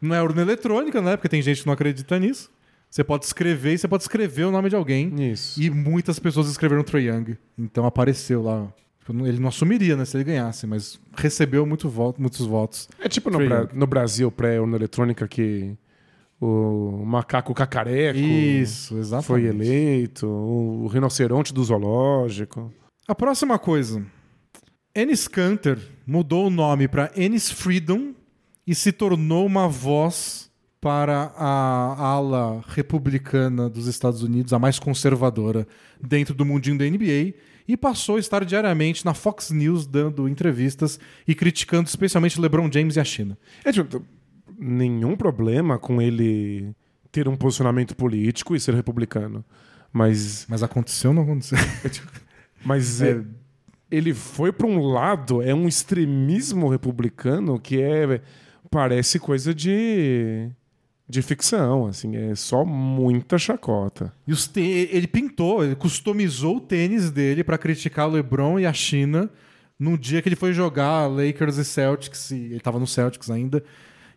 S1: não é urna eletrônica, né? Porque tem gente que não acredita nisso. Você pode escrever e você pode escrever o nome de alguém.
S2: Isso.
S1: E muitas pessoas escreveram Trey Young. Então apareceu lá. Tipo, não- Ele não assumiria, né? Se ele ganhasse, mas recebeu muito voto, muitos votos.
S2: É tipo no,
S1: Free.
S2: Bra- no Brasil, pré-urna eletrônica, que o macaco cacareco
S1: Isso, exatamente.
S2: É né? foi eleito, o rinoceronte do zoológico.
S1: A próxima coisa. Ennis Canter mudou o nome para Ennis Freedom e se tornou uma voz para a ala republicana dos Estados Unidos, a mais conservadora dentro do mundinho da NBA, e passou a estar diariamente na Fox News dando entrevistas e criticando especialmente LeBron James e a China.
S2: É tipo, nenhum problema com ele ter um posicionamento político e ser republicano. Mas,
S1: Mas aconteceu ou não aconteceu?
S2: mas é- ele foi para um lado, é um extremismo republicano que é parece coisa de, de ficção, assim, é só muita chacota.
S1: E os tê- ele pintou, ele customizou o tênis dele pra criticar o LeBron e a China num dia que ele foi jogar Lakers e Celtics, e ele tava no Celtics ainda,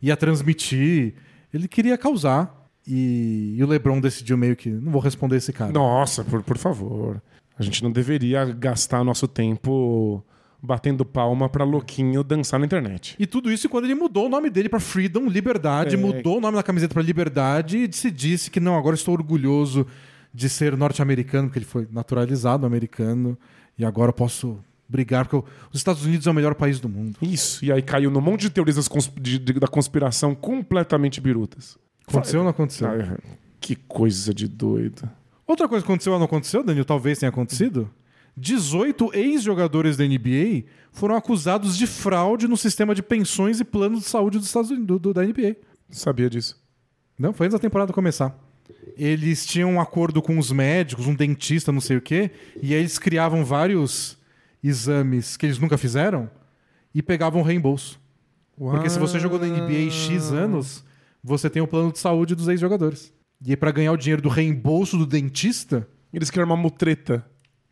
S1: ia transmitir. Ele queria causar. E, e o LeBron decidiu meio que, não vou responder esse cara.
S2: Nossa, por, por favor. A gente não deveria gastar nosso tempo batendo palma pra louquinho dançar na internet.
S1: E tudo isso quando ele mudou o nome dele pra Freedom, Liberdade,
S2: É.
S1: mudou o nome da camiseta pra Liberdade e se disse que não, agora estou orgulhoso de ser norte-americano, porque ele foi naturalizado americano e agora eu posso brigar porque eu- os Estados Unidos é o melhor país do mundo.
S2: Isso, e aí caiu num monte de teorias das cons- de- de- da conspiração completamente birutas.
S1: Aconteceu ou não aconteceu?
S2: Ah, que coisa de doido.
S1: Outra coisa que aconteceu ou não aconteceu, Danilo, talvez tenha acontecido. 18 ex-jogadores da NBA foram acusados de fraude no sistema de pensões e planos de saúde dos Estados Unidos, do- do- da NBA.
S2: Sabia disso.
S1: Não, foi antes da temporada começar. Eles tinham um acordo com os médicos, um dentista, não sei o quê, e aí eles criavam vários exames que eles nunca fizeram e pegavam reembolso. Porque se você jogou na NBA X anos, você tem o plano de saúde dos ex-jogadores. E aí, pra ganhar o dinheiro do reembolso do dentista,
S2: Eles querem uma mutreta.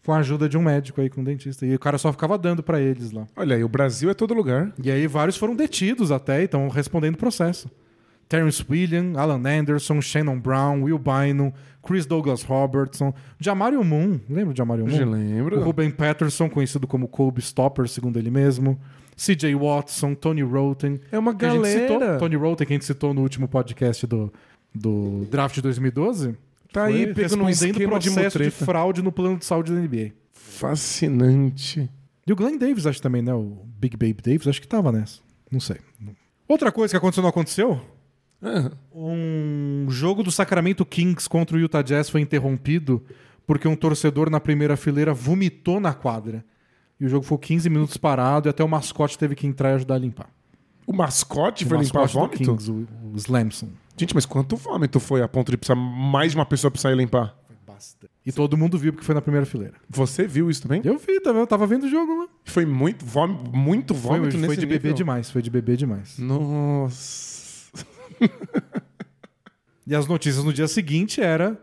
S1: com a ajuda de um médico aí, com um dentista. E o cara só ficava dando pra eles lá.
S2: Olha aí, o Brasil é todo lugar.
S1: E aí vários foram detidos até e estão respondendo o processo. Terence William, Alan Anderson, Shannon Brown, Will Bynum, Chris Douglas Robertson, Jamario Moon, lembra de Jamario
S2: Eu
S1: Moon? O
S2: lembro.
S1: Ruben Patterson, conhecido como Kobe Stopper, segundo ele mesmo. CJ Watson, Tony Roten.
S2: É uma
S1: que a gente citou.
S2: galera.
S1: Tony Roten, que a gente citou no último podcast do, do draft de 2012.
S2: Tá
S1: foi
S2: aí pegando um
S1: respondendo
S2: esquema de
S1: processo de,
S2: mutreta.
S1: fraude no plano de saúde da NBA.
S2: Fascinante.
S1: E o Glenn Davis, acho também, né? O Big Babe Davis, acho que tava nessa. Não sei. Outra coisa que aconteceu não aconteceu?
S2: Ah,
S1: Um jogo do Sacramento Kings contra o Utah Jazz foi interrompido porque um torcedor na primeira fileira vomitou na quadra. E o jogo foi 15 minutos parado e até o mascote teve que entrar e ajudar a limpar.
S2: o mascote
S1: O
S2: foi limpar
S1: mascote do
S2: vômito?
S1: Kings, o, o Slamson.
S2: Gente, mas quanto vômito foi a ponto de precisar mais de uma pessoa pra sair limpar?
S1: E todo mundo viu porque foi na primeira fileira.
S2: Você viu isso também?
S1: Eu vi, tava, eu tava vendo o jogo lá.
S2: Foi muito vômito, muito
S1: Foi,
S2: vômito
S1: foi
S2: nesse
S1: de bebê
S2: nível.
S1: demais, foi de bebê demais.
S2: Nossa.
S1: E as notícias no dia seguinte era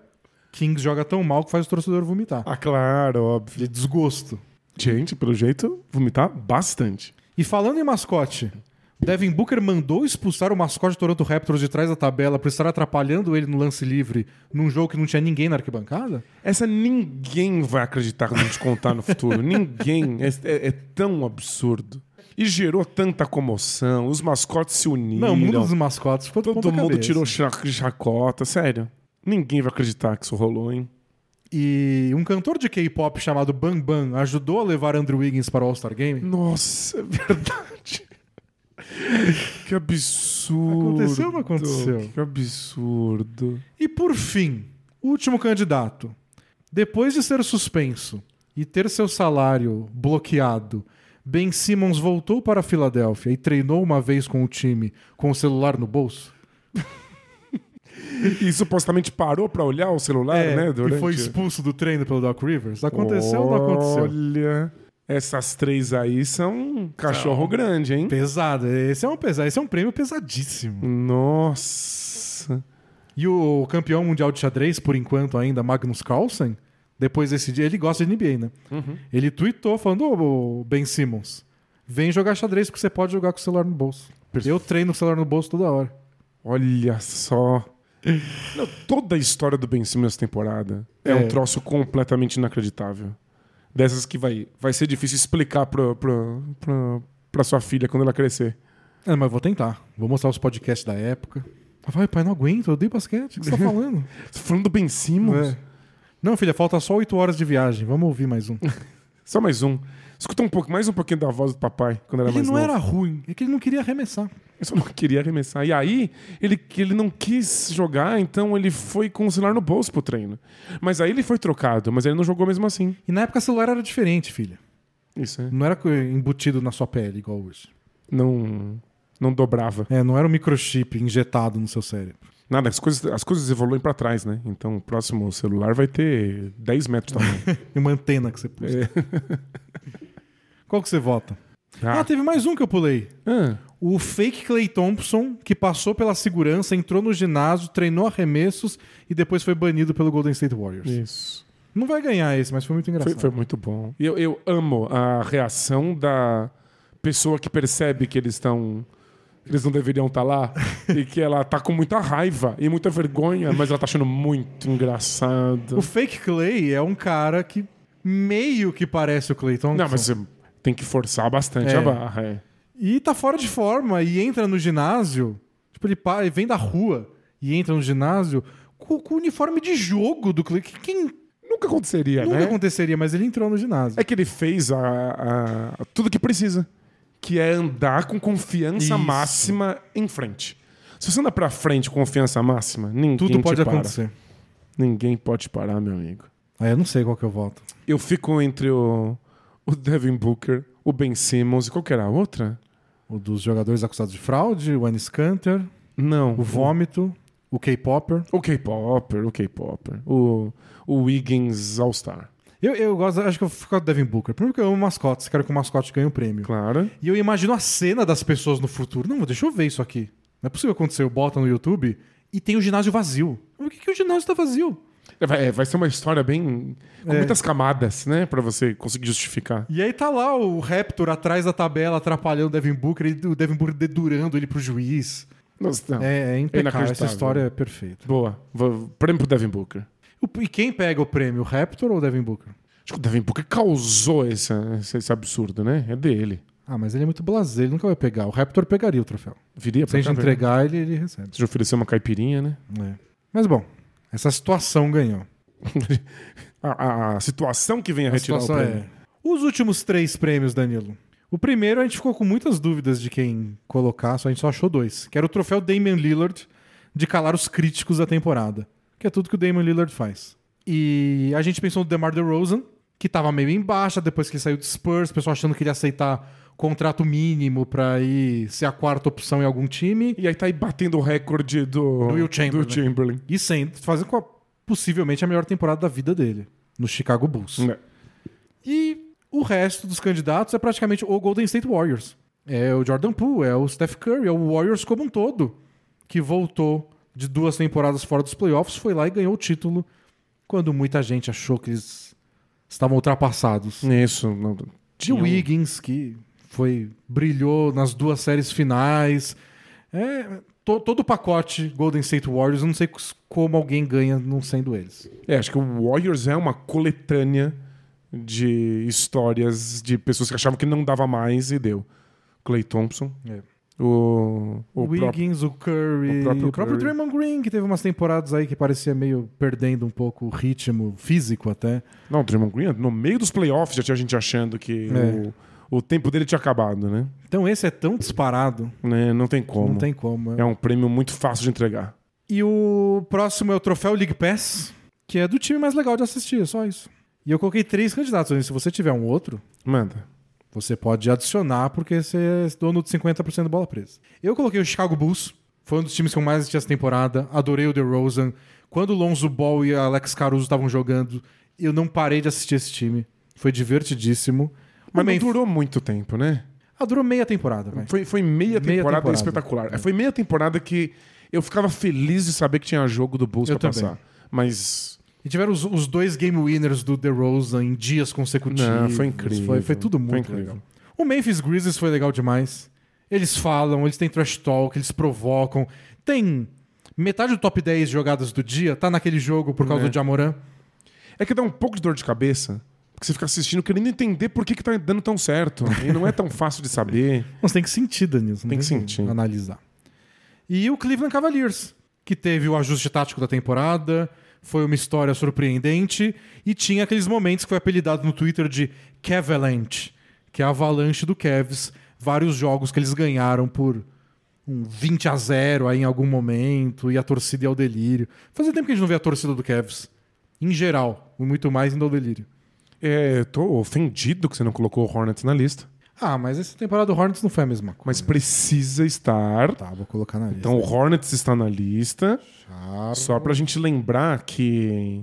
S1: Kings joga tão mal que faz o torcedor vomitar.
S2: Ah, claro, óbvio.
S1: De desgosto.
S2: Gente, pelo jeito, vomitar bastante.
S1: E falando em mascote, Devin Booker mandou expulsar o mascote do Toronto Raptors de trás da tabela por estar atrapalhando ele no lance livre num jogo que não tinha ninguém na arquibancada?
S2: Essa ninguém vai acreditar quando a gente contar
S1: [laughs]
S2: no futuro. ninguém. É, é- é tão absurdo. E gerou tanta comoção. Os mascotes se uniram.
S1: Não, o mundo dos mascotes ficou do
S2: Todo
S1: ponta
S2: mundo
S1: cabeça.
S2: tirou cha- chacota. Sério. Ninguém vai acreditar que isso rolou, hein?
S1: E um cantor de K-pop chamado Bang Bang ajudou a levar Andrew Wiggins para o All-Star Game?
S2: Nossa, é verdade. [laughs] que absurdo.
S1: Aconteceu ou não aconteceu?
S2: Que absurdo.
S1: E por fim, último candidato. Depois de ser suspenso e ter seu salário bloqueado, Ben Simmons voltou para a Filadélfia e treinou uma vez com o time com o celular no bolso.
S2: E supostamente parou pra olhar o celular,
S1: É,
S2: né? Durante...
S1: E foi expulso do treino pelo Doc Rivers? Aconteceu ou não aconteceu?
S2: Olha, essas três aí são um cachorro grande, hein?
S1: Pesado, esse é um pesado, esse é um prêmio pesadíssimo.
S2: Nossa.
S1: E o campeão mundial de xadrez, por enquanto ainda, Magnus Carlsen, depois desse dia, ele gosta de NBA, né? Ele tweetou falando, ô ô, Ben Simmons, vem jogar xadrez porque você pode jogar com o celular no bolso. Eu treino com o celular no bolso toda hora.
S2: Olha só. Não, toda a história do Ben Simmons temporada é,
S1: É.
S2: um troço completamente inacreditável. Dessas que vai, vai ser difícil explicar pro, pro, pro, pra sua filha quando ela crescer.
S1: É, mas vou tentar. Vou mostrar os podcasts da época. Ela fala, Ai, pai, não aguento, eu dei basquete. O [laughs] que você tá falando?
S2: Tô falando do Ben Simmons?
S1: É. Não, filha, falta só oito horas de viagem. Vamos ouvir mais um.
S2: Só mais um. Escuta um pouco, mais um pouquinho da voz do papai quando era
S1: Ele
S2: mais
S1: não
S2: novo.
S1: era ruim, é que ele não queria arremessar.
S2: Eu só não queria arremessar. E aí, ele, ele não quis jogar, então ele foi com o celular no bolso pro treino. Mas aí ele foi trocado, mas ele não jogou mesmo assim.
S1: E na época o celular era diferente, filha.
S2: Isso, é.
S1: Não era co- embutido na sua pele igual hoje.
S2: Não, não dobrava.
S1: É, não era um microchip injetado no seu cérebro.
S2: Nada, as coisas, as coisas evoluem pra trás, né? Então o próximo celular vai ter 10 metros de tamanho.
S1: E uma antena que você puxa. [laughs] Qual que você vota? Ah.
S2: Ah,
S1: teve mais um que eu pulei.
S2: ah,
S1: O fake Clay Thompson, que passou pela segurança, entrou no ginásio, treinou arremessos e depois foi banido pelo Golden State Warriors.
S2: isso.
S1: Não vai ganhar esse, mas foi muito
S2: Foi,
S1: engraçado.
S2: foi muito bom. E Eu, eu amo a reação da pessoa que percebe que eles estão. Eles não deveriam estar lá
S1: [laughs]
S2: e que ela tá com muita raiva e muita vergonha, mas ela tá achando muito engraçado.
S1: O fake Clay é um cara que meio que parece o Clay Thompson.
S2: Não, mas você tem que forçar bastante
S1: É.
S2: a barra. é.
S1: E tá fora de forma e entra no ginásio. Tipo, ele, pa- ele vem da rua e entra no ginásio com, com o uniforme de jogo do Clay. Que, quem
S2: Nunca aconteceria,
S1: nunca
S2: né?
S1: aconteceria, mas ele entrou no ginásio.
S2: É que ele fez a, a- a- tudo que precisa, que é andar com confiança
S1: Isso.
S2: máxima em frente. Se você andar pra frente com confiança máxima, ninguém
S1: Tudo
S2: te
S1: pode
S2: para.
S1: acontecer.
S2: Ninguém pode parar, meu amigo.
S1: Aí eu não sei qual que eu voto.
S2: Eu fico entre o, o Devin Booker, o Ben Simmons e qual que era a outra?
S1: O dos jogadores acusados de fraude, o Ennis Canter,
S2: Não.
S1: o Vômito, o K-Popper.
S2: O K-Popper, o K-Popper. O, o Wiggins All-Star.
S1: Eu, eu gosto, acho que eu vou ficar com o Devin Booker. Primeiro que eu amo mascotes, quero que o mascote ganhe o prêmio.
S2: Claro.
S1: E eu imagino a cena das pessoas no futuro. Não, deixa eu ver isso aqui. Não é possível acontecer. Eu boto no YouTube e tem o ginásio vazio. Por que, que o ginásio tá vazio?
S2: É, Vai, é, vai ser uma história bem. com
S1: É.
S2: muitas camadas, né? Pra você conseguir justificar.
S1: E aí tá lá o Raptor atrás da tabela atrapalhando o Devin Booker e o Devin Booker dedurando ele pro juiz.
S2: Nossa, não.
S1: É, é impecável. Essa
S2: inacreditável.
S1: história é perfeita.
S2: Boa. Vou- Prêmio pro Devin Booker.
S1: O- E quem pega o prêmio, o Raptor ou o Devin Booker?
S2: Acho que o Devin Booker causou esse, esse, esse absurdo, né? É dele.
S1: Ah, mas ele é muito blasé, ele nunca vai pegar. O Raptor pegaria o troféu.
S2: Viria pra
S1: Se a gente
S2: cá, né?
S1: entregar, ele, ele recebe.
S2: Se oferecer uma caipirinha, né?
S1: É. Mas bom, essa situação ganhou.
S2: A, a- a situação que vem a,
S1: A
S2: retirar o
S1: situação
S2: prêmio.
S1: é. Os últimos três prêmios, Danilo. O primeiro a gente ficou com muitas dúvidas de quem colocar, só a gente só achou dois. Que era o troféu Damian Lillard de calar os críticos da temporada. Que é tudo que o Damian Lillard faz. E a gente pensou no DeMar DeRozan, que tava meio em baixa depois que ele saiu do Spurs, o pessoal achando que ele ia aceitar contrato mínimo pra ir ser a quarta opção em algum time.
S2: E aí tá aí batendo o recorde do,
S1: Do Will Chamberlain.
S2: do Chamberlain.
S1: E sem, fazendo com a- possivelmente a melhor temporada da vida dele, no Chicago Bulls.
S2: Né?
S1: E o resto dos candidatos é praticamente o Golden State Warriors. É o Jordan Poole, é o Steph Curry, é o Warriors como um todo, que voltou de duas temporadas fora dos playoffs, foi lá e ganhou o título quando muita gente achou que eles estavam ultrapassados.
S2: Isso. não-
S1: De
S2: Hum, tinha um-
S1: Wiggins, que foi brilhou nas duas séries finais. É, to- todo o pacote Golden State Warriors, eu não sei c- como alguém ganha não sendo eles.
S2: É, acho que o Warriors é uma coletânea de histórias de pessoas que achavam que não dava mais e deu. Clay Thompson,
S1: É.
S2: o, o
S1: O
S2: próprio.
S1: Wiggins, o Curry,
S2: o
S1: o
S2: próprio
S1: próprio,
S2: Curry.
S1: Draymond Green, que teve umas temporadas aí que parecia meio perdendo um pouco o ritmo físico até.
S2: Não, o Draymond Green, no meio dos playoffs já tinha gente achando que
S1: É.
S2: o, o tempo dele tinha acabado, né?
S1: Então esse é tão disparado,
S2: Né, Não tem como.
S1: não tem como. é.
S2: É um prêmio muito fácil de entregar.
S1: E o próximo é o troféu League Pass, que é do time mais legal de assistir, é só isso. E eu coloquei três candidatos. Se você tiver um outro,
S2: Manda.
S1: Você pode adicionar porque você é dono de 50% da bola presa. Eu coloquei o Chicago Bulls, foi um dos times que eu mais assisti essa temporada, adorei o DeRozan. Quando o Lonzo Ball e Alex Caruso estavam jogando, eu não parei de assistir esse time. Foi divertidíssimo.
S2: Mas não
S1: Também-
S2: durou muito tempo, né?
S1: Ah, durou meia temporada, vai.
S2: Foi, foi meia,
S1: Meia
S2: temporada,
S1: temporada. É.
S2: espetacular. Foi meia temporada que eu ficava feliz de saber que tinha jogo do Bulls
S1: Eu
S2: pra
S1: também.
S2: passar. Mas
S1: E tiveram os, os dois game winners do DeRozan em dias consecutivos.
S2: Não, foi incrível.
S1: Foi, foi tudo
S2: Foi
S1: muito
S2: incrível.
S1: legal. O Memphis Grizzlies foi legal demais. Eles falam, eles têm trash talk, eles provocam. Tem metade do top 10 jogadas do dia tá naquele jogo por causa
S2: É.
S1: do Jamoran.
S2: É que dá um pouco de dor de cabeça. Porque você fica assistindo querendo entender por que, que tá dando tão certo. E não
S1: [laughs]
S2: é tão fácil de saber.
S1: Mas tem que sentir, Danilson.
S2: Tem que sentir.
S1: Analisar. E o Cleveland Cavaliers, que teve o ajuste tático da temporada, foi uma história surpreendente e tinha aqueles momentos que foi apelidado no Twitter de Cavalanche, que é a avalanche do Cavs. Vários jogos que eles ganharam por um 20 a 0 aí em algum momento e a torcida ia ao delírio. Fazia tempo que a gente não vê a torcida do Cavs. Em geral, e muito mais indo ao delírio.
S2: É, eu tô ofendido que você não colocou o Hornets na lista.
S1: Ah, mas essa temporada do Hornets não foi a mesma coisa.
S2: Mas precisa estar.
S1: Tá, vou colocar na lista.
S2: Então o Hornets está na lista.
S1: Claro.
S2: Só pra gente lembrar que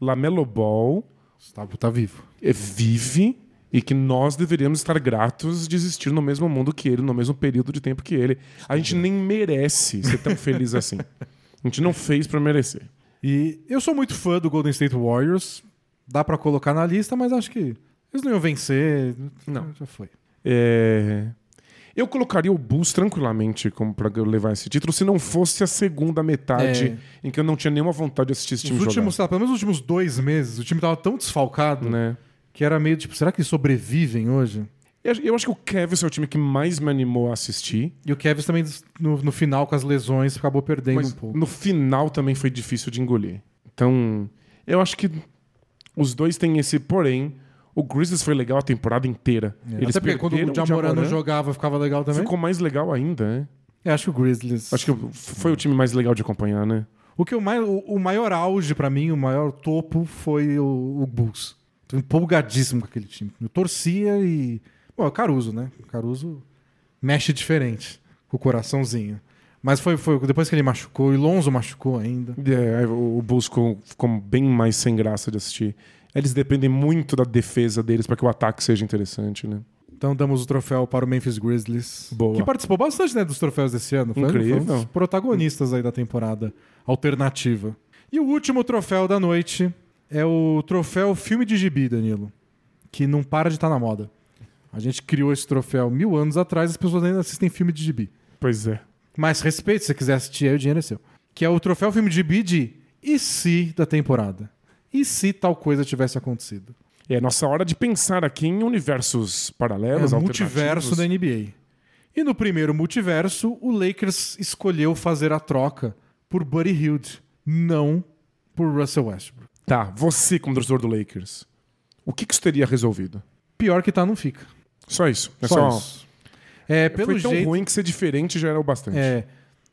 S2: Lamelo Ball
S1: Gustavo tá vivo.
S2: é, vive e que nós deveríamos estar gratos de existir no mesmo mundo que ele, no mesmo período de tempo que ele. A gente nem merece ser tão feliz assim. A gente não fez pra merecer.
S1: E eu sou muito fã do Golden State Warriors. Dá pra colocar na lista, mas acho que eles não iam vencer.
S2: Não.
S1: Já foi.
S2: É, Eu colocaria o Bulls tranquilamente como para levar esse título se não fosse a segunda metade em que eu não tinha nenhuma vontade de assistir esse
S1: É. Os
S2: time
S1: últimos, sei lá, pelo menos os últimos dois meses, o time tava tão desfalcado
S2: jogar. Né?
S1: que era meio tipo, será que eles sobrevivem hoje?
S2: Eu eu acho que o Cavs é o time que mais me animou a assistir,
S1: E o Kevin também, no, no final, com as lesões, acabou perdendo
S2: mas
S1: um pouco.
S2: no final também foi difícil de engolir. Então, eu acho que os dois têm esse porém. O Grizzlies foi legal a temporada inteira.
S1: É.
S2: Eles
S1: Até porque quando
S2: perderam
S1: o Jamoran não
S2: Jamoran,
S1: jogava, ficava legal também.
S2: ficou mais legal ainda. né?
S1: Eu acho que o Grizzlies.
S2: Acho que foi o time mais legal de acompanhar, né?
S1: O que o, mai, o, o maior auge pra mim, o maior topo foi o, o Bulls. Tô empolgadíssimo com aquele time. Eu torcia e. Bom, é o Caruso, né? O Caruso mexe diferente com o coraçãozinho. Mas foi, foi depois que ele machucou, e Lonzo machucou ainda.
S2: É, o o Bulls ficou, ficou bem mais sem graça de assistir. Eles dependem muito da defesa deles para que o ataque seja interessante, né?
S1: Então damos o troféu para o Memphis Grizzlies.
S2: Boa.
S1: Que participou bastante né, dos troféus desse ano. Foi,
S2: Incrível.
S1: foi um dos protagonistas aí da temporada alternativa. E o último troféu da noite é o troféu filme de gibi, Danilo. Que não para de estar na moda. A gente criou esse troféu mil anos atrás as pessoas ainda assistem filme de gibi.
S2: Pois é.
S1: Mas respeito, se você quiser assistir, aí o dinheiro é seu. Que é o troféu filme de gibi de E se da temporada? E se tal coisa tivesse acontecido?
S2: É a nossa hora de pensar aqui em universos paralelos,
S1: É o
S2: alternativos.
S1: multiverso da NBA. E no primeiro multiverso, o Lakers escolheu fazer a troca por Buddy Hield, não por Russell Westbrook.
S2: Tá, você como torcedor do Lakers, o que, que isso teria resolvido?
S1: Pior que tá, não fica.
S2: Só isso. É
S1: Só
S2: só,
S1: isso. É, pelo
S2: Foi tão
S1: jeito,
S2: ruim que ser diferente já era o bastante.
S1: é,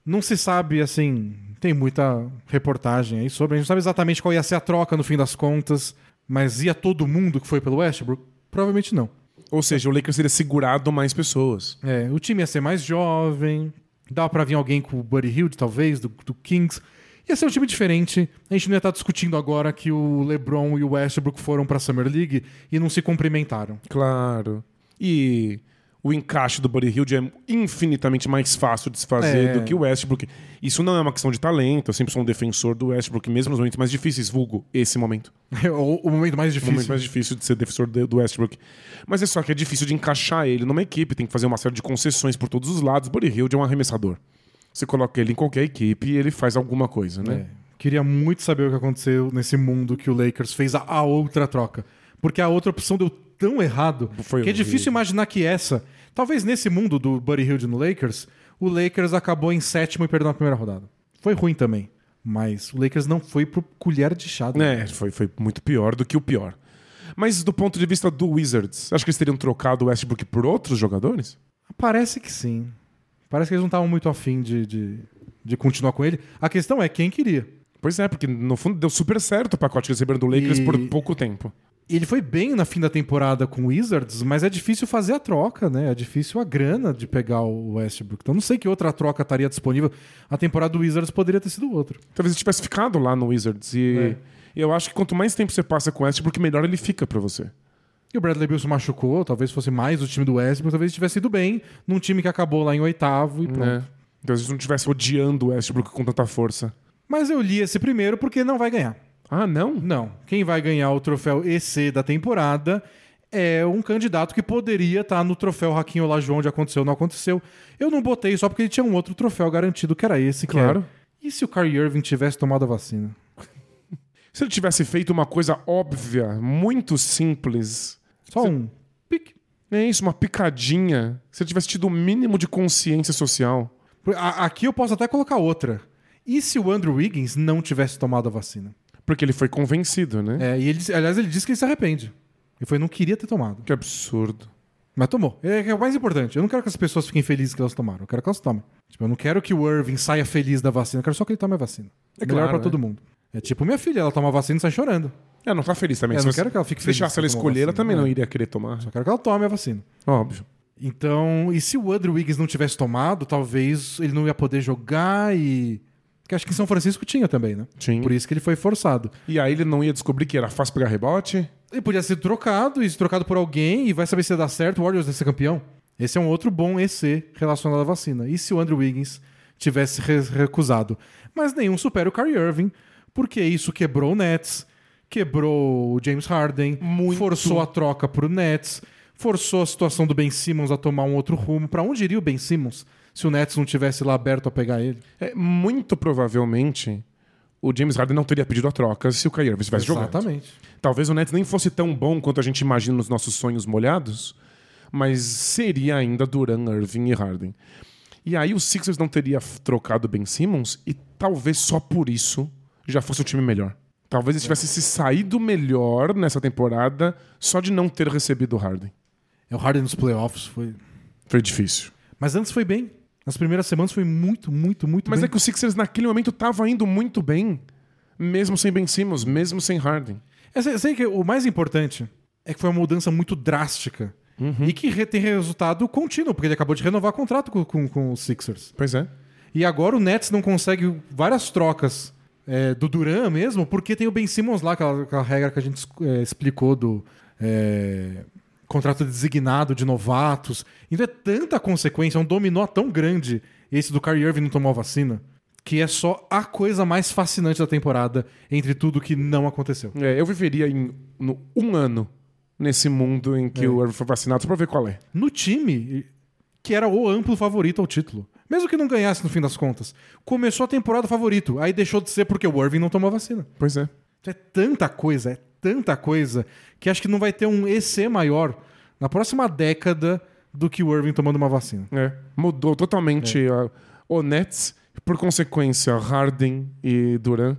S1: não se sabe, assim, tem muita reportagem aí sobre, a gente não sabe exatamente qual ia ser a troca no fim das contas, mas ia todo mundo que foi pelo Westbrook? Provavelmente não.
S2: Ou seja, o Lakers teria segurado mais pessoas.
S1: É, o time ia ser mais jovem, dava pra vir alguém com o Buddy Hield, talvez, do, do Kings. Ia ser um time diferente. A gente não ia estar discutindo agora que o LeBron e o Westbrook foram pra Summer League e não se cumprimentaram. [laughs]
S2: Claro. E o encaixe do Buddy Hilde é infinitamente mais fácil de se fazer
S1: É.
S2: do que o Westbrook. Isso não é uma questão de talento. Eu sempre sou um defensor do Westbrook, mesmo nos momentos mais difíceis, vulgo esse momento.
S1: É o, o momento mais
S2: O
S1: difícil.
S2: momento mais difícil de ser defensor de- do Westbrook. Mas é só que é difícil de encaixar ele numa equipe. Tem que fazer uma série de concessões por todos os lados. Buddy Hilde é um arremessador. Você coloca ele em qualquer equipe e ele faz alguma coisa, né?
S1: É. Queria muito saber o que aconteceu nesse mundo que o Lakers fez a, a outra troca. Porque a outra opção deu tão errado
S2: Foi
S1: que é
S2: horrível.
S1: difícil imaginar que essa. Talvez nesse mundo do Buddy Hilde no Lakers, o Lakers acabou em sétimo e perdeu na primeira rodada. Foi ruim também. Mas o Lakers não foi pro colher de chá. né?
S2: É, foi, foi muito pior do que o pior. Mas do ponto de vista do Wizards, acho que eles teriam trocado o Westbrook por outros jogadores?
S1: Parece que sim. Parece que eles não estavam muito afim de, de, de continuar com ele. A questão é quem queria.
S2: Pois é, porque no fundo deu super certo o pacote que eles receberam do Lakers
S1: E-
S2: por pouco tempo.
S1: Ele foi bem na fim da temporada com o Wizards, mas é difícil fazer a troca, né? É difícil a grana de pegar o Westbrook. Então não sei que outra troca estaria disponível. A temporada do Wizards poderia ter sido outra.
S2: Talvez ele tivesse ficado lá no Wizards. E
S1: É.
S2: e eu acho que quanto mais tempo você passa com o Westbrook, melhor ele fica pra você.
S1: E o Bradley Bill se machucou, talvez fosse mais o time do Westbrook, talvez tivesse ido bem num time que acabou lá em oitavo e pronto.
S2: Né? Talvez eles não estivesse odiando o Westbrook com tanta força.
S1: Mas eu li esse primeiro porque não vai ganhar.
S2: Ah, não?
S1: Não. Quem vai ganhar o troféu EC da temporada é um candidato que poderia estar no troféu Raquinho Olajuwon onde aconteceu ou não aconteceu. Eu não botei só porque ele tinha um outro troféu garantido, que era esse, que é
S2: Claro.
S1: era, E se o Kyrie Irving tivesse tomado a vacina?
S2: Se ele tivesse feito uma coisa óbvia, muito simples,
S1: Só um. Pique.
S2: É isso, uma picadinha. Se ele tivesse tido o mínimo de consciência social.
S1: A- Aqui eu posso até colocar outra. E se o Andrew Wiggins não tivesse tomado a vacina?
S2: Porque ele foi convencido, né?
S1: É, e ele, disse- aliás, ele disse que ele se arrepende. Ele foi, não queria ter tomado.
S2: Que absurdo.
S1: Mas tomou. É que é o mais importante. Eu não quero que as pessoas fiquem felizes que elas tomaram. Eu quero que elas tomem. Tipo, eu não quero que o Irving saia feliz da vacina. Eu quero só que ele tome a vacina. É
S2: claro,
S1: melhor pra
S2: né?
S1: todo mundo. É tipo minha filha, ela toma a vacina e sai chorando.
S2: Ela não tá feliz também.
S1: É,
S2: Se
S1: não
S2: você
S1: quero que ela fique feliz
S2: Deixasse
S1: que
S2: ela
S1: tomou
S2: escolher, ela
S1: vacina,
S2: também
S1: né?
S2: não iria querer tomar.
S1: Só quero que ela tome a vacina.
S2: Óbvio.
S1: Então, e se o Andrew Wiggins não tivesse tomado, talvez ele não ia poder jogar e. Que acho que em São Francisco tinha também, né?
S2: Tinha.
S1: Por isso que ele foi forçado.
S2: E aí ele não ia descobrir que era fácil pegar rebote?
S1: Ele podia ser trocado, e ser trocado por alguém, e vai saber se ia dar certo o Warriors vai ser campeão. Esse é um outro bom EC relacionado à vacina. E se o Andrew Wiggins tivesse re- recusado? Mas nenhum supera o Kyrie Irving, porque isso quebrou o Nets, quebrou o James Harden,
S2: Muito.
S1: forçou a troca pro Nets, forçou a situação do Ben Simmons a tomar um outro rumo. Pra onde iria o Ben Simmons se o Nets não tivesse lá aberto a pegar ele?
S2: É, muito provavelmente o James Harden não teria pedido a troca se o Kyrie Irving tivesse jogado.
S1: Exatamente.
S2: Talvez o Nets nem fosse tão bom quanto a gente imagina nos nossos sonhos molhados, mas seria ainda Duran, Irving e Harden. E aí o Sixers não teria f- trocado Ben Simmons e talvez só por isso já fosse um time melhor. Talvez ele tivesse se saído melhor nessa temporada só de não ter recebido o Harden.
S1: É o Harden nos playoffs, foi.
S2: Foi difícil.
S1: Mas antes foi bem. Nas primeiras semanas foi muito, muito, muito
S2: Mas
S1: bem.
S2: é que o Sixers naquele momento tava indo muito bem, mesmo sem Ben Simmons, mesmo sem Harden.
S1: Eu sei, eu sei que o mais importante é que foi uma mudança muito drástica. E que re- tem resultado contínuo, porque ele acabou de renovar contrato com, com, com os Sixers.
S2: Pois é.
S1: E agora o Nets não consegue várias trocas é, do Duran mesmo, porque tem o Ben Simmons lá, aquela, aquela regra que a gente é, explicou do é, contrato designado de novatos. Então é tanta consequência, é um dominó tão grande esse do Kyrie Irving não tomar a vacina, que é só a coisa mais fascinante da temporada entre tudo que não aconteceu.
S2: É, eu viveria em no- um ano nesse mundo em que o Irving foi vacinado só pra ver qual é.
S1: no time que era o amplo favorito ao título. Mesmo que não ganhasse no fim das contas. Começou a temporada favorito, aí deixou de ser porque o Irving não tomou a vacina.
S2: Pois é.
S1: Então é tanta coisa, é tanta coisa, que acho que não vai ter um EC maior na próxima década do que o Irving tomando uma vacina.
S2: É, mudou totalmente a- o Nets, por consequência, Harden e Duran.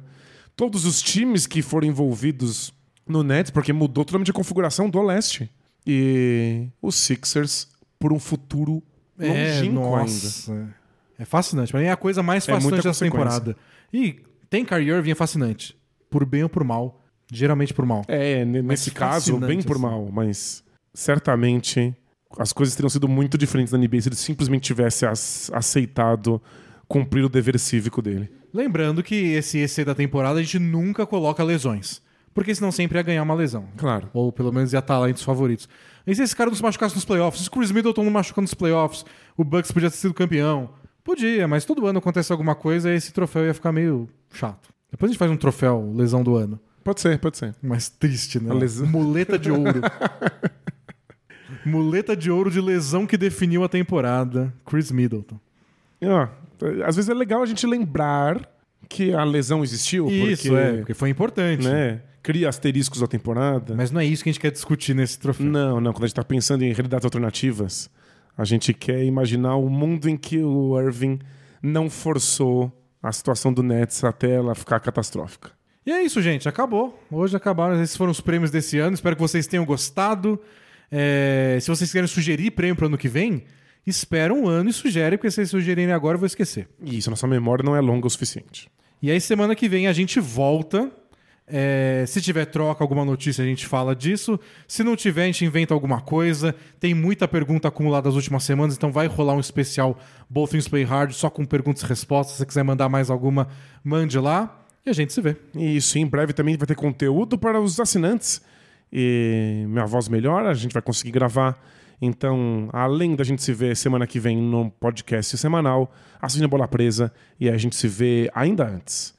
S2: Todos os times que foram envolvidos no Nets, porque mudou totalmente a configuração do leste. E os Sixers por um futuro longínquo ainda.
S1: É fascinante, mas é a coisa mais
S2: É muita
S1: fascinante dessa
S2: consequência.
S1: temporada. E tem Kyrie Irving é fascinante. Por bem ou por mal. Geralmente por mal.
S2: É, n- nesse caso,
S1: fascinante,
S2: bem por
S1: assim.
S2: mal, mas certamente as coisas teriam sido muito diferentes na NBA se ele simplesmente tivesse as- aceitado cumprir o dever cívico dele.
S1: Lembrando que esse EC da temporada a gente nunca coloca lesões. Porque senão sempre ia ganhar uma lesão.
S2: Claro.
S1: Ou pelo menos ia estar lá entre os favoritos. E se esse cara não se machucasse nos playoffs? Se o Chris Middleton não machucou nos playoffs? O Bucks podia ter sido campeão? Podia, mas todo ano acontece alguma coisa e esse troféu ia ficar meio chato. Depois a gente faz um troféu lesão do ano.
S2: Pode ser, pode ser.
S1: Mais triste, né?
S2: A lesão.
S1: Muleta de
S2: [laughs]
S1: ouro. Muleta de ouro de lesão que definiu a temporada. Chris Middleton.
S2: E, ó, às vezes é legal a gente lembrar que a lesão existiu,
S1: Isso,
S2: porque,
S1: é. Porque foi importante.
S2: né, cria asteriscos da temporada.
S1: Mas não é isso que a gente quer discutir nesse troféu.
S2: Não, não, quando a gente tá pensando em realidades alternativas, a gente quer imaginar o mundo em que o Irving não forçou a situação do Nets até ela ficar catastrófica.
S1: E é isso, gente. Acabou. Hoje acabaram. Esses foram os prêmios desse ano. Espero que vocês tenham gostado. É, Se vocês quiserem sugerir prêmio para ano que vem, espera um ano e sugere, porque se vocês sugerirem agora, eu vou esquecer.
S2: E isso, a nossa memória não é longa o suficiente.
S1: E aí, semana que vem, a gente volta. É, se tiver troca, alguma notícia, a gente fala disso. Se não tiver, a gente inventa alguma coisa. Tem muita pergunta acumulada nas últimas semanas, então vai rolar um especial Both Things Play Hard, só com perguntas e respostas. Se você quiser mandar mais alguma, mande lá. E a gente se vê.
S2: E Isso, em breve também vai ter conteúdo para os assinantes. E minha voz melhora, a gente vai conseguir gravar. Então, além da gente se ver semana que vem no podcast semanal, assina a Bola Presa e a gente se vê ainda antes.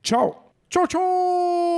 S2: Tchau!
S1: Tchau, tchau!